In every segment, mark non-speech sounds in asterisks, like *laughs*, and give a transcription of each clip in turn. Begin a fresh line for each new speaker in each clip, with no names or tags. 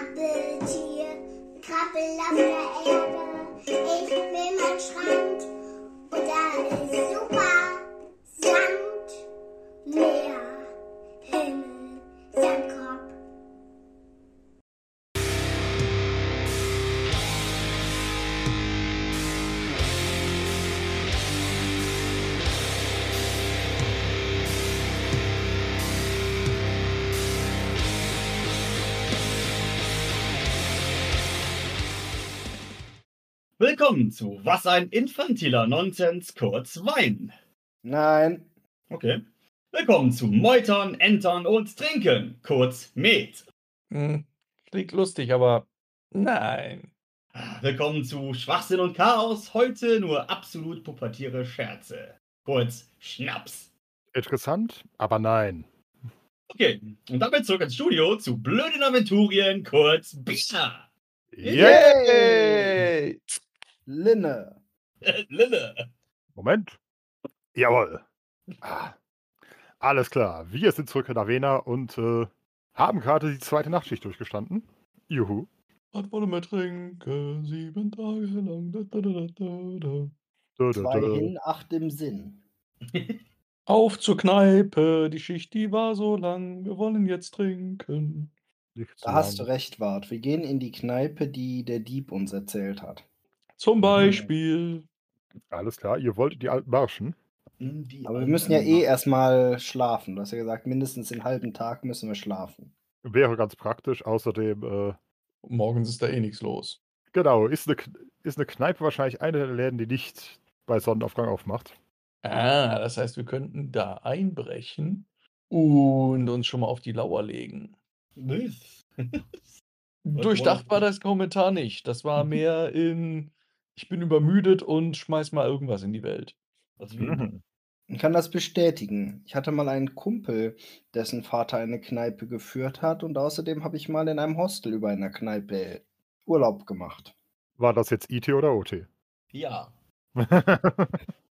Krabbeltier, krabbel auf der Erde. Ich will meinen Strand und da ist super Sand, Meer, Himmel, Sandkorb.
Willkommen zu Was ein infantiler Nonsens, kurz Wein.
Nein.
Okay. Willkommen zu Meutern, Entern und Trinken, kurz Met.
Hm, klingt lustig, aber nein.
Willkommen zu Schwachsinn und Chaos, heute nur absolut pubertiere Scherze, kurz Schnaps.
Interessant, aber nein.
Okay, und damit zurück ins Studio zu blöden Aventurien, kurz Bier.
Yeah.
Yay!
Linne.
Lille.
Moment. Jawohl. Ah. Alles klar, wir sind zurück in Avena und äh, haben gerade die zweite Nachtschicht durchgestanden. Juhu.
Was wollen wir trinken? Sieben Tage lang. Da, da, da, da, da.
Dö, dö,
Zwei
dö.
hin, acht im Sinn.
Auf zur Kneipe, die Schicht, die war so lang. Wir wollen jetzt trinken.
Nicht
Da
zu
hast du
lang.
recht, Wart. Wir gehen in die Kneipe, die der Dieb uns erzählt hat.
Zum
Mhm.
Beispiel.
Alles klar, ihr wolltet die alten Barschen.
Aber wir müssen
genau.
ja eh erstmal schlafen. Du hast ja gesagt, mindestens den halben Tag müssen wir schlafen.
Wäre ganz praktisch. Außerdem, äh,
Morgens ist da eh nichts los.
genau, ist eine, K- ist eine Kneipe wahrscheinlich eine der Läden, die nicht bei Sonnenaufgang aufmacht.
Ah, das heißt, wir könnten da einbrechen und uns schon mal auf die Lauer legen.
wollen
Durchdacht war
wir-
das Kommentar nicht. Das war mehr in, ich bin übermüdet und schmeiß mal irgendwas in die Welt.
Hm. Mhm.
Also,
Mhm. Ich kann das bestätigen. Ich hatte mal einen Kumpel, dessen Vater eine Kneipe geführt hat und außerdem habe ich mal in einem Hostel über einer Kneipe Urlaub gemacht.
War das jetzt IT oder *laughs* OT?
ja.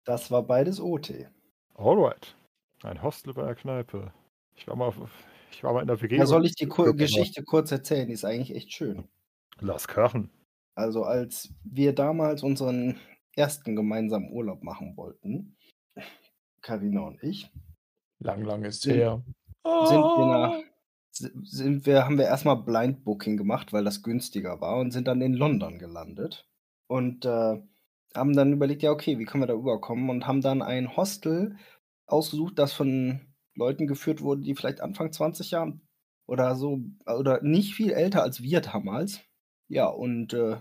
Das war beides OT.
Alright. Ein Hostel bei der Kneipe. Ich war mal, auf, ich war mal in der WG.
Da
und-
soll ich die Ku
Guck mal.
Geschichte kurz erzählen, die ist eigentlich echt schön.
Lass krachen.
Also als wir damals unseren ersten gemeinsamen Urlaub machen wollten, Karina und ich,
Lang, lang ist
Sind-
her.
sind wir,
Oh.
nach, si- sind wir, haben wir erstmal Blind Booking gemacht, weil das günstiger war und sind dann in London gelandet und äh, haben dann überlegt, ja okay, wie können wir da rüberkommen und haben dann ein Hostel ausgesucht, das von Leuten geführt wurde, die vielleicht Anfang 20 Jahre oder so oder nicht viel älter als wir damals. Ja, und äh,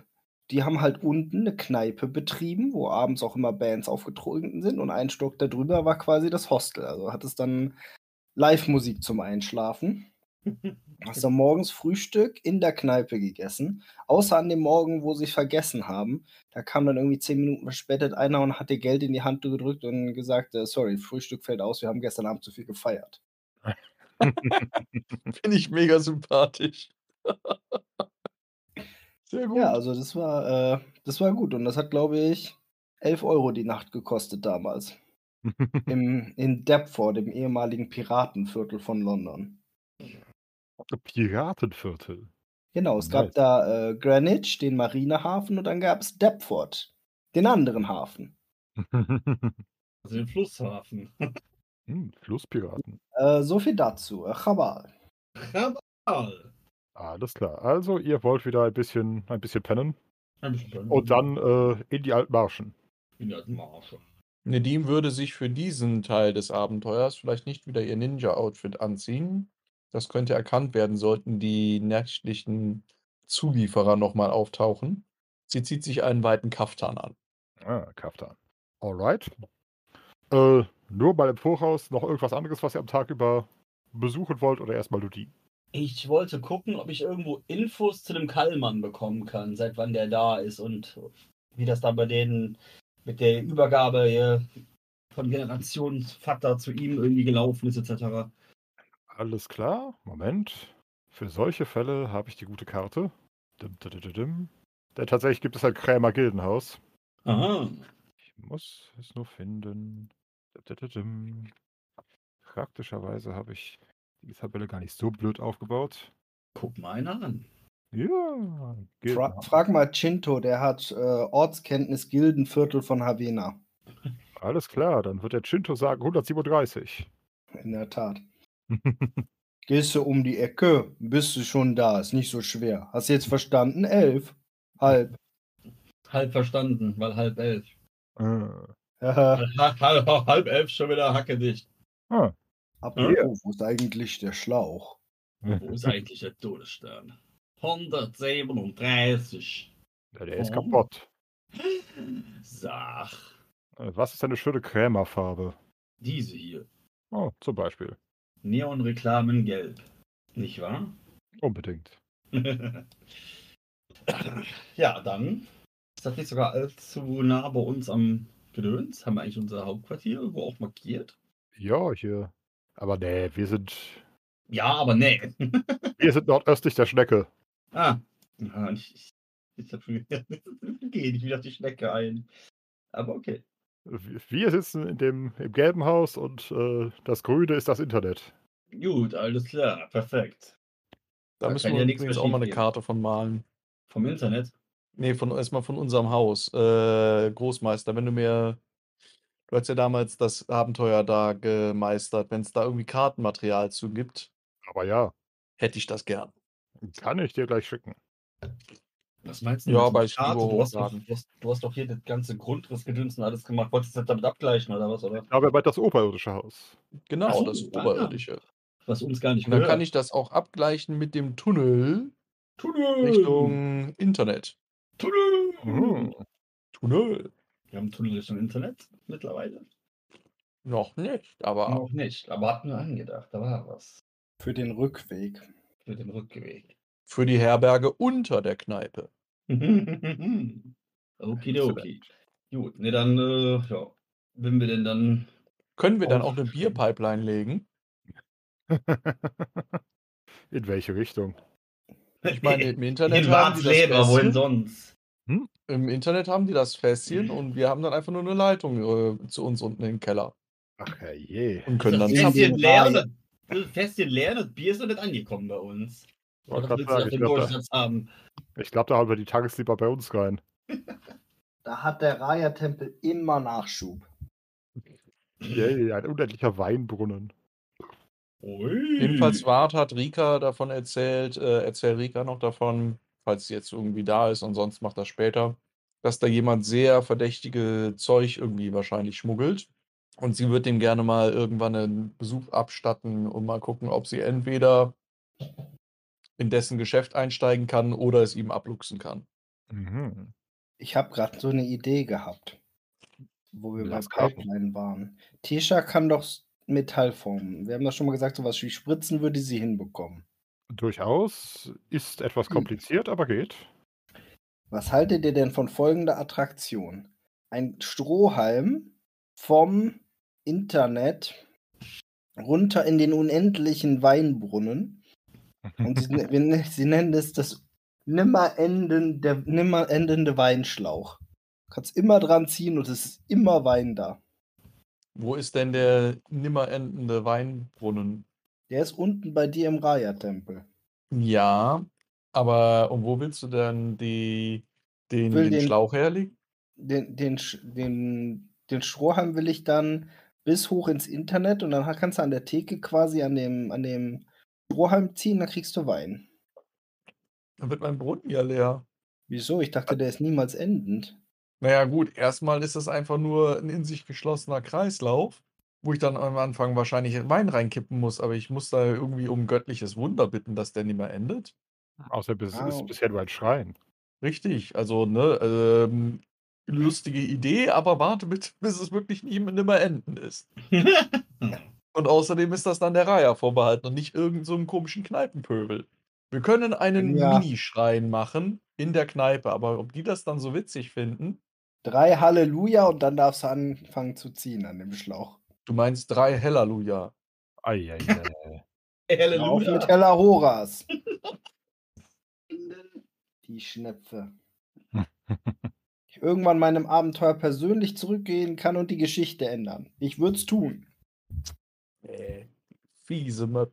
die haben halt unten eine Kneipe betrieben, wo abends auch immer Bands aufgetrunken sind und ein Stock darüber war quasi das Hostel. Also hat es dann Live-Musik zum Einschlafen. Hast dann morgens Frühstück in der Kneipe gegessen. Außer an dem Morgen, wo sie es vergessen haben. Da kam dann irgendwie zehn Minuten verspätet einer und hat dir Geld in die Hand gedrückt und gesagt, äh, sorry, Frühstück fällt aus, wir haben gestern Abend zu viel gefeiert.
Ah, Finde ich mega sympathisch. *laughs* Sehr gut.
Ja, also das war, äh, das war gut. Und das hat, glaube ich, 11 Euro die Nacht gekostet damals. Im, in Deptford, dem ehemaligen Piratenviertel von London.
*laughs* Piratenviertel. *laughs*
Genau, es
Nice.
gab da äh, Greenwich, den Marinehafen, und dann gab es Deptford, den anderen Hafen.
Also den Flusshafen.
Hm, Flusspiraten.
Äh, so viel dazu. Äh, Chabal.
Rabal.
Alles klar. Also, ihr wollt wieder ein bisschen, ein bisschen pennen und
Und
dann äh, in die alten Marschen.
In der Marsch.
Nedim würde sich für diesen Teil des Abenteuers vielleicht nicht wieder ihr Ninja-Outfit anziehen. Das könnte erkannt werden, sollten die nächtlichen Zulieferer nochmal auftauchen. Sie zieht sich einen weiten Kaftan an.
Ah, Kaftan. Alright. Äh, nur mal im Voraus noch irgendwas anderes, was ihr am Tag über besuchen wollt oder erstmal nur die.
Ich wollte gucken, ob ich irgendwo Infos zu dem Kallmann bekommen kann, seit wann der da ist und wie das da bei denen mit der Übergabe hier von Generationsvater zu ihm irgendwie gelaufen ist, etc.
Alles klar. Moment. Für solche Fälle habe ich die gute Karte. Dim, dim, dim, dim. Denn tatsächlich gibt es halt Krämer Gildenhaus.
Aha.
Ich muss es nur finden. Dadadim. Praktischerweise habe ich die Tabelle gar nicht so blöd aufgebaut.
Guck mal einer an.
Ja, geht
Fra
noch.
frag mal Chinto, der hat äh, Ortskenntnis Gildenviertel von Havena.
Alles klar, dann wird der Chinto sagen 137.
In der
*laughs*
Tat. Gehst du um die Ecke, bist du schon da, ist nicht so schwer. Hast du jetzt verstanden? Elf. Halb.
Halb verstanden, weil halb elf.
Äh,
Haha.
*laughs* Halb, halb, halb elf schon wieder Hacke dicht.
ah.
*laughs* Apropos, wo ist eigentlich der Schlauch?
*laughs*
Wo ist eigentlich der Todesstern? 137.
Ja, der ist
Oh.
kaputt.
Sach,
Äh, Was ist eine schöne Krämerfarbe?
diese hier.
Oh, zum Beispiel.
Neonreklamen gelb. Nicht wahr?
Unbedingt.
ja, dann. Ist das nicht sogar allzu nah bei uns am Gedöns? Haben wir eigentlich unser Hauptquartier irgendwo auch markiert?
Ja, hier. Aber nee, wir sind,
Ja, aber nee. *laughs*
wir sind nordöstlich der Schnecke.
ah. Ja, ich, ich, ich hab schon *laughs* gedacht, gehe nicht wieder auf die Schnecke ein. Aber okay.
Wir wir sitzen in dem, im gelben Haus und äh, das grüne ist das Internet.
Gut, alles klar. Perfekt.
Da
Da
müssen
kann
wir
ja nichts
übrigens
mehr
auch mal eine
schiefgehen.
Karte von malen.
Vom Internet.
Nee, Ne, von, erstmal von unserem Haus. Äh, Großmeister, wenn du mir. Du hast ja damals das Abenteuer da gemeistert. Wenn es da irgendwie Kartenmaterial zu gibt,
Aber ja,
hätte ich das gern.
kann ich dir gleich schicken.
Was meinst du?
Ja,
mit
bei
der Karte?
Spiegel
du hast, doch,
hochladen.
du, hast, du hast doch hier das ganze Grundrissgedöns und alles gemacht. Wolltest du das damit abgleichen oder was? Oder?
Aber bald das oberirdische Haus.
Genau,
Ach so,
das
ah.
Oberirdische.
Was uns gar nicht
Und dann
gehört.
kann ich das auch abgleichen mit dem Tunnel
Tunnel!
Richtung Internet.
Tunnel!
Mhm.
Tunnel?
Wir haben Tunnel Richtung Internet mittlerweile.
Noch nicht, aber
Noch nicht, aber hatten wir angedacht. Da war was
Für den Rückweg.
für den Rückweg.
für die Herberge unter der Kneipe.
Okidoki. Gut, ne, dann, äh, ja. Wenn wir denn dann.
Können wir dann auch
Auch
eine
schön.
Bierpipeline legen?
*laughs* in welche Richtung?
Ich
*laughs*
meine, im Internet
in
haben die das
Warsleder, wohin
Fässchen.
sonst?
Im Internet haben die das Fässchen und wir haben dann einfach nur eine Leitung äh, zu uns unten in den Keller
Ach je.
und können
das
dann
ist ja
Fässchen
zappen.
Bier
leer,
rein.
und das- das Fässchen leer, das Bier ist noch nicht angekommen bei uns. Oder
Wollte grad
willst du
sagen,
noch
ich
den
glaub, da-
Durchsatz haben?
Ich glaube, da haben wir die Tagesliebe bei uns rein.
Da hat der Raya-Tempel immer Nachschub.
*laughs* Yay, ein unendlicher Weinbrunnen.
Ui.
Jedenfalls Wart hat Rika davon erzählt, äh, erzähl Rika noch davon, falls sie jetzt irgendwie da ist und sonst macht das später, dass da jemand sehr verdächtige Zeug irgendwie wahrscheinlich schmuggelt. Und sie wird dem gerne mal irgendwann einen Besuch abstatten und mal gucken, ob sie entweder in dessen Geschäft einsteigen kann oder es ihm abluchsen kann.
Mhm.
Ich habe gerade so eine Idee gehabt, wo wir
Lass
bei
krachen.
Pipeline waren. Tesha kann doch S- Metall formen. Wir haben das schon mal gesagt, sowas wie Spritzen würde sie hinbekommen.
Durchaus ist etwas kompliziert, aber geht.
Was haltet ihr denn von folgender Attraktion? Ein Strohhalm vom Internet runter in den unendlichen Weinbrunnen. Und sie, ne- wir ne- sie nennen es das nimmer, enden, der nimmer endende Weinschlauch. Kannst immer dran ziehen und es ist immer Wein da.
Wo ist denn der nimmer endende Weinbrunnen?
Der ist unten bei dir im Raya-Tempel.
Ja, aber und wo willst du denn die, den,
Will
den,
den-
Schlauch herlegen?
Den, den, Sch- den, den Strohhalm will ich dann bis hoch ins Internet und dann ha- kannst du an der Theke quasi an dem, an dem Strohhalm ziehen, dann kriegst du Wein.
Dann wird mein Brunnen ja leer.
Wieso? Ich dachte, der ist niemals endend.
Naja, gut, erstmal ist das einfach nur ein in sich geschlossener Kreislauf, wo ich dann am Anfang wahrscheinlich Wein reinkippen muss, aber ich muss da irgendwie um göttliches Wunder bitten, dass der nicht mehr endet.
*laughs* Außerdem bis,
Au.
ist bisher nur ein Schrein.
Richtig, also, ne, ähm, lustige Idee, aber warte bitte, *laughs* bis es wirklich nie, nimmer enden ist. Und außerdem ist das dann der Reiher vorbehalten und nicht irgend so einem komischen Kneipenpöbel. Wir können einen
Ja.
Minischrein machen in der Kneipe, aber ob die das dann so witzig finden,
Drei Halleluja und dann darfst du anfangen zu ziehen an dem Schlauch.
du meinst drei Halleluja.
Ei, ei, ei.
Auf mit
Halleluja.
Hella Horas. Die Schnepfe. ich irgendwann meinem Abenteuer persönlich zurückgehen kann und die Geschichte ändern. Ich würd's tun.
Äh, fiese Möb.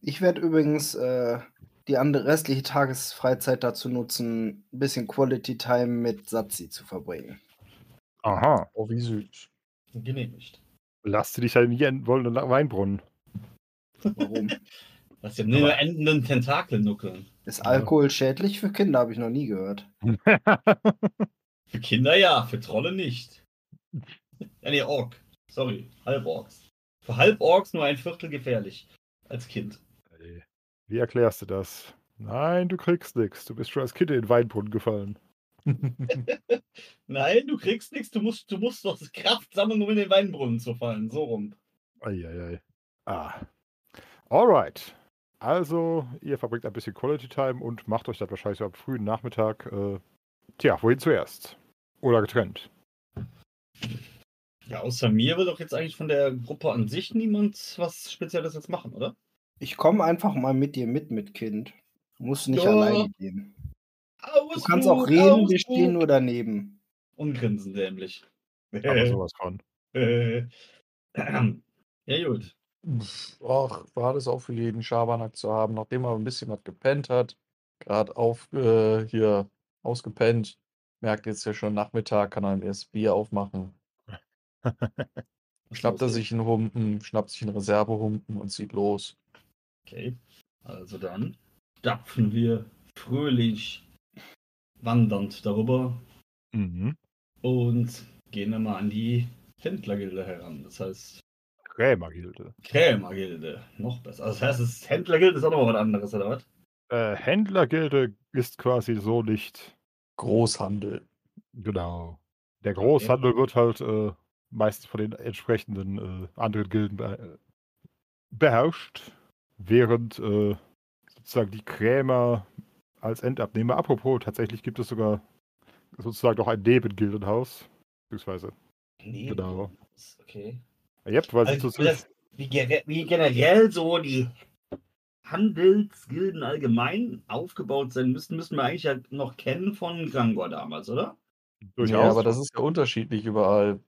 Ich werde übrigens äh, die andere restliche Tagesfreizeit dazu nutzen, ein bisschen Quality Time mit Satzi zu verbringen.
*laughs* Aha.
Oh, wie süß.
Genehmigt.
Lass dich halt nie in Woll- und Weinbrunnen. *laughs*
Warum?
Lass dir nur endenden Tentakel nuckeln.
Ist Alkohol schädlich für Kinder? Habe ich noch nie gehört.
Für Kinder ja, für Trolle nicht. ja, nee, Ork. Sorry, Halborks. Für Halborks nur ein Viertel gefährlich. Als Kind.
Ey, Wie erklärst du das? Nein, du kriegst nichts. Du bist schon als Kind in den Weinbrunnen gefallen.
Nein, du kriegst nichts, du musst, du musst doch Kraft sammeln, um in den Weinbrunnen zu fallen. So rum.
Eieiei. Ah. Alright. Also, ihr verbringt ein bisschen Quality Time und macht euch das wahrscheinlich so am frühen Nachmittag. Äh, tja, wohin zuerst? Oder getrennt?
Ja, außer mir will doch jetzt eigentlich von der Gruppe an sich niemand was Spezielles jetzt machen, oder?
Ich komme einfach mal mit dir mit, mit Kind. Musst du nicht
Ja.
alleine gehen. Du kannst auch reden, wir stehen nur daneben.
Und grinsen dämlich.
Aber
*laughs*
sowas von.
Äh, ja, gut.
Pff, Ach, war das auch für jeden Schabernack zu haben, nachdem er ein bisschen was gepennt hat, gerade auf äh, hier ausgepennt, merkt jetzt ja schon Nachmittag, kann er ein erstes Bier aufmachen. Schnappt er sich einen Humpen, schnappt sich einen Reservehumpen und zieht los.
Okay, also dann stapfen wir fröhlich wandernd darüber
Mhm.
und gehen dann mal an die Händlergilde heran. Das heißt,
Krämergilde.
Krämergilde, noch besser. Also das heißt, das Händlergilde ist auch noch was anderes, oder was?
Äh, Händlergilde ist quasi so nicht.
Großhandel.
Genau. Der Großhandel wird halt äh, meistens von den entsprechenden äh, anderen Gilden be äh, beherrscht, während äh, sozusagen die Krämer als Endabnehmer. Apropos, tatsächlich gibt es sogar sozusagen noch ein Nebengildenhaus. Beziehungsweise.
Nee,
Genau.
Okay.
Yep, weil sie
Also,
zu-
das, wie, gere- wie generell so die Handelsgilden allgemein aufgebaut sein müssen, müssen wir eigentlich halt noch kennen von Grangor damals, oder?
durchaus.
Ja, aber das ist ja unterschiedlich überall.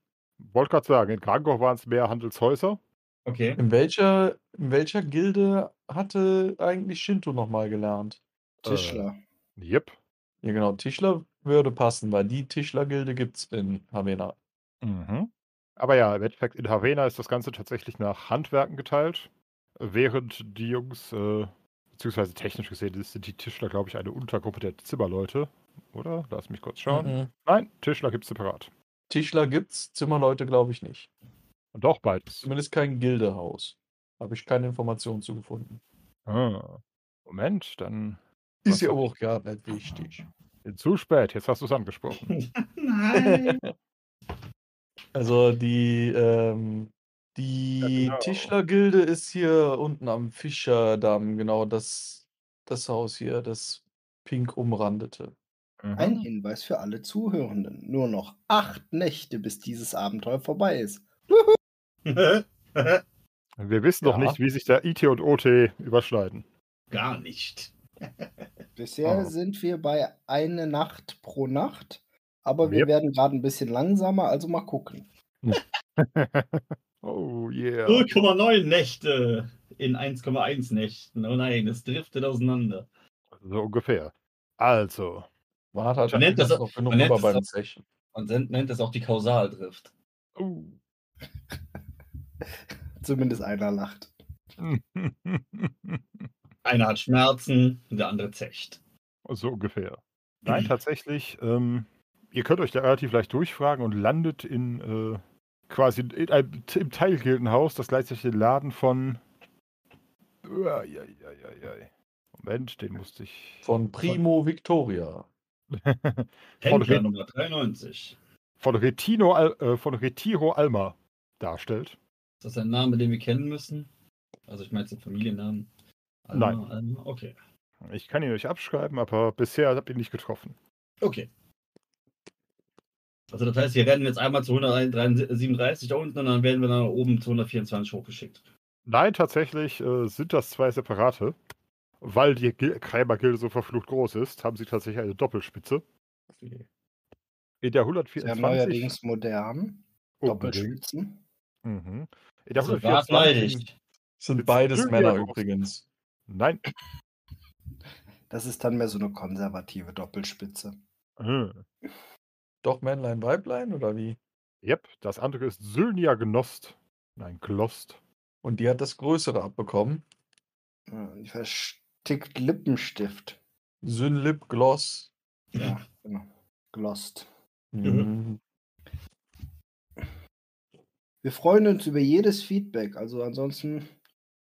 Wollte gerade sagen, in Krankow waren es mehr Handelshäuser.
Okay.
In welcher, in welcher Gilde hatte eigentlich Shinto nochmal gelernt?
Äh.
Tischler.
Yep.
Ja, genau, Tischler würde passen, weil die Tischlergilde gibt es in Havena.
Mhm. Aber ja, im Endeffekt in Havena ist das Ganze tatsächlich nach Handwerken geteilt, während die Jungs, äh, beziehungsweise technisch gesehen ist- sind die Tischler, glaube ich, eine Untergruppe der Zimmerleute, oder? Lass mich kurz schauen.
Mhm.
Nein, Tischler gibt es separat.
Tischler gibt's, Zimmerleute glaube ich nicht.
Und auch beides.
Zumindest kein Gildehaus. Habe ich keine Informationen zu gefunden.
Ah. Moment, dann Was
Ist ja
hab
aber auch gar nicht wichtig.
zu spät, jetzt hast du es angesprochen.
*laughs* Nein. *laughs*
Also die, ähm, die
genau.
Tischlergilde ist hier unten am Fischerdamm, genau das, das Haus hier, das pink umrandete.
Ein
Mhm.
Hinweis für alle Zuhörenden. Nur noch acht Nächte, bis dieses Abenteuer vorbei ist.
Wir wissen noch
Ja.
nicht, wie sich da IT und OT überschneiden. *laughs*
Gar nicht.
Bisher
Ah.
sind wir bei eine Nacht pro Nacht, aber wir
Yep.
werden gerade ein bisschen langsamer, also mal gucken.
oh yeah.
0,9 Nächte in 1,1 Nächten. Oh nein, es driftet auseinander.
So ungefähr. Also,
Man hat halt
Man nennt das
einfach
auch-
noch genug
man nennt
über
das
beim
auch-
Zechen.
Man sen- nennt das auch die Kausaldrift.
oh. *laughs*
Zumindest einer lacht.
Einer hat Schmerzen, der andere zecht.
So ungefähr. Nein, tatsächlich. Ähm, ihr könnt euch da relativ leicht durchfragen und landet in äh, quasi in einem, im Teilgildenhaus, das gleichzeitig den Laden von. Uaiaiaiai. Moment, den musste ich.
Von Primo Victoria.
Händler
Vorderreden.
Nummer 93.
*laughs* Von, Retino, Al- äh, von Retiro Alma darstellt.
Ist das ein Name, den wir kennen müssen? Also ich meine jetzt den Familiennamen. Alma,
Nein.
Alma, okay.
Ich kann ihn euch abschreiben, aber bisher habt ihr ihn nicht getroffen.
Okay. Also das heißt, wir rennen jetzt einmal zu 137 da unten und dann werden wir dann nach oben zu 124 hochgeschickt.
Nein, tatsächlich äh, sind das zwei separate. Weil die Gil- Krämergilde so verflucht groß ist, haben sie tatsächlich eine Doppelspitze. In der
Ist ja
124.
neuerdings modern.
Oh, Unbedingt.
Doppelspitzen.
Mhm. In der
Also, war
124.
neidisch.
Sind
Jetzt
beides
Julia
Männer
drauf.
übrigens.
Nein,
Das ist dann mehr so eine konservative Doppelspitze.
Hm.
Doch Männlein, Weiblein oder wie?
Yep, das andere ist Sylnia Genost. Nein, Glost.
Und die hat das Größere abbekommen.
Ja, Äh, die verstickt Lippenstift.
Synlip Gloss.
Ja, genau. Glost.
Mhm.
Wir freuen uns über jedes Feedback. Also ansonsten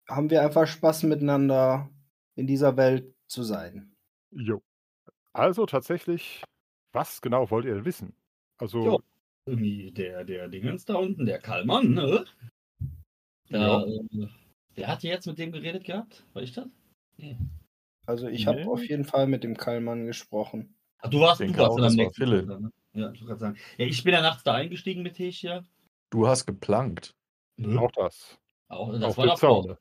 haben wir einfach Spaß miteinander in dieser Welt zu sein.
Jo. Also tatsächlich, was genau wollt ihr denn wissen? Also,
Jo. Irgendwie der, der Dingens da unten, der Kallmann, ne? Da, äh, wer hat jetzt mit dem geredet gehabt? War ich das?
Also ich habe
Nee.
auf jeden Fall mit dem Kallmann gesprochen.
Ach, du warst,
Ich
du
denke auch,
warst dann
das
am
war
nächsten
Philipp.
Tag, ne? Ja, ich wollte gerade sagen. Ja, ich bin ja nachts da eingestiegen mit Tisch, ja.
Du hast geplankt. Mhm.
Nö.
auch das.
Auch, Mhm. das
auf
war
dem
davor.
Zaune.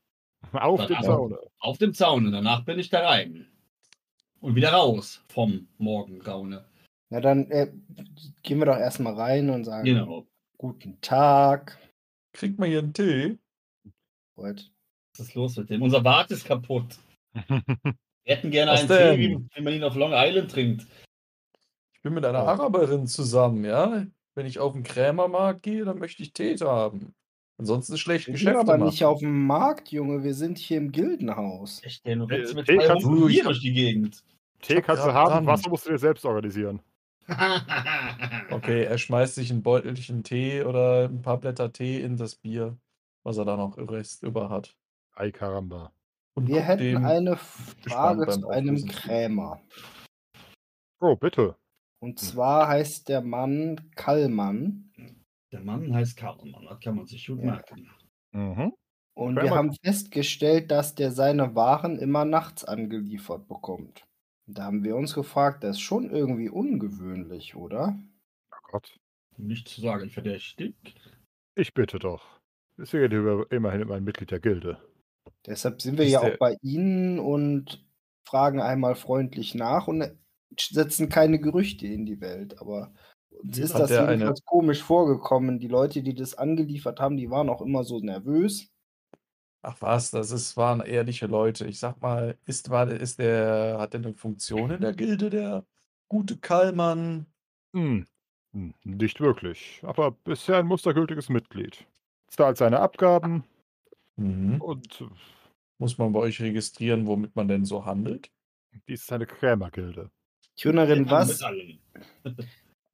Auf
Dann
dem
ab.
Zaune.
Auf dem Zaun und danach bin ich da rein. Und wieder raus vom Morgengraune.
Na dann äh, gehen wir doch erstmal rein und sagen
Genau.
guten Tag.
Kriegt man hier einen Tee?
Wollt-
Was ist los mit dem? Unser Bart ist kaputt. *laughs* Wir hätten gerne
Was
einen Tee, wie,
denn?
wie man ihn auf Long Island trinkt.
Ich bin mit einer
Oh.
Araberin zusammen, ja? Wenn ich auf den Krämermarkt gehe, dann möchte ich Tee haben. Ansonsten ist schlecht
Wir sind
Geschäfte
aber
machen.
nicht auf dem Markt, Junge. Wir sind hier im Gildenhaus.
Echt, den rennst du mit
Tee
zwei
kannst
Humpen
du-
hier durch die Gegend.
Tee kannst du
grad dran.
haben, Wasser musst du dir selbst organisieren.
Okay, er schmeißt sich ein Beutelchen Tee oder ein paar Blätter Tee in das Bier, was er da noch Rest über hat.
Ei Karamba.
Und
Wir
guckt
hätten
dem-
eine
gespannt
Frage
beim
zu einem
Auflösen zu.
Krämer.
Oh, bitte.
Und
Hm.
zwar heißt der Mann Kallmann.
Der Mann heißt Karlmann, das kann man sich gut
Ja.
merken.
Mhm.
Und wir
Krämer-
haben festgestellt, dass der seine Waren immer nachts angeliefert bekommt. Da haben wir uns gefragt, das ist schon irgendwie ungewöhnlich, oder?
Oh Gott.
Um Nicht zu sagen verdächtig.
Ich bitte doch. Es geht über, immerhin über ein Mitglied der Gilde.
Deshalb sind wir
Ist
ja
der-
auch bei Ihnen und fragen einmal freundlich nach und äh, setzen keine Gerüchte in die Welt. Aber uns ist
Hat
das
der eine-
jedenfalls komisch vorgekommen. Die Leute, die das angeliefert haben, die waren auch immer so nervös.
Ach was, das ist, waren ehrliche Leute. Ich sag mal, ist, war, ist der, hat der eine Funktion in der Gilde, der gute Kallmann?
Hm. Hm, Nicht wirklich, aber bisher ein mustergültiges Mitglied. Zahlt seine Abgaben
Hm.
Mhm.
und
Muss man bei euch registrieren, womit man denn so handelt?
dies ist eine Krämergilde.
Der
Tünerin,
kann
was,
mit allem.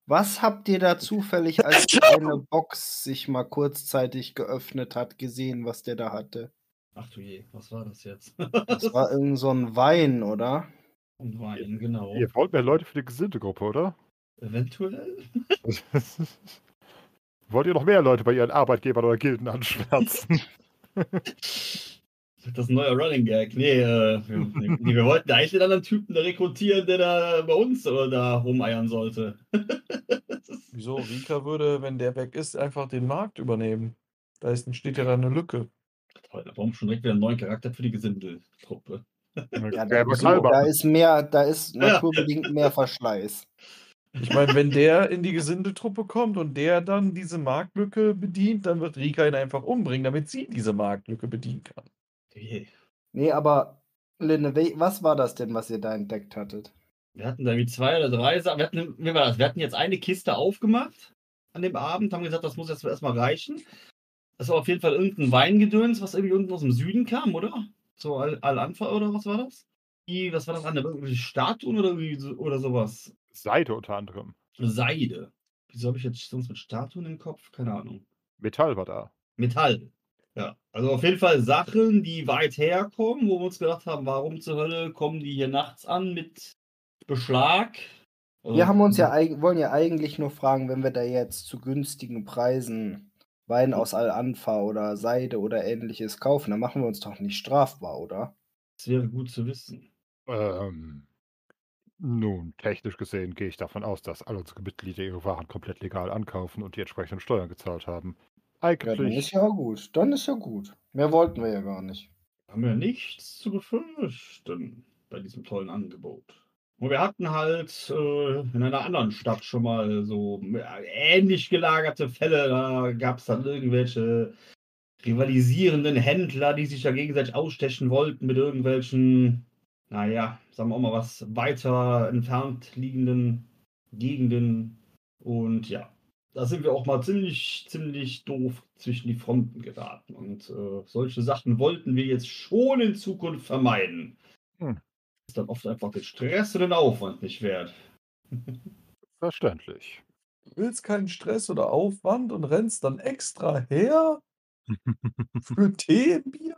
was habt ihr da
*laughs*
zufällig, als eine Box sich mal kurzzeitig geöffnet hat, gesehen, was der da hatte?
Ach du je, was war das jetzt? *laughs*
Das war irgend so ein Wein, oder?
Und Wein,
Oh.
genau.
Ihr wollt mehr Leute für die Gesindegruppe, oder? *laughs*
Eventuell? *laughs*
wollt ihr noch mehr Leute bei ihren Arbeitgebern oder Gilden anschwärzen?
Das ist ein neuer Running Gag. Nee, äh, wir, nee, wir wollten eigentlich den anderen Typen da rekrutieren, der da bei uns äh, da rumeiern sollte. *laughs* Das ist-
Wieso? Rika würde, wenn der weg ist, einfach den Markt übernehmen. Da ist, steht ja da eine Lücke.
Toll, da brauchen wir schon direkt wieder einen neuen Charakter für die Gesindeltruppe.
*laughs* Ja, da,
Krämer
ist, da
Kalber.
ist mehr, da ist naturbedingt mehr Verschleiß.
Ich meine, wenn der in die Gesindetruppe kommt und der dann diese Marktlücke bedient, dann wird Rika ihn einfach umbringen, damit sie diese Marktlücke bedienen kann.
Je.
Nee, aber Linde, wel- was war das denn, was ihr da entdeckt hattet?
Wir hatten da wie zwei oder drei Sachen. Wir hatten, wie war das? Wir hatten jetzt eine Kiste aufgemacht an dem Abend, haben gesagt, das muss jetzt erstmal reichen. Das war auf jeden Fall irgendein Weingedöns, was irgendwie unten aus dem Süden kam, oder? So Al-Anfa oder was war das? Die, was war das andere? Irgendwelche Statuen oder, irgendwie so, oder sowas?
Seite unter anderem.
Seide. Wieso habe ich jetzt sonst mit Statuen im Kopf? Keine Ahnung.
Metall war da.
Metall. Ja, also auf jeden Fall Sachen, die weit herkommen, wo wir uns gedacht haben, warum zur Hölle kommen die hier nachts an mit Beschlag? Also,
Wir haben uns ja eig- wollen ja eigentlich nur fragen, wenn wir da jetzt zu günstigen Preisen Wein aus Al-Anfa oder Seide oder ähnliches kaufen, dann machen wir uns doch nicht strafbar, oder?
Das wäre gut zu wissen.
Ähm, nun, technisch gesehen gehe ich davon aus, dass alle unsere Mitglieder ihre Waren komplett legal ankaufen und die entsprechenden Steuern gezahlt haben.
Ja, dann ist
Eigentlich.
ja gut. Dann ist ja gut. Mehr wollten wir ja gar nicht.
Haben wir nichts zu befürchten bei diesem tollen Angebot. Und wir hatten halt äh, in einer anderen Stadt schon mal so äh, ähnlich gelagerte Fälle. Da gab es dann irgendwelche rivalisierenden Händler, die sich ja gegenseitig ausstechen wollten mit irgendwelchen naja, sagen wir auch mal was weiter entfernt liegenden Gegenden. Und ja, da sind wir auch mal ziemlich, ziemlich doof zwischen die Fronten geraten. Und äh, solche Sachen wollten wir jetzt schon in Zukunft vermeiden.
Hm.
Ist dann oft einfach den Stress und den Aufwand nicht wert.
Verständlich.
Du willst keinen Stress oder Aufwand und rennst dann extra her
*laughs*
für Tee, Bier?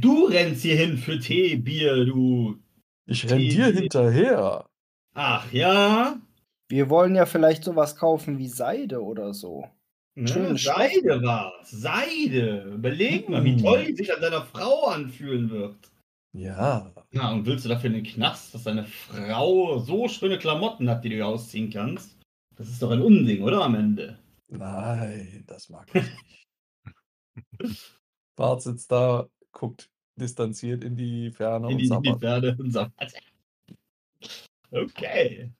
Du rennst hier hin für Tee, Bier, du.
Ich renn dir
Tee.
hinterher.
Ach ja.
Wir wollen ja vielleicht sowas kaufen wie Seide oder so.
Ne?
Schöne
Seide war's. Seide. Überleg mal, wie
Hm.
toll die sich an deiner Frau anfühlen wird.
Ja.
Na, und willst du dafür in den Knast, dass deine Frau so schöne Klamotten hat, die du ihr ausziehen kannst? Das ist doch ein Unding, oder? Am Ende.
Nein, das mag ich nicht.
*laughs*
Bart sitzt da, guckt distanziert in die Ferne
In
und
die, in die
sabbert.
Pferde und sabbert. Okay.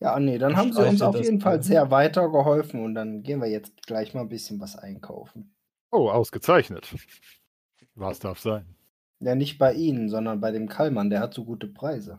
Ja, ah, nee, dann haben sie
Streichelt
uns auf
das
jeden Fall
Bier.
sehr weitergeholfen und dann gehen wir jetzt gleich mal ein bisschen was einkaufen.
Oh, ausgezeichnet. Was darf sein?
Ja, nicht bei Ihnen, sondern bei dem Kallmann, der hat so gute Preise.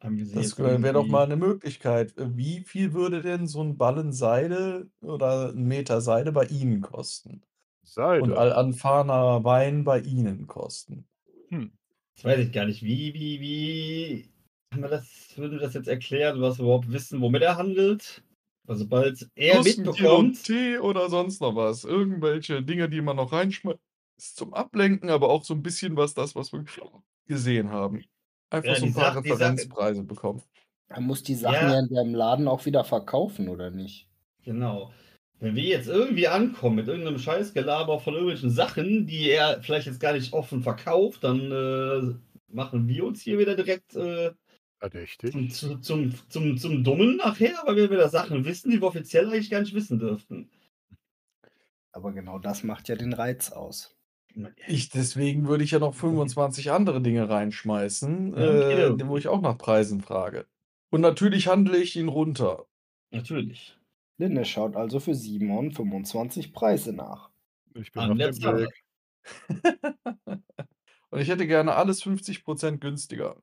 Haben wir sie
Das
jetzt
wäre doch
irgendwie-
mal eine Möglichkeit. Äh, Wie viel würde denn so ein Ballen Seide oder ein Meter Seide bei Ihnen kosten?
Seide.
Und all anfahrener Wein bei Ihnen kosten?
Das weiß ich gar nicht. Wie, wie, wie. Kann man das, würden wir das jetzt erklären, was wir überhaupt wissen, womit er handelt? Weil sobald er
Bier und
mitbekommt.
Tee oder sonst noch was. Irgendwelche Dinge, die man noch reinschmeißt zum Ablenken, aber auch so ein bisschen was das, was wir gesehen haben. Einfach
Ja,
so ein
die
paar
Sache- die Sache-
Referenzpreise bekommen.
Er muss die Sachen
Ja.
ja. ja im Laden auch wieder verkaufen, oder nicht?
Genau. Wenn wir jetzt irgendwie ankommen mit irgendeinem Scheißgelaber von irgendwelchen Sachen, die er vielleicht jetzt gar nicht offen verkauft, dann äh, machen wir uns hier wieder direkt äh,
Verdächtig.
zum, zu- zum, zum, zum Dummen nachher, weil wir wieder Sachen wissen, die wir offiziell eigentlich gar nicht wissen dürften.
Aber genau das macht ja den Reiz aus.
Ich, deswegen würde ich ja noch 25 andere Dinge reinschmeißen,
Mhm. Ja,
äh, wo ich auch nach Preisen frage. Und natürlich handle ich ihn runter.
Natürlich.
Linde schaut also für Simon 25 Preise nach.
Ich bin
An
auf
der
dem
Sache.
Weg.
Und ich hätte gerne alles 50% günstiger.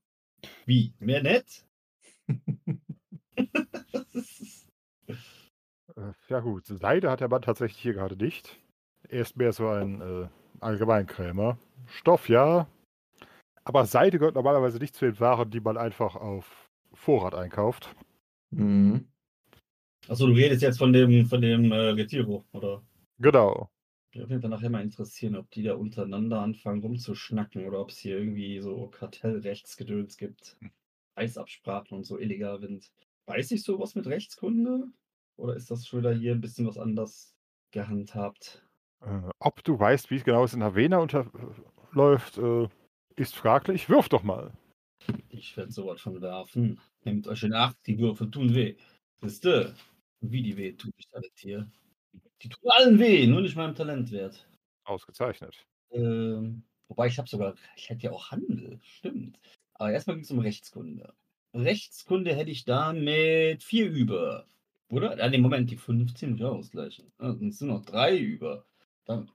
Wie? Mehr nett?
Äh, Ja gut, Seide hat der Mann tatsächlich hier gerade nicht. Er ist mehr so ein äh, Allgemeinkrämer. Stoff ja, aber Seide gehört normalerweise nicht zu den Waren, die man einfach auf Vorrat einkauft.
Mhm.
Achso, du redest jetzt von dem, von dem äh, Retiro, oder?
Genau.
Ich würde mich dann nachher mal interessieren, ob die da untereinander anfangen rumzuschnacken oder ob es hier irgendwie so Kartellrechtsgedöns gibt. Preisabsprachen und so illegal sind. Weiß ich sowas mit Rechtskunde? Oder ist das schon wieder hier ein bisschen was anders gehandhabt?
Äh, ob du weißt, wie es genau es in Havena unterläuft, äh, ist fraglich. Wirf doch mal.
Ich werde sowas von werfen. Nehmt euch in Acht, die Würfel tun weh. Wisste, wie die weh tut, ich alles hier. Die tun allen weh, nur nicht meinem Talent wert.
Ausgezeichnet.
Ähm, wobei ich habe sogar, ich hätte ja auch Handel, stimmt. Aber erstmal ging es um Rechtskunde. Rechtskunde hätte ich da mit vier über. Oder? An dem Moment, die 15 muss ich auch ausgleichen. Ah, Dann sind noch drei über. Verdammt.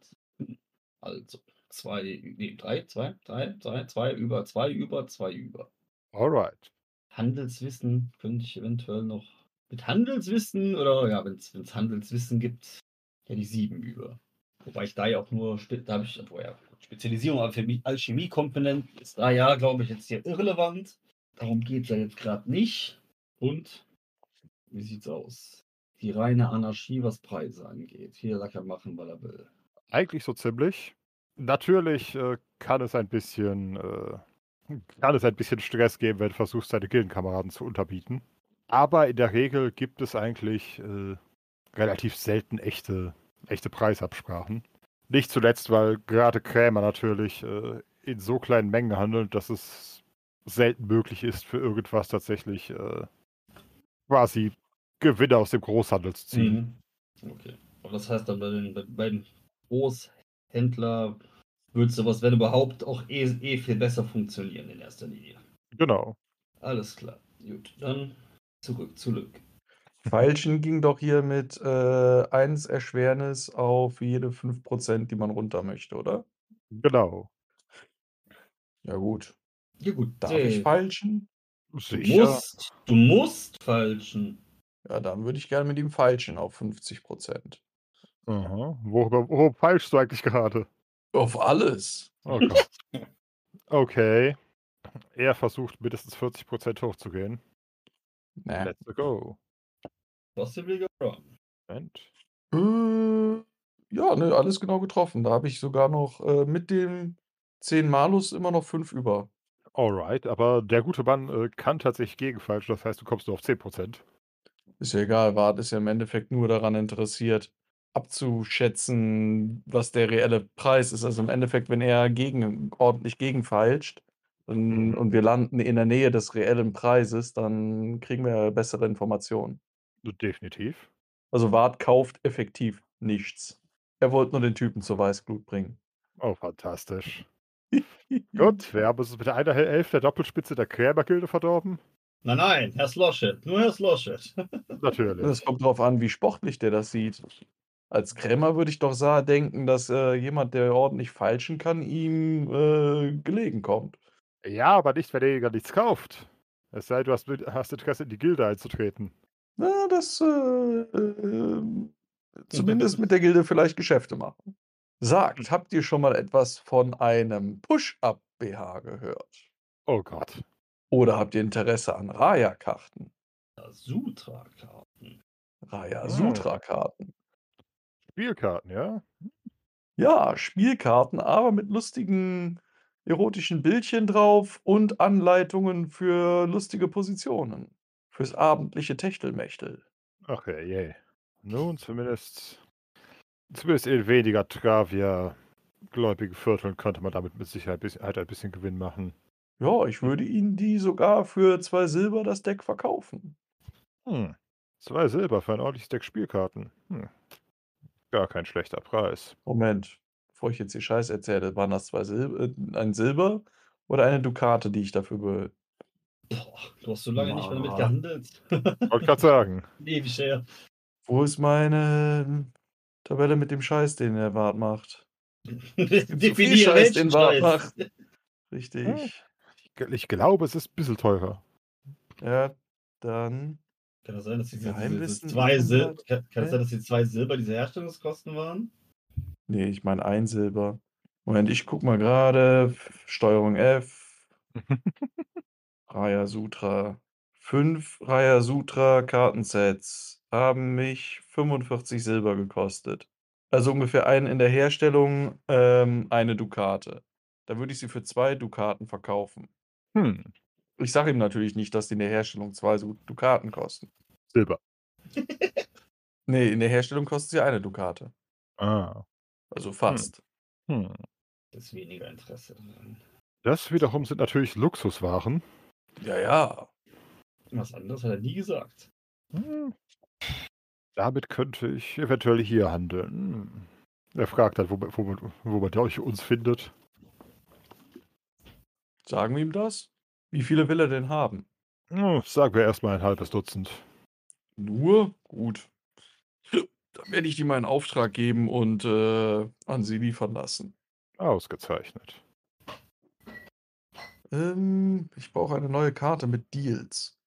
Also, zwei, nee, drei, zwei, drei, zwei, zwei über, zwei über, zwei über.
Alright.
Handelswissen könnte ich eventuell noch mit Handelswissen oder ja, wenn es Handelswissen gibt, hätte ich sieben über. Wobei ich da ja auch nur, spe- da habe ich, obwohl ja, Spezialisierung auf Chemie- Alchemiekomponenten ist da ja, glaube ich, jetzt hier irrelevant. Darum geht es ja jetzt gerade nicht. Und wie sieht's aus? Die reine Anarchie, was Preise angeht. Hier Lacker machen, weil er will.
Eigentlich so ziemlich. Natürlich äh, kann es ein bisschen äh, kann es ein bisschen Stress geben, wenn du versuchst, deine Gildenkameraden zu unterbieten. Aber in der Regel gibt es eigentlich äh, relativ selten echte, echte Preisabsprachen. Nicht zuletzt, weil gerade Krämer natürlich äh, in so kleinen Mengen handeln, dass es selten möglich ist, für irgendwas tatsächlich äh, quasi Gewinne aus dem Großhandel zu ziehen.
Mhm.
Okay. Aber das heißt dann bei den, bei, beim Großhändler würde sowas, wenn überhaupt, auch eh, eh viel besser funktionieren in erster Linie.
Genau.
Alles klar. Gut, dann zurück, zurück.
Feilschen ging doch hier mit äh, 1 Erschwernis auf jede 5%, die man runter möchte, oder?
Genau.
Ja, gut.
Ja gut,
Darf
sehe.
ich falschen?
Du
Sicher.
musst, du musst falschen.
Ja, dann würde ich gerne mit ihm falschen auf 50 Prozent.
Aha. Worüber, worüber falschst du eigentlich gerade?
Auf alles.
Oh Gott. okay. Er versucht mindestens 40% hochzugehen.
Nee.
Let's go.
Possibly go wrong.
Moment.
Äh, ja, ne, alles genau getroffen. Da habe ich sogar noch äh, mit dem 10 Malus immer noch 5 über.
Alright, aber der gute Mann äh, kann tatsächlich gegen falsch, das heißt, du kommst nur auf 10%.
Ist ja egal, Wart ist ja im Endeffekt nur daran interessiert, abzuschätzen, was der reelle Preis ist. Also im Endeffekt, wenn er gegen, ordentlich gegenfeilscht dann,
Mhm.
und wir landen in der Nähe des reellen Preises, dann kriegen wir bessere Informationen.
Definitiv.
Also Wart kauft effektiv nichts. Er wollte nur den Typen zur Weißglut bringen.
Oh, fantastisch.
*laughs*
Gut, wir haben es mit einer Hel- Elf der Doppelspitze der Krämergilde verdorben.
Nein, nein, Herr Sloshit, nur Herr *laughs* Sloshit.
Natürlich.
Es kommt darauf an, wie sportlich der das sieht. Als Krämer würde ich doch sa- denken, dass äh, jemand, der ordentlich falschen kann, ihm äh, gelegen kommt.
Ja, aber nicht, wenn derjenige nichts kauft. Es sei denn, du hast, mit- hast Interesse, in die Gilde einzutreten.
Na, das äh, äh, zumindest mit der Gilde vielleicht Geschäfte machen. Sagt, habt ihr schon mal etwas von einem Push-Up-BH gehört?
Oh Gott.
Oder habt ihr Interesse an Raya-Karten?
Sutra-Karten.
Raya
Ah.
Sutra Karten.
Spielkarten, ja?
Ja, Spielkarten, aber mit lustigen erotischen Bildchen drauf und Anleitungen für lustige Positionen. Fürs abendliche Techtelmechtel.
Ach ja, je. Nun, zumindest, zumindest in weniger Travia-gläubigen Vierteln könnte man damit mit Sicherheit bis- halt ein bisschen Gewinn machen.
Ja, ich würde Ihnen die sogar für zwei Silber das Deck verkaufen.
Hm. Zwei Silber für ein ordentliches Deck Spielkarten. Hm. Gar kein schlechter Preis.
Moment, bevor ich jetzt hier Scheiß erzähle, waren das zwei Silber, äh, ein Silber oder eine Dukate, die ich dafür be.
Boah, du hast so lange nicht mehr damit
Mann.
gehandelt. *laughs*
Wollte gerade sagen.
Ewig her.
Wo ist meine Tabelle mit dem Scheiß, den der Wart macht? Zu viel
Definiere
Scheiß,
welchen
den Wart
Scheiß.
macht. Richtig.
Ich gl- Ich glaube, es ist ein bisschen teurer.
Ja, dann.
Kann das sein, dass die, diese, dieses
Geheimwissen
zwei
und
Sil
Anwalt-
kann, kann das sein, dass die zwei Silber diese Herstellungskosten waren?
Nee, ich meine ein Silber. Moment, ich guck mal gerade. F- Steuerung F. Raya Sutra. Fünf Raya Sutra Kartensets haben mich 45 Silber gekostet. Also ungefähr einen in der Herstellung, ähm, eine Dukate. Da würde ich sie für zwei Dukaten verkaufen.
Hm.
Ich sage ihm natürlich nicht, dass die in der Herstellung zwei so Dukaten kosten.
Silber.
Nee, in der Herstellung kostet sie eine Dukate.
Ah.
Also fast.
Hm.
Das ist weniger Interesse dran.
Das wiederum sind natürlich Luxuswaren.
Ja, ja.
Was anderes hat er nie gesagt.
Hm. Damit könnte ich eventuell hier handeln. Hm. Er fragt halt, wo, man- wo, man- wo man euch uns findet.
Sagen wir ihm das? Wie viele will er denn haben?
Hm, Sagen wir erstmal ein halbes Dutzend.
Nur? Gut. Dann werde ich ihm einen Auftrag geben und äh, an sie liefern lassen.
Ausgezeichnet.
Ähm, ich brauche eine neue Karte mit Deals.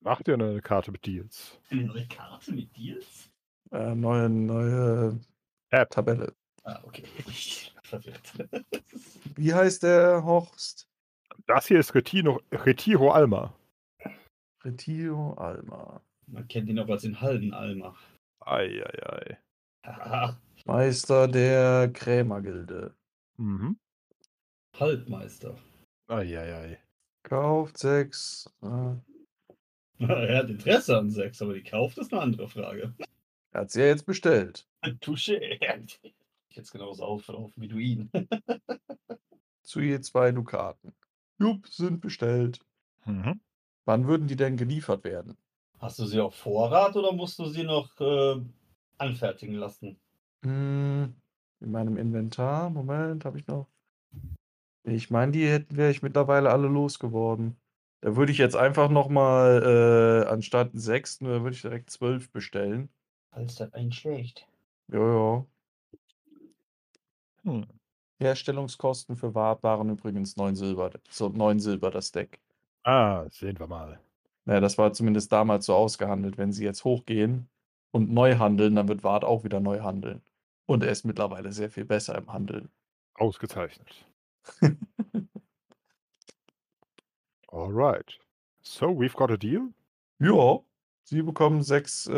Macht ihr eine Karte mit Deals?
Eine neue Karte mit Deals?
Äh, neue, neue
App.
Tabelle.
Ah, okay. *laughs* Ich war verwirrt.
Wie heißt der Horst?
Das hier ist Retino, Retiro Alma.
Retiro Alma.
Man kennt ihn auch als den Haldenalmer.
Eieiei.
Haha,
Meister der Krämergilde.
Mhm.
Halbmeister. *laughs*
Eieiei.
Kauft sechs. Äh,
Er hat Interesse an Sex, aber die kauft ist eine andere Frage.
er hat sie ja jetzt bestellt.
*laughs* Touché. Ich jetzt genauso auflaufen wie du ihn.
Zu je zwei Dukaten. Jupp, sind bestellt.
Mhm.
Wann würden die denn geliefert werden?
Hast du sie auf Vorrat oder musst du sie noch äh, anfertigen lassen?
Mm, In meinem Inventar, Moment, habe ich noch. Ich meine, die hätten wäre ich mittlerweile alle losgeworden. Da würde ich jetzt einfach nochmal, äh, anstatt sechs, da würde ich direkt zwölf bestellen.
Falls das ein schlecht.
Ja, ja.
Hm.
Herstellungskosten für Wart waren übrigens 9 Silber, so 9 Silber das Deck.
Ah, sehen wir mal.
Naja, das war zumindest damals so ausgehandelt. Wenn sie jetzt hochgehen und neu handeln, dann wird Wart auch wieder neu handeln. Und er ist mittlerweile sehr viel besser im Handeln.
Ausgezeichnet. Alright. So, we've got a deal.
Ja, sie bekommen sechs äh,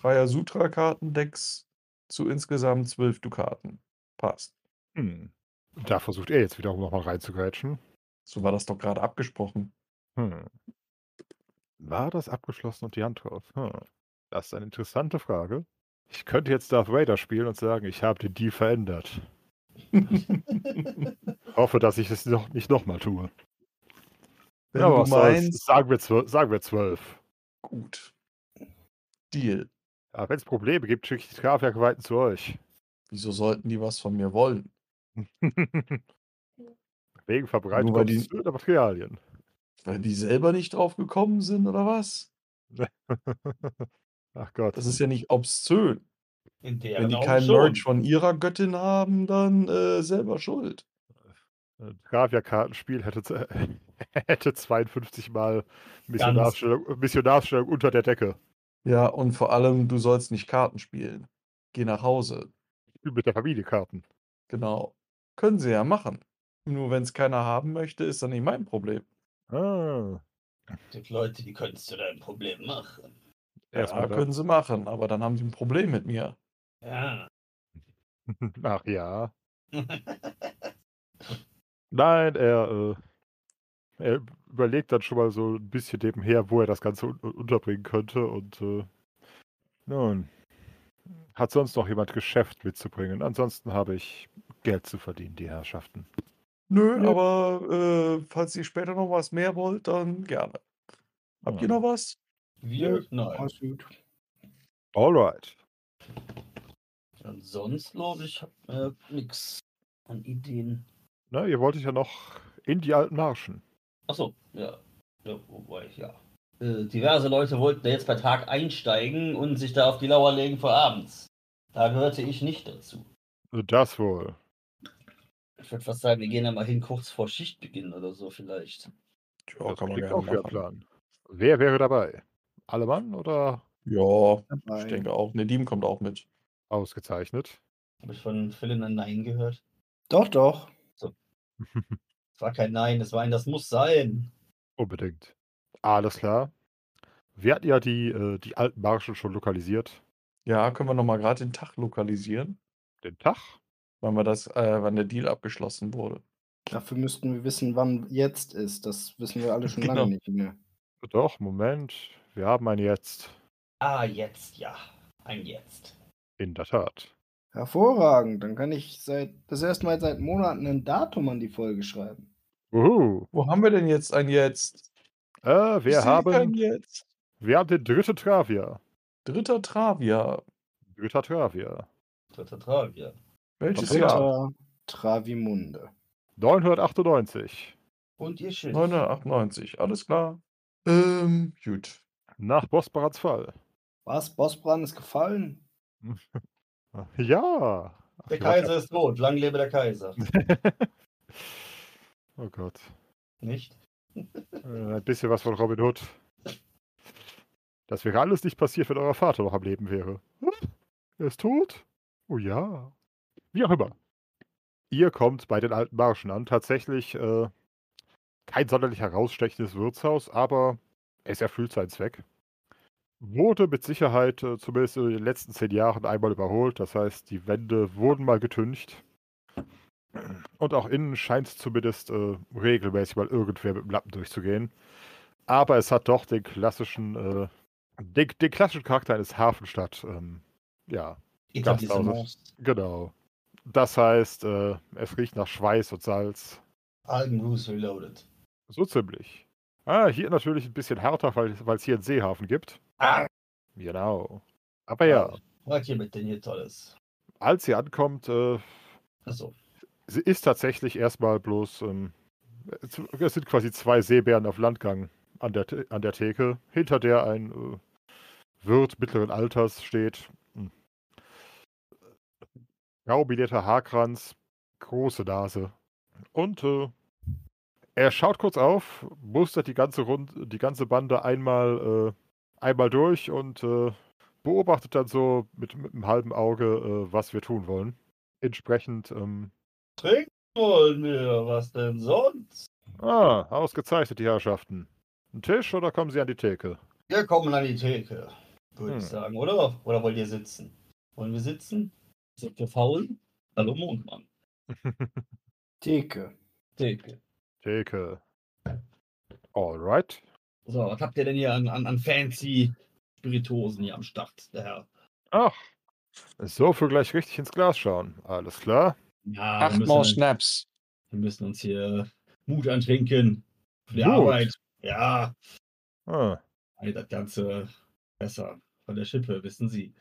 Raya Sutra Kartendecks zu insgesamt zwölf Dukaten. Passt.
Hm. Da versucht er jetzt wiederum nochmal reinzugrätschen.
So war das doch gerade abgesprochen.
Hm. War das abgeschlossen und die Hand drauf? Hm. Das ist eine interessante Frage. Ich könnte jetzt Darth Vader spielen und sagen, ich habe den Deal verändert. Hoffe, dass ich es noch, nicht nochmal tue.
Wenn
Ja,
du
was soll's.
meinst,
Sagen wir zwölf. Sagen wir zwölf.
gut. Deal.
Ja, Wenn es Probleme gibt, schicke ich die Strafwerkweiten
*laughs*
zu euch.
Wieso sollten die was von mir wollen?
Wegen
Nur
Verbreitung
weil die-
obszöner Materialien. *laughs*
Weil die selber nicht drauf gekommen sind oder was?
Ach Gott.
Das ist ja nicht obszön.
In der
Wenn die kein Merch von ihrer Göttin haben, dann äh, selber schuld.
Ein Gravia-Kartenspiel Äh, hätte, z- *laughs* hätte 52 Mal Missionarstellung, Missionarstellung unter der Decke.
Ja, und vor allem, du sollst nicht Karten spielen. Geh nach Hause.
Spiel Mit der Familie Karten.
Genau. Können sie ja machen. Nur wenn es keiner haben möchte, ist dann nicht mein Problem.
Ah,
gibt Leute, die könntest du dein Problem machen.
Erstmal
ja,
das.
können sie machen, aber dann haben sie ein Problem mit mir.
Ja. *laughs*
*laughs* Ach ja. Nein, er, äh, er überlegt dann schon mal so ein bisschen nebenher, wo er das Ganze un unterbringen könnte. Und äh, nun, hat sonst noch jemand Geschäft mitzubringen? Ansonsten habe ich Geld zu verdienen, die Herrschaften.
Nö,
Nö.
aber äh, falls ihr später noch was mehr wollt, dann gerne. Habt ihr
Ja.
noch was?
Wir? Nein.
Alles gut.
Alright.
Und sonst, glaube ich, hab äh, nix an Ideen.
Na, ihr wolltet ja noch in die alten Marschen.
Achso, ja. ja. Wobei, ja. Äh, diverse Leute wollten ja jetzt bei Tag einsteigen und sich da auf die Lauer legen vor abends. Da gehörte ich nicht dazu.
Das wohl.
Ich würde fast sagen, wir gehen da mal hin kurz vor Schichtbeginn oder so vielleicht.
Ja,
das klingt auch wie ein Plan. Wer wäre dabei? Alle Mann oder
Ja, ich
Dabei.
denke auch. Nedim kommt auch mit.
ausgezeichnet?
Habe ich von Philin ein Nein gehört?
Doch, doch.
Es war kein Nein, es war ein Das muss sein.
Unbedingt. Alles klar. Wir hatten ja die, äh, die alten Marschen schon lokalisiert.
Ja, können wir nochmal gerade den Tag lokalisieren,
Den Tag?
wann, wir das, äh, wann der Deal abgeschlossen wurde.
Dafür müssten wir wissen, wann jetzt ist. Das wissen wir alle schon
Genau.
lange nicht mehr.
Doch, Moment. Wir haben einen jetzt.
Ah, jetzt, ja. Ein Jetzt.
In der Tat.
Hervorragend. Dann kann ich seit das erste Mal seit Monaten ein Datum an die Folge schreiben.
Uhu.
Wo haben wir denn jetzt ein Jetzt?
Äh,
Ich
wir,
sehe kein
haben,
Jetzt.
wir haben den dritten Travia.
Dritter Travia.
Dritter Travia.
Dritter Travia.
Welches Jahr?
Dritter Travimunde.
998.
Und ihr Schiff.
998. Alles klar. Ähm, gut.
Nach Bosbarats Fall.
Was? Bossbrand ist gefallen?
Ja. Ach,
Der
ich war-
Kaiser ist tot. Lang lebe der Kaiser.
Oh Gott.
Nicht?
Äh, ein bisschen was von Robin Hood. Das wäre alles nicht passiert, wenn euer Vater noch am Leben wäre. Hm? Er ist tot? Oh ja. Wie auch immer. Ihr kommt bei den alten Marschen an. Tatsächlich äh, kein sonderlich herausstechendes Wirtshaus, aber es erfüllt seinen Zweck. Wurde mit Sicherheit äh, zumindest in den letzten zehn Jahren einmal überholt. Das heißt, die Wände wurden mal getüncht. Und auch innen scheint zumindest äh, regelmäßig mal irgendwer mit dem Lappen durchzugehen. Aber es hat doch den klassischen, äh, den, den klassischen Charakter eines Hafenstadt. Ähm, ja,
Etablissements.
genau. Das heißt, äh, es riecht nach Schweiß und Salz.
Algen Rules Reloaded.
So ziemlich. Ah, hier natürlich ein bisschen härter, weil weil es hier einen Seehafen gibt.
Ah,
Genau. Aber ja,
Was hier mit denn hier Tolles?
als ihr ankommt, äh,
Achso.
sie ist tatsächlich erstmal bloß, ähm, es es sind quasi zwei Seebären auf Landgang an der, The- an der Theke, hinter der ein äh, Wirt mittleren Alters steht. Hm. Graubilierter Haarkranz, Große Nase. Und äh, er schaut kurz auf, mustert die ganze, Rund die ganze Bande einmal, äh, einmal durch und äh, beobachtet dann so mit, mit einem halben Auge, äh, was wir tun wollen. Entsprechend, ähm,
Trinken wollen wir, was denn sonst?
ah, ausgezeichnet die Herrschaften. Ein Tisch oder kommen sie an die Theke?
Wir kommen an die Theke, würde
Hm.
ich sagen, oder? Oder wollt ihr sitzen? Wollen wir sitzen? Sind wir faul? Hallo Mondmann.
Theke.
Theke.
Theke. Alright.
So, was habt ihr denn hier an, an, an fancy Spirituosen hier am Start, der Herr?
Ach, so viel gleich richtig ins Glas schauen. Alles klar.
Ja, wir
Acht
müssen,
Maus Schnaps.
wir müssen uns hier Mut antrinken. Für die
Mut?
Arbeit. Ja,
Ah,
ey, das Ganze besser. Von der Schippe, wissen Sie.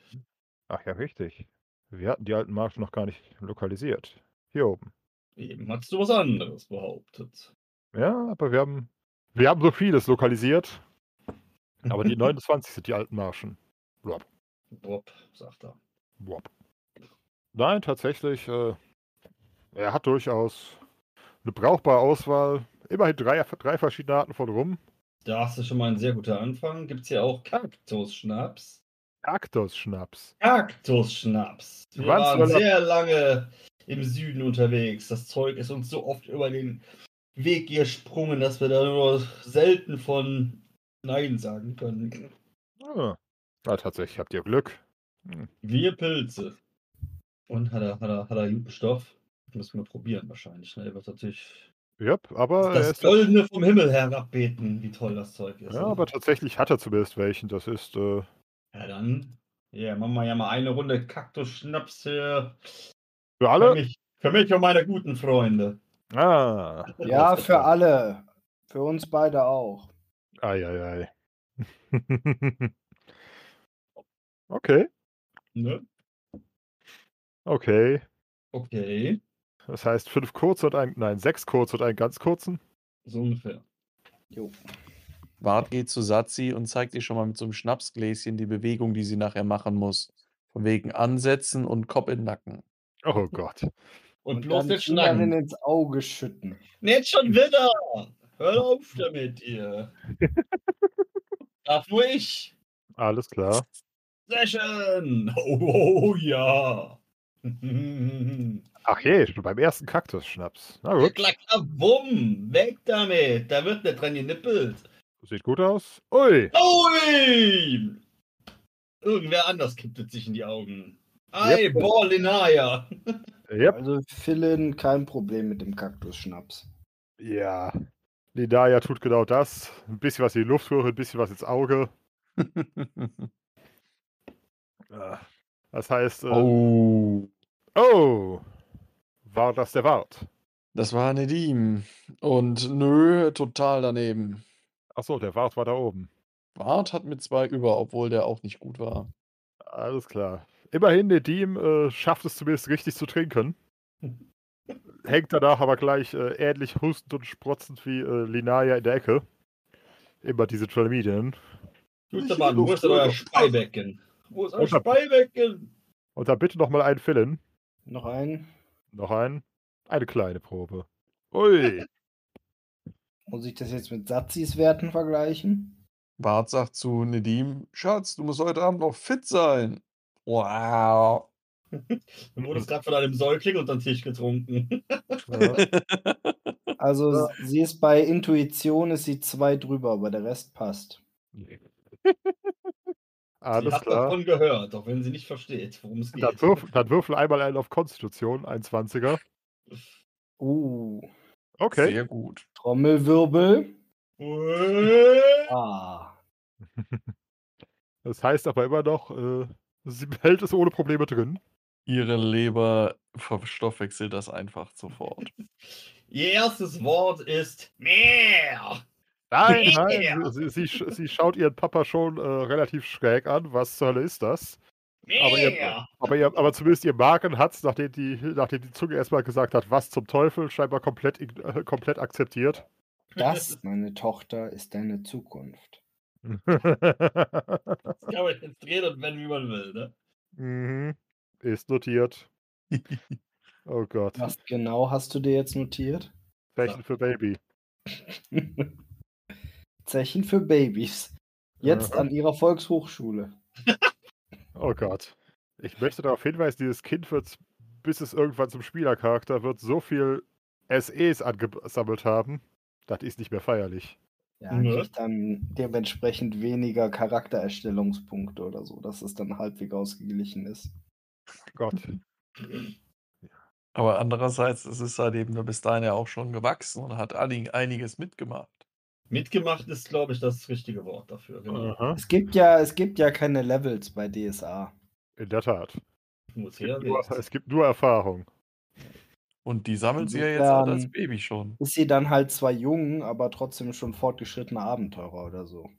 ach ja, richtig. Wir hatten die alten Marken noch gar nicht lokalisiert. Hier oben.
Eben hast du was anderes behauptet.
Ja, aber wir haben, wir haben so vieles lokalisiert. Aber die 29 sind die alten Marschen.
Bob, sagt er.
Wop. Nein, tatsächlich, äh, er hat durchaus eine brauchbare Auswahl. Immerhin drei, drei verschiedene Arten von Rum.
Das ist schon mal ein sehr guter Anfang. Gibt es hier auch Kaktusschnaps?
Kaktus-Schnaps.
Kaktusschnaps. Wir
Was
waren
soll das-
sehr lange im Süden unterwegs. Das Zeug ist uns so oft über den Weg gesprungen, dass wir da nur selten von Nein sagen können.
Ah, na, tatsächlich habt ihr Glück.
Wir Pilze. Und hat er, hat er, hat er guten Stoff? Müssen wir probieren wahrscheinlich. Ne? Er wird natürlich
Yep, aber er
Also, das
ist
Goldene vom Himmel herabbeten, wie toll das Zeug ist.
Ja, aber tatsächlich hat er zumindest welchen. Das ist, äh,
ja dann. Ja, machen wir ja mal eine Runde Kaktusschnaps hier.
für
Für
alle.
mich, für mich und meine guten Freunde.
Ah,
Ja,
Das-
für alle. Für uns beide auch.
ei, ei, ei. *laughs* okay,
Ne?
okay.
Okay,
Das heißt fünf kurze und ein, nein, sechs kurze und einen ganz kurzen.
so ungefähr.
Jo.
Bart geht zu Satzi und zeigt ihr schon mal mit so einem Schnapsgläschen die Bewegung, die sie nachher machen muss. Von wegen Ansetzen und Kopf in den Nacken.
Oh Gott.
Und, bloß
dann
nicht
Schneerin
schnacken.
ins Auge schütten.
Nicht schon wieder! Hör auf damit,
*laughs*
ihr! Darf nur ich!
Alles klar.
Session! *laughs* Oh, oh, oh ja! *laughs* Klack,
Ach je, schon beim ersten Kaktusschnaps. Na gut,
klack, bumm! Weg damit! Da wird nicht dran genippelt!
sieht gut aus. Ui,
Ui! Irgendwer anders kipptet sich in die Augen. Ei,
Yep.
ball in higher!
yep.
Also Philin, kein Problem mit dem Kaktusschnaps.
ja. Linaya tut genau das. Ein bisschen was in die Luftröhre, ein bisschen was ins Auge. Ah. Das heißt, äh,
oh.
oh, war das der Wart?
*laughs* Das war eine Diem. Und nö, total daneben.
Achso, der Wart war da oben.
Bart hat mit zwei über, obwohl der auch nicht gut war.
Alles klar. Immerhin, der Diem äh, schafft es zumindest richtig
*laughs*
zu trinken. Hängt danach aber gleich äh, ähnlich hustend und sprotzend wie äh, Linaya in der Ecke. Immer diese Chlamydien.
Gute Mann, wo ist denn euer Speibecken? Wo ist euer
Unter-
Speibecken?
Und dann bitte nochmal einen Fillen.
Noch ein?
Noch einen. Eine kleine Probe. Ui.
Muss ich das jetzt mit Satzis Werten vergleichen?
Bart sagt zu Nedim, Schatz, du musst heute Abend noch fit sein. Wow.
Du wurdest gerade von einem Säugling unter den Tisch getrunken.
Ja.
Also sie ist bei Intuition ist sie zwei drüber, aber der Rest passt.
sie
Alles
hat
klar.
davon gehört, auch wenn sie nicht versteht, worum es geht.
Dann würfel, dann würfel einmal einen auf Konstitution, ein 20er.
Uh,
Okay.
Sehr gut.
Trommelwirbel.
Äh,
Ah,
Das heißt aber immer noch, äh, sie *laughs* hält es ohne Probleme drin.
Ihre Leber verstoffwechselt das einfach sofort.
Ihr erstes Wort ist mehr.
*laughs* Nein,
Ja.
nein, sie, sie, sch- sie schaut ihren Papa schon äh, relativ schräg an. Was zur Hölle ist das? Aber ihr-
*laughs* Mehr.
Aber, ihr, aber zumindest ihr Magen hat es, nachdem die, nachdem die Zunge erstmal gesagt hat, was zum Teufel, scheinbar komplett, ig- äh, komplett akzeptiert. *laughs*
das, meine Tochter, ist deine Zukunft.
Das kann man jetzt drehen und wenn wie man will. Ne?
mhm. Ist notiert. Mhm. Oh Gott.
Was genau hast du dir jetzt notiert? *laughs*
Zeichen für Baby.
Zeichen für Babys. Jetzt
Ja.
an ihrer Volkshochschule.
Oh Gott. Ich möchte darauf hinweisen, dieses Kind wird, bis es irgendwann zum Spielercharakter wird, so viel SEs angesammelt haben. Das ist nicht mehr feierlich.
Ja,
Ne?
Mhm.
kriegt dann dementsprechend weniger Charaktererstellungspunkte oder so, dass es dann halbwegs ausgeglichen ist.
Gott.
Aber andererseits ist es halt eben bis dahin ja auch schon gewachsen und hat einig- einiges mitgemacht.
Mitgemacht ist, glaube ich, das richtige Wort dafür. Genau.
Aha.
Es gibt ja, es gibt ja keine Levels bei DSA.
In der Tat.
Muss
Es
her.
gibt, nur, es gibt nur Erfahrung.
Und die sammelt sie ja jetzt halt als
Insofern-
Baby schon.
Ist sie dann halt zwar jung, aber trotzdem schon fortgeschrittene Abenteurer oder so.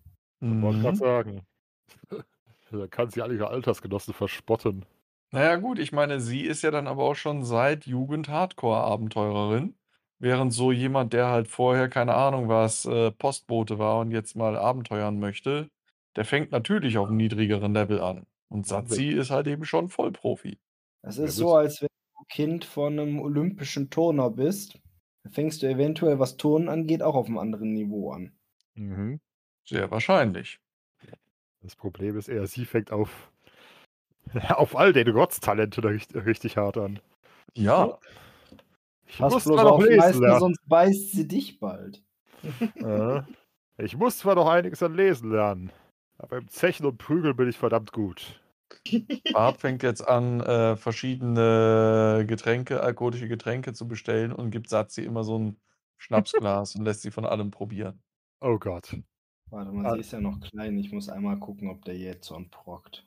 Wollte
Mhm.
gerade sagen. *laughs* Da kann sie alle ihre Altersgenossen verspotten.
Naja, gut, ich meine, sie ist ja dann aber auch schon seit Jugend Hardcore-Abenteurerin. Während so jemand, der halt vorher, keine Ahnung was, äh, Postbote war und jetzt mal abenteuern möchte, der fängt natürlich auf einem niedrigeren Level an. Und Satzi ist halt eben schon Vollprofi.
Es
Ja,
ist
gut.
so, als wenn du Kind von einem olympischen Turner bist, dann fängst du eventuell, was Turnen angeht, auch auf einem anderen Niveau an.
Mhm.
Sehr wahrscheinlich.
Das Problem ist eher, sie fängt auf, *laughs* auf all den Rotztalente da richt- richtig hart an.
Ja,
Ich
Pass
muss
bloß
zwar noch
auf,
lesen
leisten,
lernen.
sonst beißt sie dich bald.
Ja. Äh, Ich muss zwar noch einiges an Lesen lernen, aber im Zechen und Prügeln bin ich verdammt gut.
Barb fängt jetzt an, äh, verschiedene Getränke, alkoholische Getränke zu bestellen und gibt Satzi immer so ein Schnapsglas und lässt sie von allem probieren.
Oh Gott. *laughs*
Warte mal,
Ah.
sie ist ja noch klein. Ich muss einmal gucken, ob der jetzt so prockt.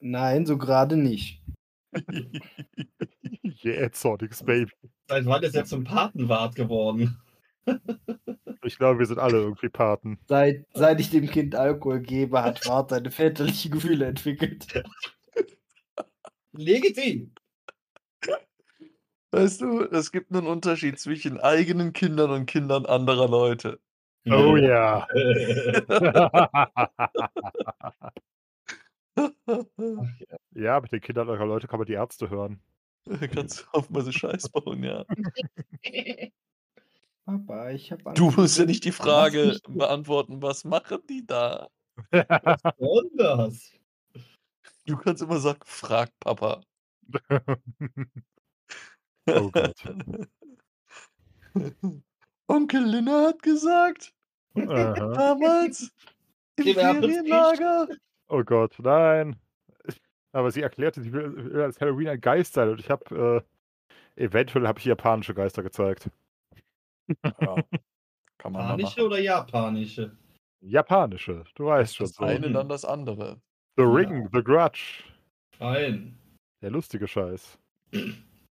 Nein, so gerade nicht.
yeah, Sonics Baby.
Seit wann ist er zum Patenwart geworden?
Ich glaube, wir sind alle irgendwie Paten.
Seit, seit ich dem Kind Alkohol gebe, hat Bart seine väterlichen Gefühle entwickelt.
Legitim.
Weißt du, es gibt einen Unterschied zwischen eigenen Kindern und Kindern anderer Leute. *laughs*
Oh ja. *laughs*
*laughs*
ja, mit den Kindern eurer Leute kann man die Ärzte hören. *laughs*
Kannst du auf mal so Scheiß bauen, ja.
Papa, ich habe
Du musst ja nicht die Frage beantworten, was machen die da?
Und das.
Du kannst immer sagen, frag Papa.
Oh Gott.
Onkel Linne hat gesagt,
Aha.
damals im
Wir haben's nicht.
Ferienlager.
Oh Gott, nein. Aber sie erklärte, sie will will als Halloween ein Geist sein und ich habe, äh, eventuell habe ich japanische Geister gezeigt.
Ja, kann man mal
Panische
machen.
oder japanische?
Japanische, du weißt schon
Das
so.
eine, dann das andere.
The Ring, The Grudge.
Fein.
Der lustige Scheiß.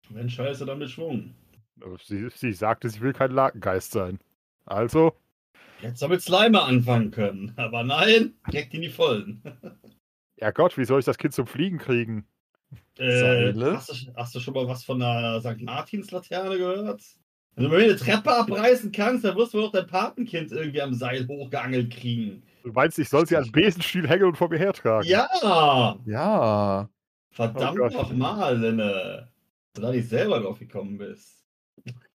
Wenn Scheiße, dann mit Schwung.
Aber Sie, sie sagte, sie will kein Lakengeist sein. Also,
Jetzt soll mit Slimer anfangen können. Aber nein, direkt in die Vollen.
ja Gott, wie soll ich das Kind zum Fliegen kriegen?
Äh,
Seile?
hast, du, hast du schon mal was von einer St. Martins-Laterne gehört? Also, Wenn du mir eine Treppe abreißen kannst, dann wirst du doch dein Patenkind irgendwie am Seil hochgeangelt kriegen.
Du meinst, ich soll sie
*laughs*
an Besenstiel hängen und vor mir hertragen?
Ja!
*laughs* Ja,
Verdammt
Oh Gott.
nochmal, Lenne. Dass du da nicht selber drauf gekommen bist.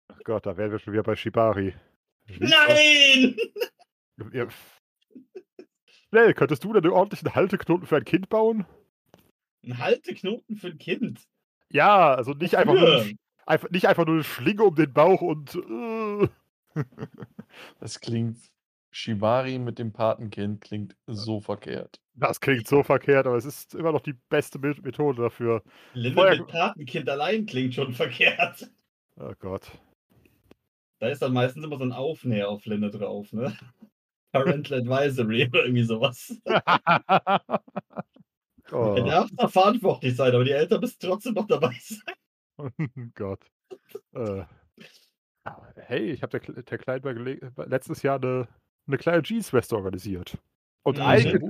Ach Oh Gott, da wären wir schon wieder bei Shibari.
Nein! *laughs*
Ja. Schnell, könntest du denn einen ordentlichen Halteknoten für ein Kind bauen?
Ein Halteknoten für ein Kind.
Ja, also nicht einfach, nur eine,
Wofür?
Sch- einfach, nicht einfach nur eine Schlinge um den Bauch und. Äh,
das klingt. Shibari mit dem Patenkind klingt so verkehrt.
das klingt so verkehrt, aber es ist immer noch die beste Me- Methode dafür.
Linde
Vorher-
mit Patenkind allein klingt schon *laughs* verkehrt.
Oh
*laughs*
Gott.
Da ist dann meistens immer so ein Aufnäher auf Linde drauf, ne? *laughs* Parental Advisory oder irgendwie sowas.
oh
Er
Oh.
darf zwar verantwortlich sein, aber die Eltern müssen trotzdem noch dabei *laughs* sein.
Oh Gott. Äh, aber hey, ich habe der, Kle- der Kleine mal gele- äh, letztes Jahr eine, eine kleine Jeans-Weste organisiert. Und,
Mhm.
eigentlich,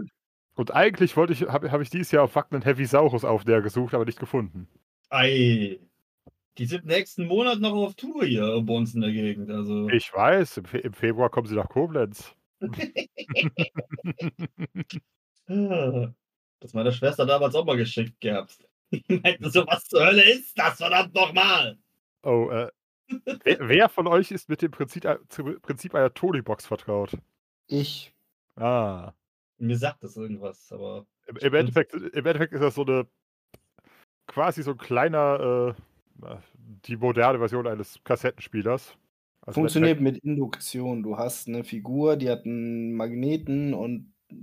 und eigentlich wollte ich, habe hab ich dieses Jahr auf Wacken einen Heavy Saurus auf der gesucht, aber nicht gefunden.
Ei. Die sind nächsten Monat noch auf Tour hier bei uns in der Gegend. Also.
Ich weiß, im, Fe im Februar kommen sie nach Koblenz.
Ah, Das hat meine Schwester damals auch mal geschickt gehabt. *laughs* Meinten so, was zur Hölle ist das? Verdammt nochmal!
Oh, äh, wer, wer von euch ist mit dem Prinzip, äh, zum Prinzip einer Tony-Box vertraut?
Ich.
Ah.
Mir sagt das irgendwas, aber.
Im, im, Endeffekt, Im Endeffekt ist das so eine quasi so ein kleiner, äh, die moderne Version eines Kassettenspielers. Also
Funktioniert mit Induktion. Du hast eine Figur, die hat einen Magneten und
Die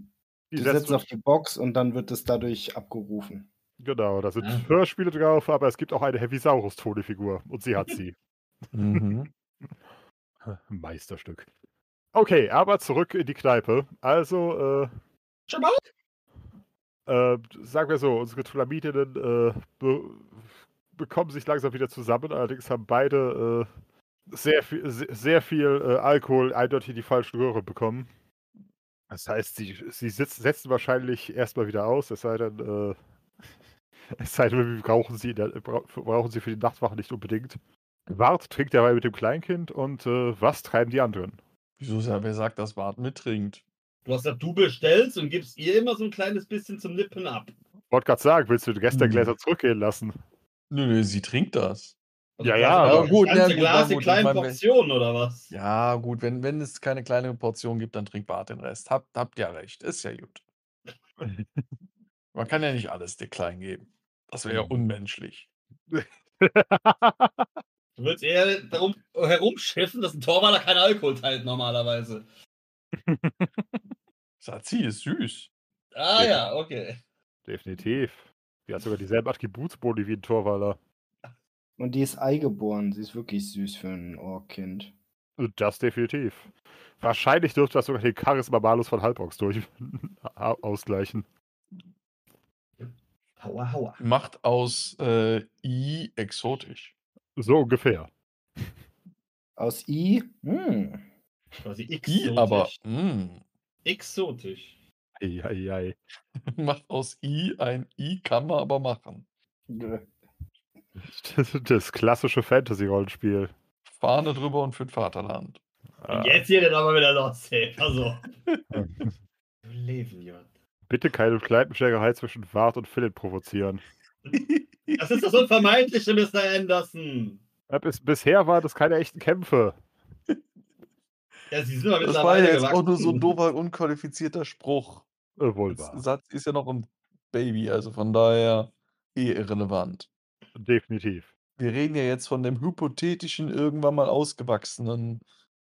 die
setzt
setzt
du-
auf die Box und dann wird es dadurch abgerufen.
Genau, da sind
Ah.
Hörspiele drauf, aber es gibt auch eine Heavisaurus-Tony-Figur
*laughs*
und sie hat sie.
Mhm.
*laughs* Meisterstück. Okay, aber zurück in die Kneipe. Also,
Schon mal?
äh, äh, sagen wir so, unsere Tulamitinnen äh, be bekommen sich langsam wieder zusammen. Allerdings haben beide äh, sehr viel, se- sehr viel äh, Alkohol eindeutig in die falschen Röhre bekommen. Das heißt, sie, sie sitz, setzen wahrscheinlich erstmal wieder aus, es sei denn, äh, *laughs* es sei denn, wir brauchen sie, in der, bra brauchen sie für die Nachtwache nicht unbedingt. Wart trinkt dabei mit dem Kleinkind und äh, was treiben die anderen?
*laughs* Wieso, sa- wer sagt, dass Wart mittrinkt?
Du hast gesagt, du bestellst und gibst ihr immer so ein kleines bisschen zum Nippen ab.
Wollte gerade sagen, willst du den Rest der
Hm.
Gläser zurückgehen lassen? *laughs*
Nö, nö, sie trinkt das.
Also
Ja, ja, aber
das
gut,
ganze
ja, gut,
Glas
ja,
in
gut,
kleinen
ich meine,
Portionen oder was?
Ja, gut, wenn, wenn es keine kleine Portion gibt, dann trinkt Bart den Rest. Habt, habt ja recht, ist ja gut. Man kann ja nicht alles dir klein geben. Das wäre ja
Mhm.
unmenschlich.
Du willst eher darum herumschiffen, dass ein Torwart keinen Alkohol teilt normalerweise.
Sagt sie, ist süß.
Ah
Ja.
ja, okay.
Definitiv. Die hat sogar dieselben Attributsboni wie ein Torwaller.
Und die ist eingeboren. Sie ist wirklich süß für ein Ohrkind.
Und Also Das definitiv. Wahrscheinlich dürfte das sogar den Charisma-Malus von Halbrox durch *laughs* au- ausgleichen.
Hauer, hauer.
Macht aus äh, I exotisch.
So ungefähr.
Aus I? Hm.
Quasi
I
exotisch.
aber mm,
Exotisch.
Eieiei.
*laughs* macht aus I ein I, kann man aber machen.
Nö.
Das, *laughs* das klassische Fantasy-Rollenspiel.
Fahne drüber und für das Vaterland.
Ah,
Jetzt hier denn aber wieder los, ey.
*laughs*
Also. Du Leben, Jörn.
Bitte keine Kleinbeschlägerei zwischen Wart und Philipp provozieren.
Das ist das Unvermeidliche, Mr. Anderson.
Ja, Äh, Bis, bisher waren das keine echten Kämpfe.
Ja, sie sind aber
Das war ja
mittlerweile
jetzt auch nur
gewachsen.
so ein doofer, unqualifizierter Spruch.
Äh, wohl
Das
wahr.
Satz ist ja noch ein Baby, also von daher eh irrelevant.
Definitiv.
Wir reden ja jetzt von dem hypothetischen, irgendwann mal ausgewachsenen,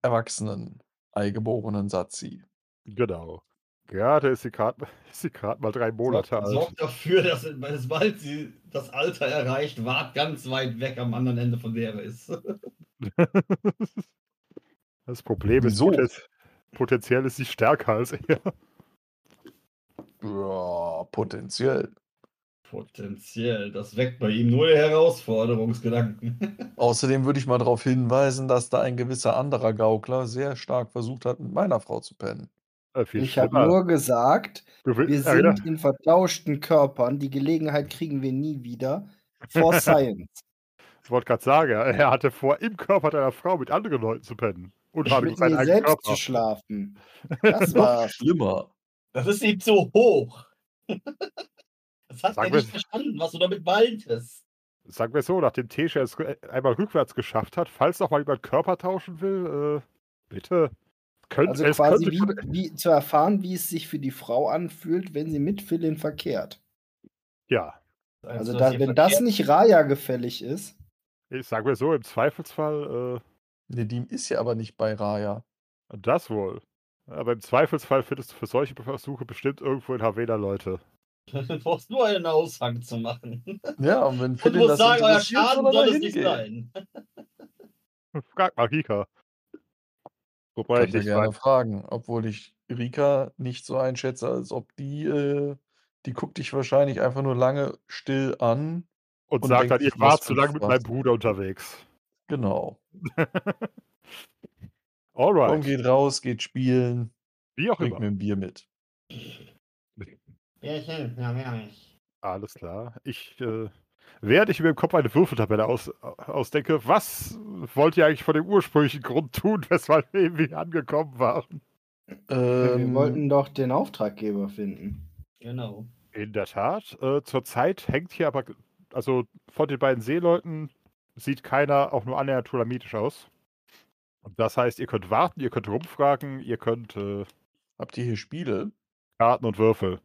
erwachsenen, eingeborenen Satzi.
Genau. Gerade ist sie gerade *laughs* ist sie gerade mal drei Monate
sorgt,
alt.
sorgt dafür, dass weil sobald sie das Alter erreicht, wart ganz weit weg am anderen Ende von der ist.
Das Problem ist,
Wieso?
poten- potenziell ist sie stärker als er. *laughs*
Ja, potenziell.
Potenziell, das weckt bei ihm nur die Herausforderungsgedanken.
Außerdem würde ich mal darauf hinweisen, dass da ein gewisser anderer Gaukler sehr stark versucht hat, mit meiner Frau zu pennen.
Äh, viel
Ich habe
schlimmer. Äh, genau.
nur gesagt,
Du will-
wir
Erinner-
sind in vertauschten Körpern. Die Gelegenheit kriegen wir nie wieder. For
*laughs*
Science.
Ich wollte gerade sagen, er hatte vor, im Körper deiner Frau mit anderen Leuten zu pennen. Und habe
Mit
seinen
mir
eigenen
selbst
Körper.
zu schlafen. Das
*laughs*
war's.
Schlimmer.
Das ist ihm zu hoch. *laughs* Das hat
Sag
er
mal-
nicht verstanden, was du damit meintest.
Sagen wir es so, nachdem Tesha es rü- äh, einmal rückwärts geschafft hat, falls noch mal jemand Körper tauschen will, äh, bitte. Könnt,
Also
es
quasi
könnte
wie,
schon-
wie zu erfahren, wie es sich für die Frau anfühlt, wenn sie mit Philin verkehrt.
ja,
Also
dass
da,
ihr
wenn das
verkehrt-
nicht Raya gefällig ist,
ich sage mir so, im Zweifelsfall
Nedim Ne, ist ja aber nicht bei Raya.
äh, das wohl. Aber im Zweifelsfall findest du für solche Versuche bestimmt irgendwo in Havena Leute. *laughs*
Du brauchst nur einen Aushang zu machen. *laughs*
Ja, und wenn
Ich
Philin
muss
das
sagen, euer
interessiert,
Schaden
er da
soll es nicht
hingehen.
sein.
Frag mal Rika. Wobei
Kann
ich
ich
nicht
gerne
weiß.
fragen, obwohl ich Rika nicht so einschätze, als ob die, äh, die guckt dich wahrscheinlich einfach nur lange still an.
Und,
und
sagt
denkt
dann,
sich, was
ich war
für
zu
ein
lange mit
Spaß.
meinem Bruder unterwegs.
Genau. Komm,
Alright,
geht raus, geht spielen,
wie auch
bringt
immer.
mir ein Bier mit.
Bärchen, *laughs* ja, ja, ich.
Alles klar. Ich, äh, während ich mir im Kopf eine Würfeltabelle aus, ausdenke, was wollt ihr eigentlich von dem ursprünglichen Grund tun, *laughs* weshalb wir irgendwie angekommen waren?
wir
Ähm,
wollten doch den Auftraggeber finden.
Genau.
In der Tat. Äh, zurzeit hängt hier aber also von den beiden Seeleuten sieht keiner auch nur annähernd tulamitisch aus. Und das heißt, ihr könnt warten, ihr könnt rumfragen, ihr könnt äh,
Habt ihr hier Spiele?
Karten und Würfel.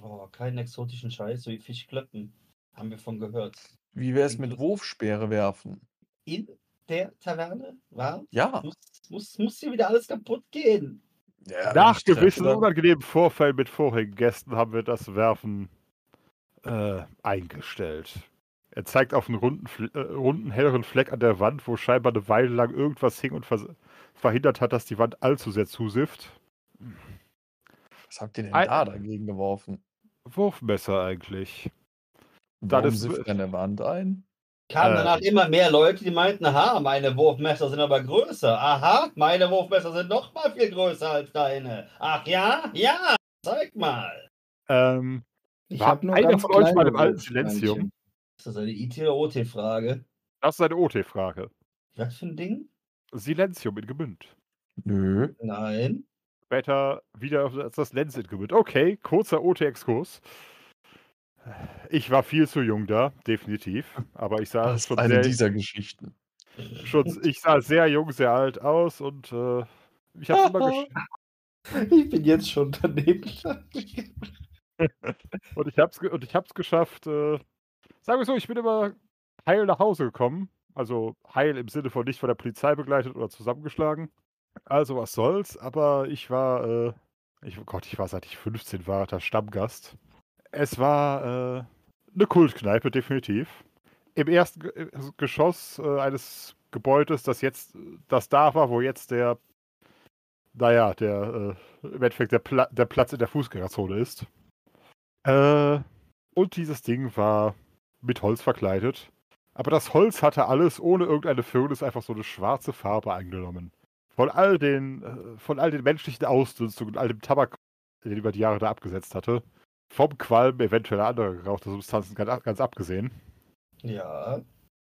Oh, keinen exotischen Scheiß, so wie Fischklöppen. Haben wir von gehört.
Wie wäre es mit Wurfspeere werfen?
In der Taverne? War?
Ja.
Muss, muss, muss hier wieder alles kaputt gehen.
ja
Nach gewissen unangenehmen Vorfällen mit vorigen Gästen haben wir das Werfen äh, eingestellt. Er zeigt auf einen runden, Fl- äh, runden, helleren Fleck an der Wand, wo scheinbar eine Weile lang irgendwas hing und vers- verhindert hat, dass die Wand allzu sehr zusifft.
Was habt ihr denn
Ein-
da dagegen geworfen?
Wurfmesser eigentlich. Das
Warum
ist-
sifft an der Wand ein?
Kamen
Äh.
danach immer mehr Leute, die meinten, aha, meine Wurfmesser sind aber größer. Aha, meine Wurfmesser sind noch mal viel größer als deine. Ach ja, ja, zeig mal.
Ähm,
Ich
War
hab nur
einer
ganz
von euch
kleine
mal im alten
Wurfsteinchen.
Silenzium?
Ist das eine IT- oder OT-Frage?
das ist eine OT-Frage.
Was für ein Ding?
Silenzium in Gemünd.
Nö.
Nein.
Später wieder auf- als das Lens in Gemünd. Okay, kurzer OT-Exkurs. Ich war viel zu jung da, definitiv. Aber ich sah
Das ist
schon
eine
sehr,
dieser Geschichten.
schon, ich sah sehr jung, sehr alt aus und äh, ich habe
*laughs*
immer gesch-
*laughs* Ich bin jetzt schon daneben. *laughs*
Und ich hab's, ge- und ich hab's geschafft. Äh, sagen wir so, ich bin immer heil nach Hause gekommen. Also heil im Sinne von nicht von der Polizei begleitet oder zusammengeschlagen. Also was soll's, aber ich war, äh, ich, oh Gott, ich war seit ich 15 war der Stammgast. Es war äh, eine Kultkneipe, definitiv. Im ersten Ge äh, Geschoss äh, eines Gebäudes, das jetzt, das da war, wo jetzt der, naja, der, äh, im Endeffekt der, Pla der Platz in der Fußgängerzone ist. Äh, und dieses Ding war mit Holz verkleidet. Aber das Holz hatte alles ohne irgendeine Firnis einfach so eine schwarze Farbe angenommen. Von all den, äh, von all den menschlichen Ausdünstungen und all dem Tabak, den über die Jahre da abgesetzt hatte. Vom Qualm eventuell anderer gerauchter Substanzen ganz, ganz abgesehen.
Ja.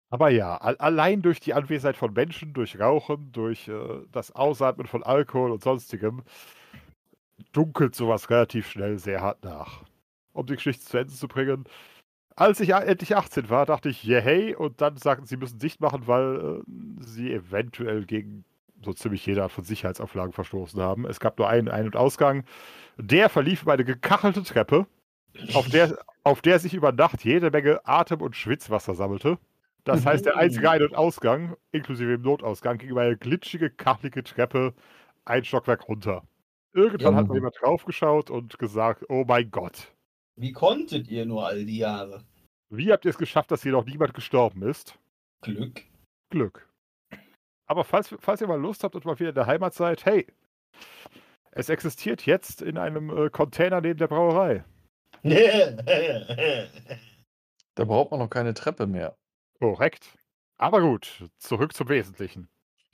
Aber ja, al- allein durch die Anwesenheit von Menschen, durch Rauchen, durch äh, das Ausatmen von Alkohol und sonstigem, dunkelt sowas relativ schnell sehr hart nach. Um die Geschichte zu Ende zu bringen. Als ich a- endlich 18 war, dachte ich, yeah, hey, und dann sagten sie, müssen dicht machen, weil äh, sie eventuell gegen so ziemlich jede Art von Sicherheitsauflagen verstoßen haben. Es gab nur einen Ein- und Ausgang. Der verlief über eine gekachelte Treppe, auf der, auf der sich über Nacht jede Menge Atem- und Schwitzwasser sammelte. Das heißt, der einzige Ein- und Ausgang, inklusive dem Notausgang, ging über eine glitschige, kachelige Treppe ein Stockwerk runter. Irgendwann
Ja.
hat mir jemand draufgeschaut und gesagt, oh mein Gott,
Wie konntet ihr nur all die Jahre?
wie habt ihr es geschafft, dass hier noch niemand gestorben ist?
Glück.
Glück. Aber falls, falls ihr mal Lust habt und mal wieder in der Heimat seid, hey, es existiert jetzt in einem äh, Container neben der Brauerei.
Da braucht man noch keine Treppe mehr.
Korrekt. Aber gut, zurück zum Wesentlichen.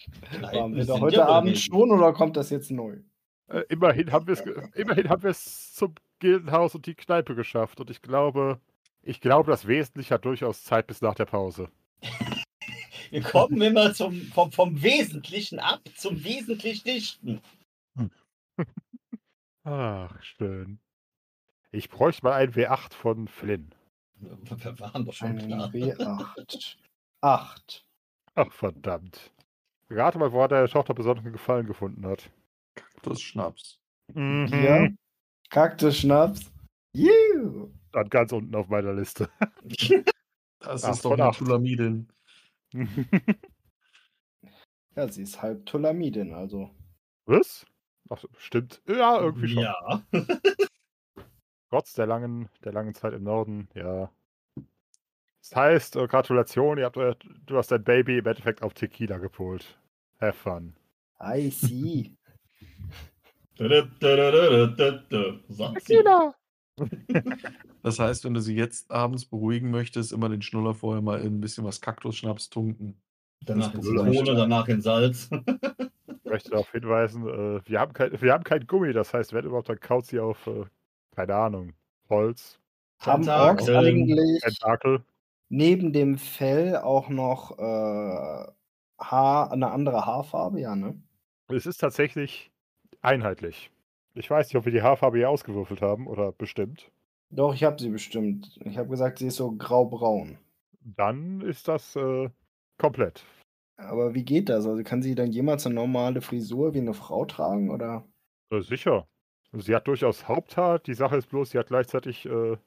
Waren
Kneipen
wir da
sind
heute
ja
Abend
belegt.
schon oder kommt das jetzt neu?
Äh, immerhin haben wir es ge- immerhin haben wir es zum Gildenhaus und die Kneipe geschafft und ich glaube, ich glaube, das Wesentliche hat durchaus Zeit bis nach der Pause.
Wir kommen immer zum, vom, vom Wesentlichen ab zum Wesentlich Dichten.
Ach, schön. Ich bräuchte mal ein W8 von Flynn.
Wir wir waren doch schon
Ein
klar.
W8. 8.
Ach, verdammt. Rate mal, wo hat deine Tochter besonderen Gefallen gefunden hat.
Plus Schnaps.
Mhm.
Bier. Kaktus Schnaps. Juhu.
Stand ganz unten auf meiner Liste.
Das
Acht
ist doch
von
eine
acht.
Tulamidin.
Ja, sie ist halb Tolamidin, also.
Was? Ach, so, stimmt. Ja, irgendwie schon.
Ja.
Trotz der langen, der langen Zeit im Norden, ja. Das heißt, äh, Gratulation, ihr habt euer, du hast dein Baby im Endeffekt auf Tequila gepolt. Have fun.
I see.
Sagt sie.
genau.
Das heißt, wenn du sie jetzt abends beruhigen möchtest, immer den Schnuller vorher mal in ein bisschen was Kaktusschnaps tunken.
Danach ins
Blöd.
Kohle, danach in Salz. *laughs*
Ich möchte darauf hinweisen, äh, wir, haben kein, wir haben kein Gummi, das heißt, wenn überhaupt, dann kaut sie auf, äh, keine Ahnung, Holz,
Haben
Sonntag,
Orks
ähm,
eigentlich
Tentakel.
neben dem Fell auch noch äh, Haar, eine andere Haarfarbe? Ja, ne?
Es ist tatsächlich einheitlich. Ich weiß nicht, ob wir die Haarfarbe hier ausgewürfelt haben oder bestimmt.
Doch, ich habe sie bestimmt. Ich habe gesagt, sie ist so graubraun.
dann ist das äh, komplett.
Aber wie geht das? Also kann sie dann jemals eine normale Frisur wie eine Frau tragen oder?
Äh, sicher. Sie hat durchaus Haupthaar. Die Sache ist bloß, sie hat gleichzeitig äh,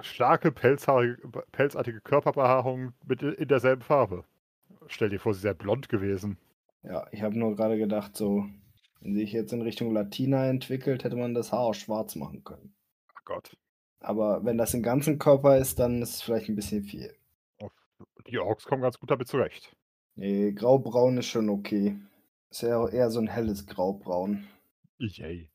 starke pelzhaarige, pelzartige Körperbehaarung mit in derselben Farbe. Stell dir vor, sie sei blond gewesen.
Ja, ich habe nur gerade gedacht, so, wenn sich jetzt in Richtung Latina entwickelt, hätte man das Haar auch schwarz machen können.
Ach Gott.
Aber wenn das im ganzen Körper ist, dann ist es vielleicht ein bisschen viel.
Die Orks kommen ganz gut damit zurecht.
Nee, graubraun ist schon okay. Ist ja eher so ein helles Graubraun.
Yay.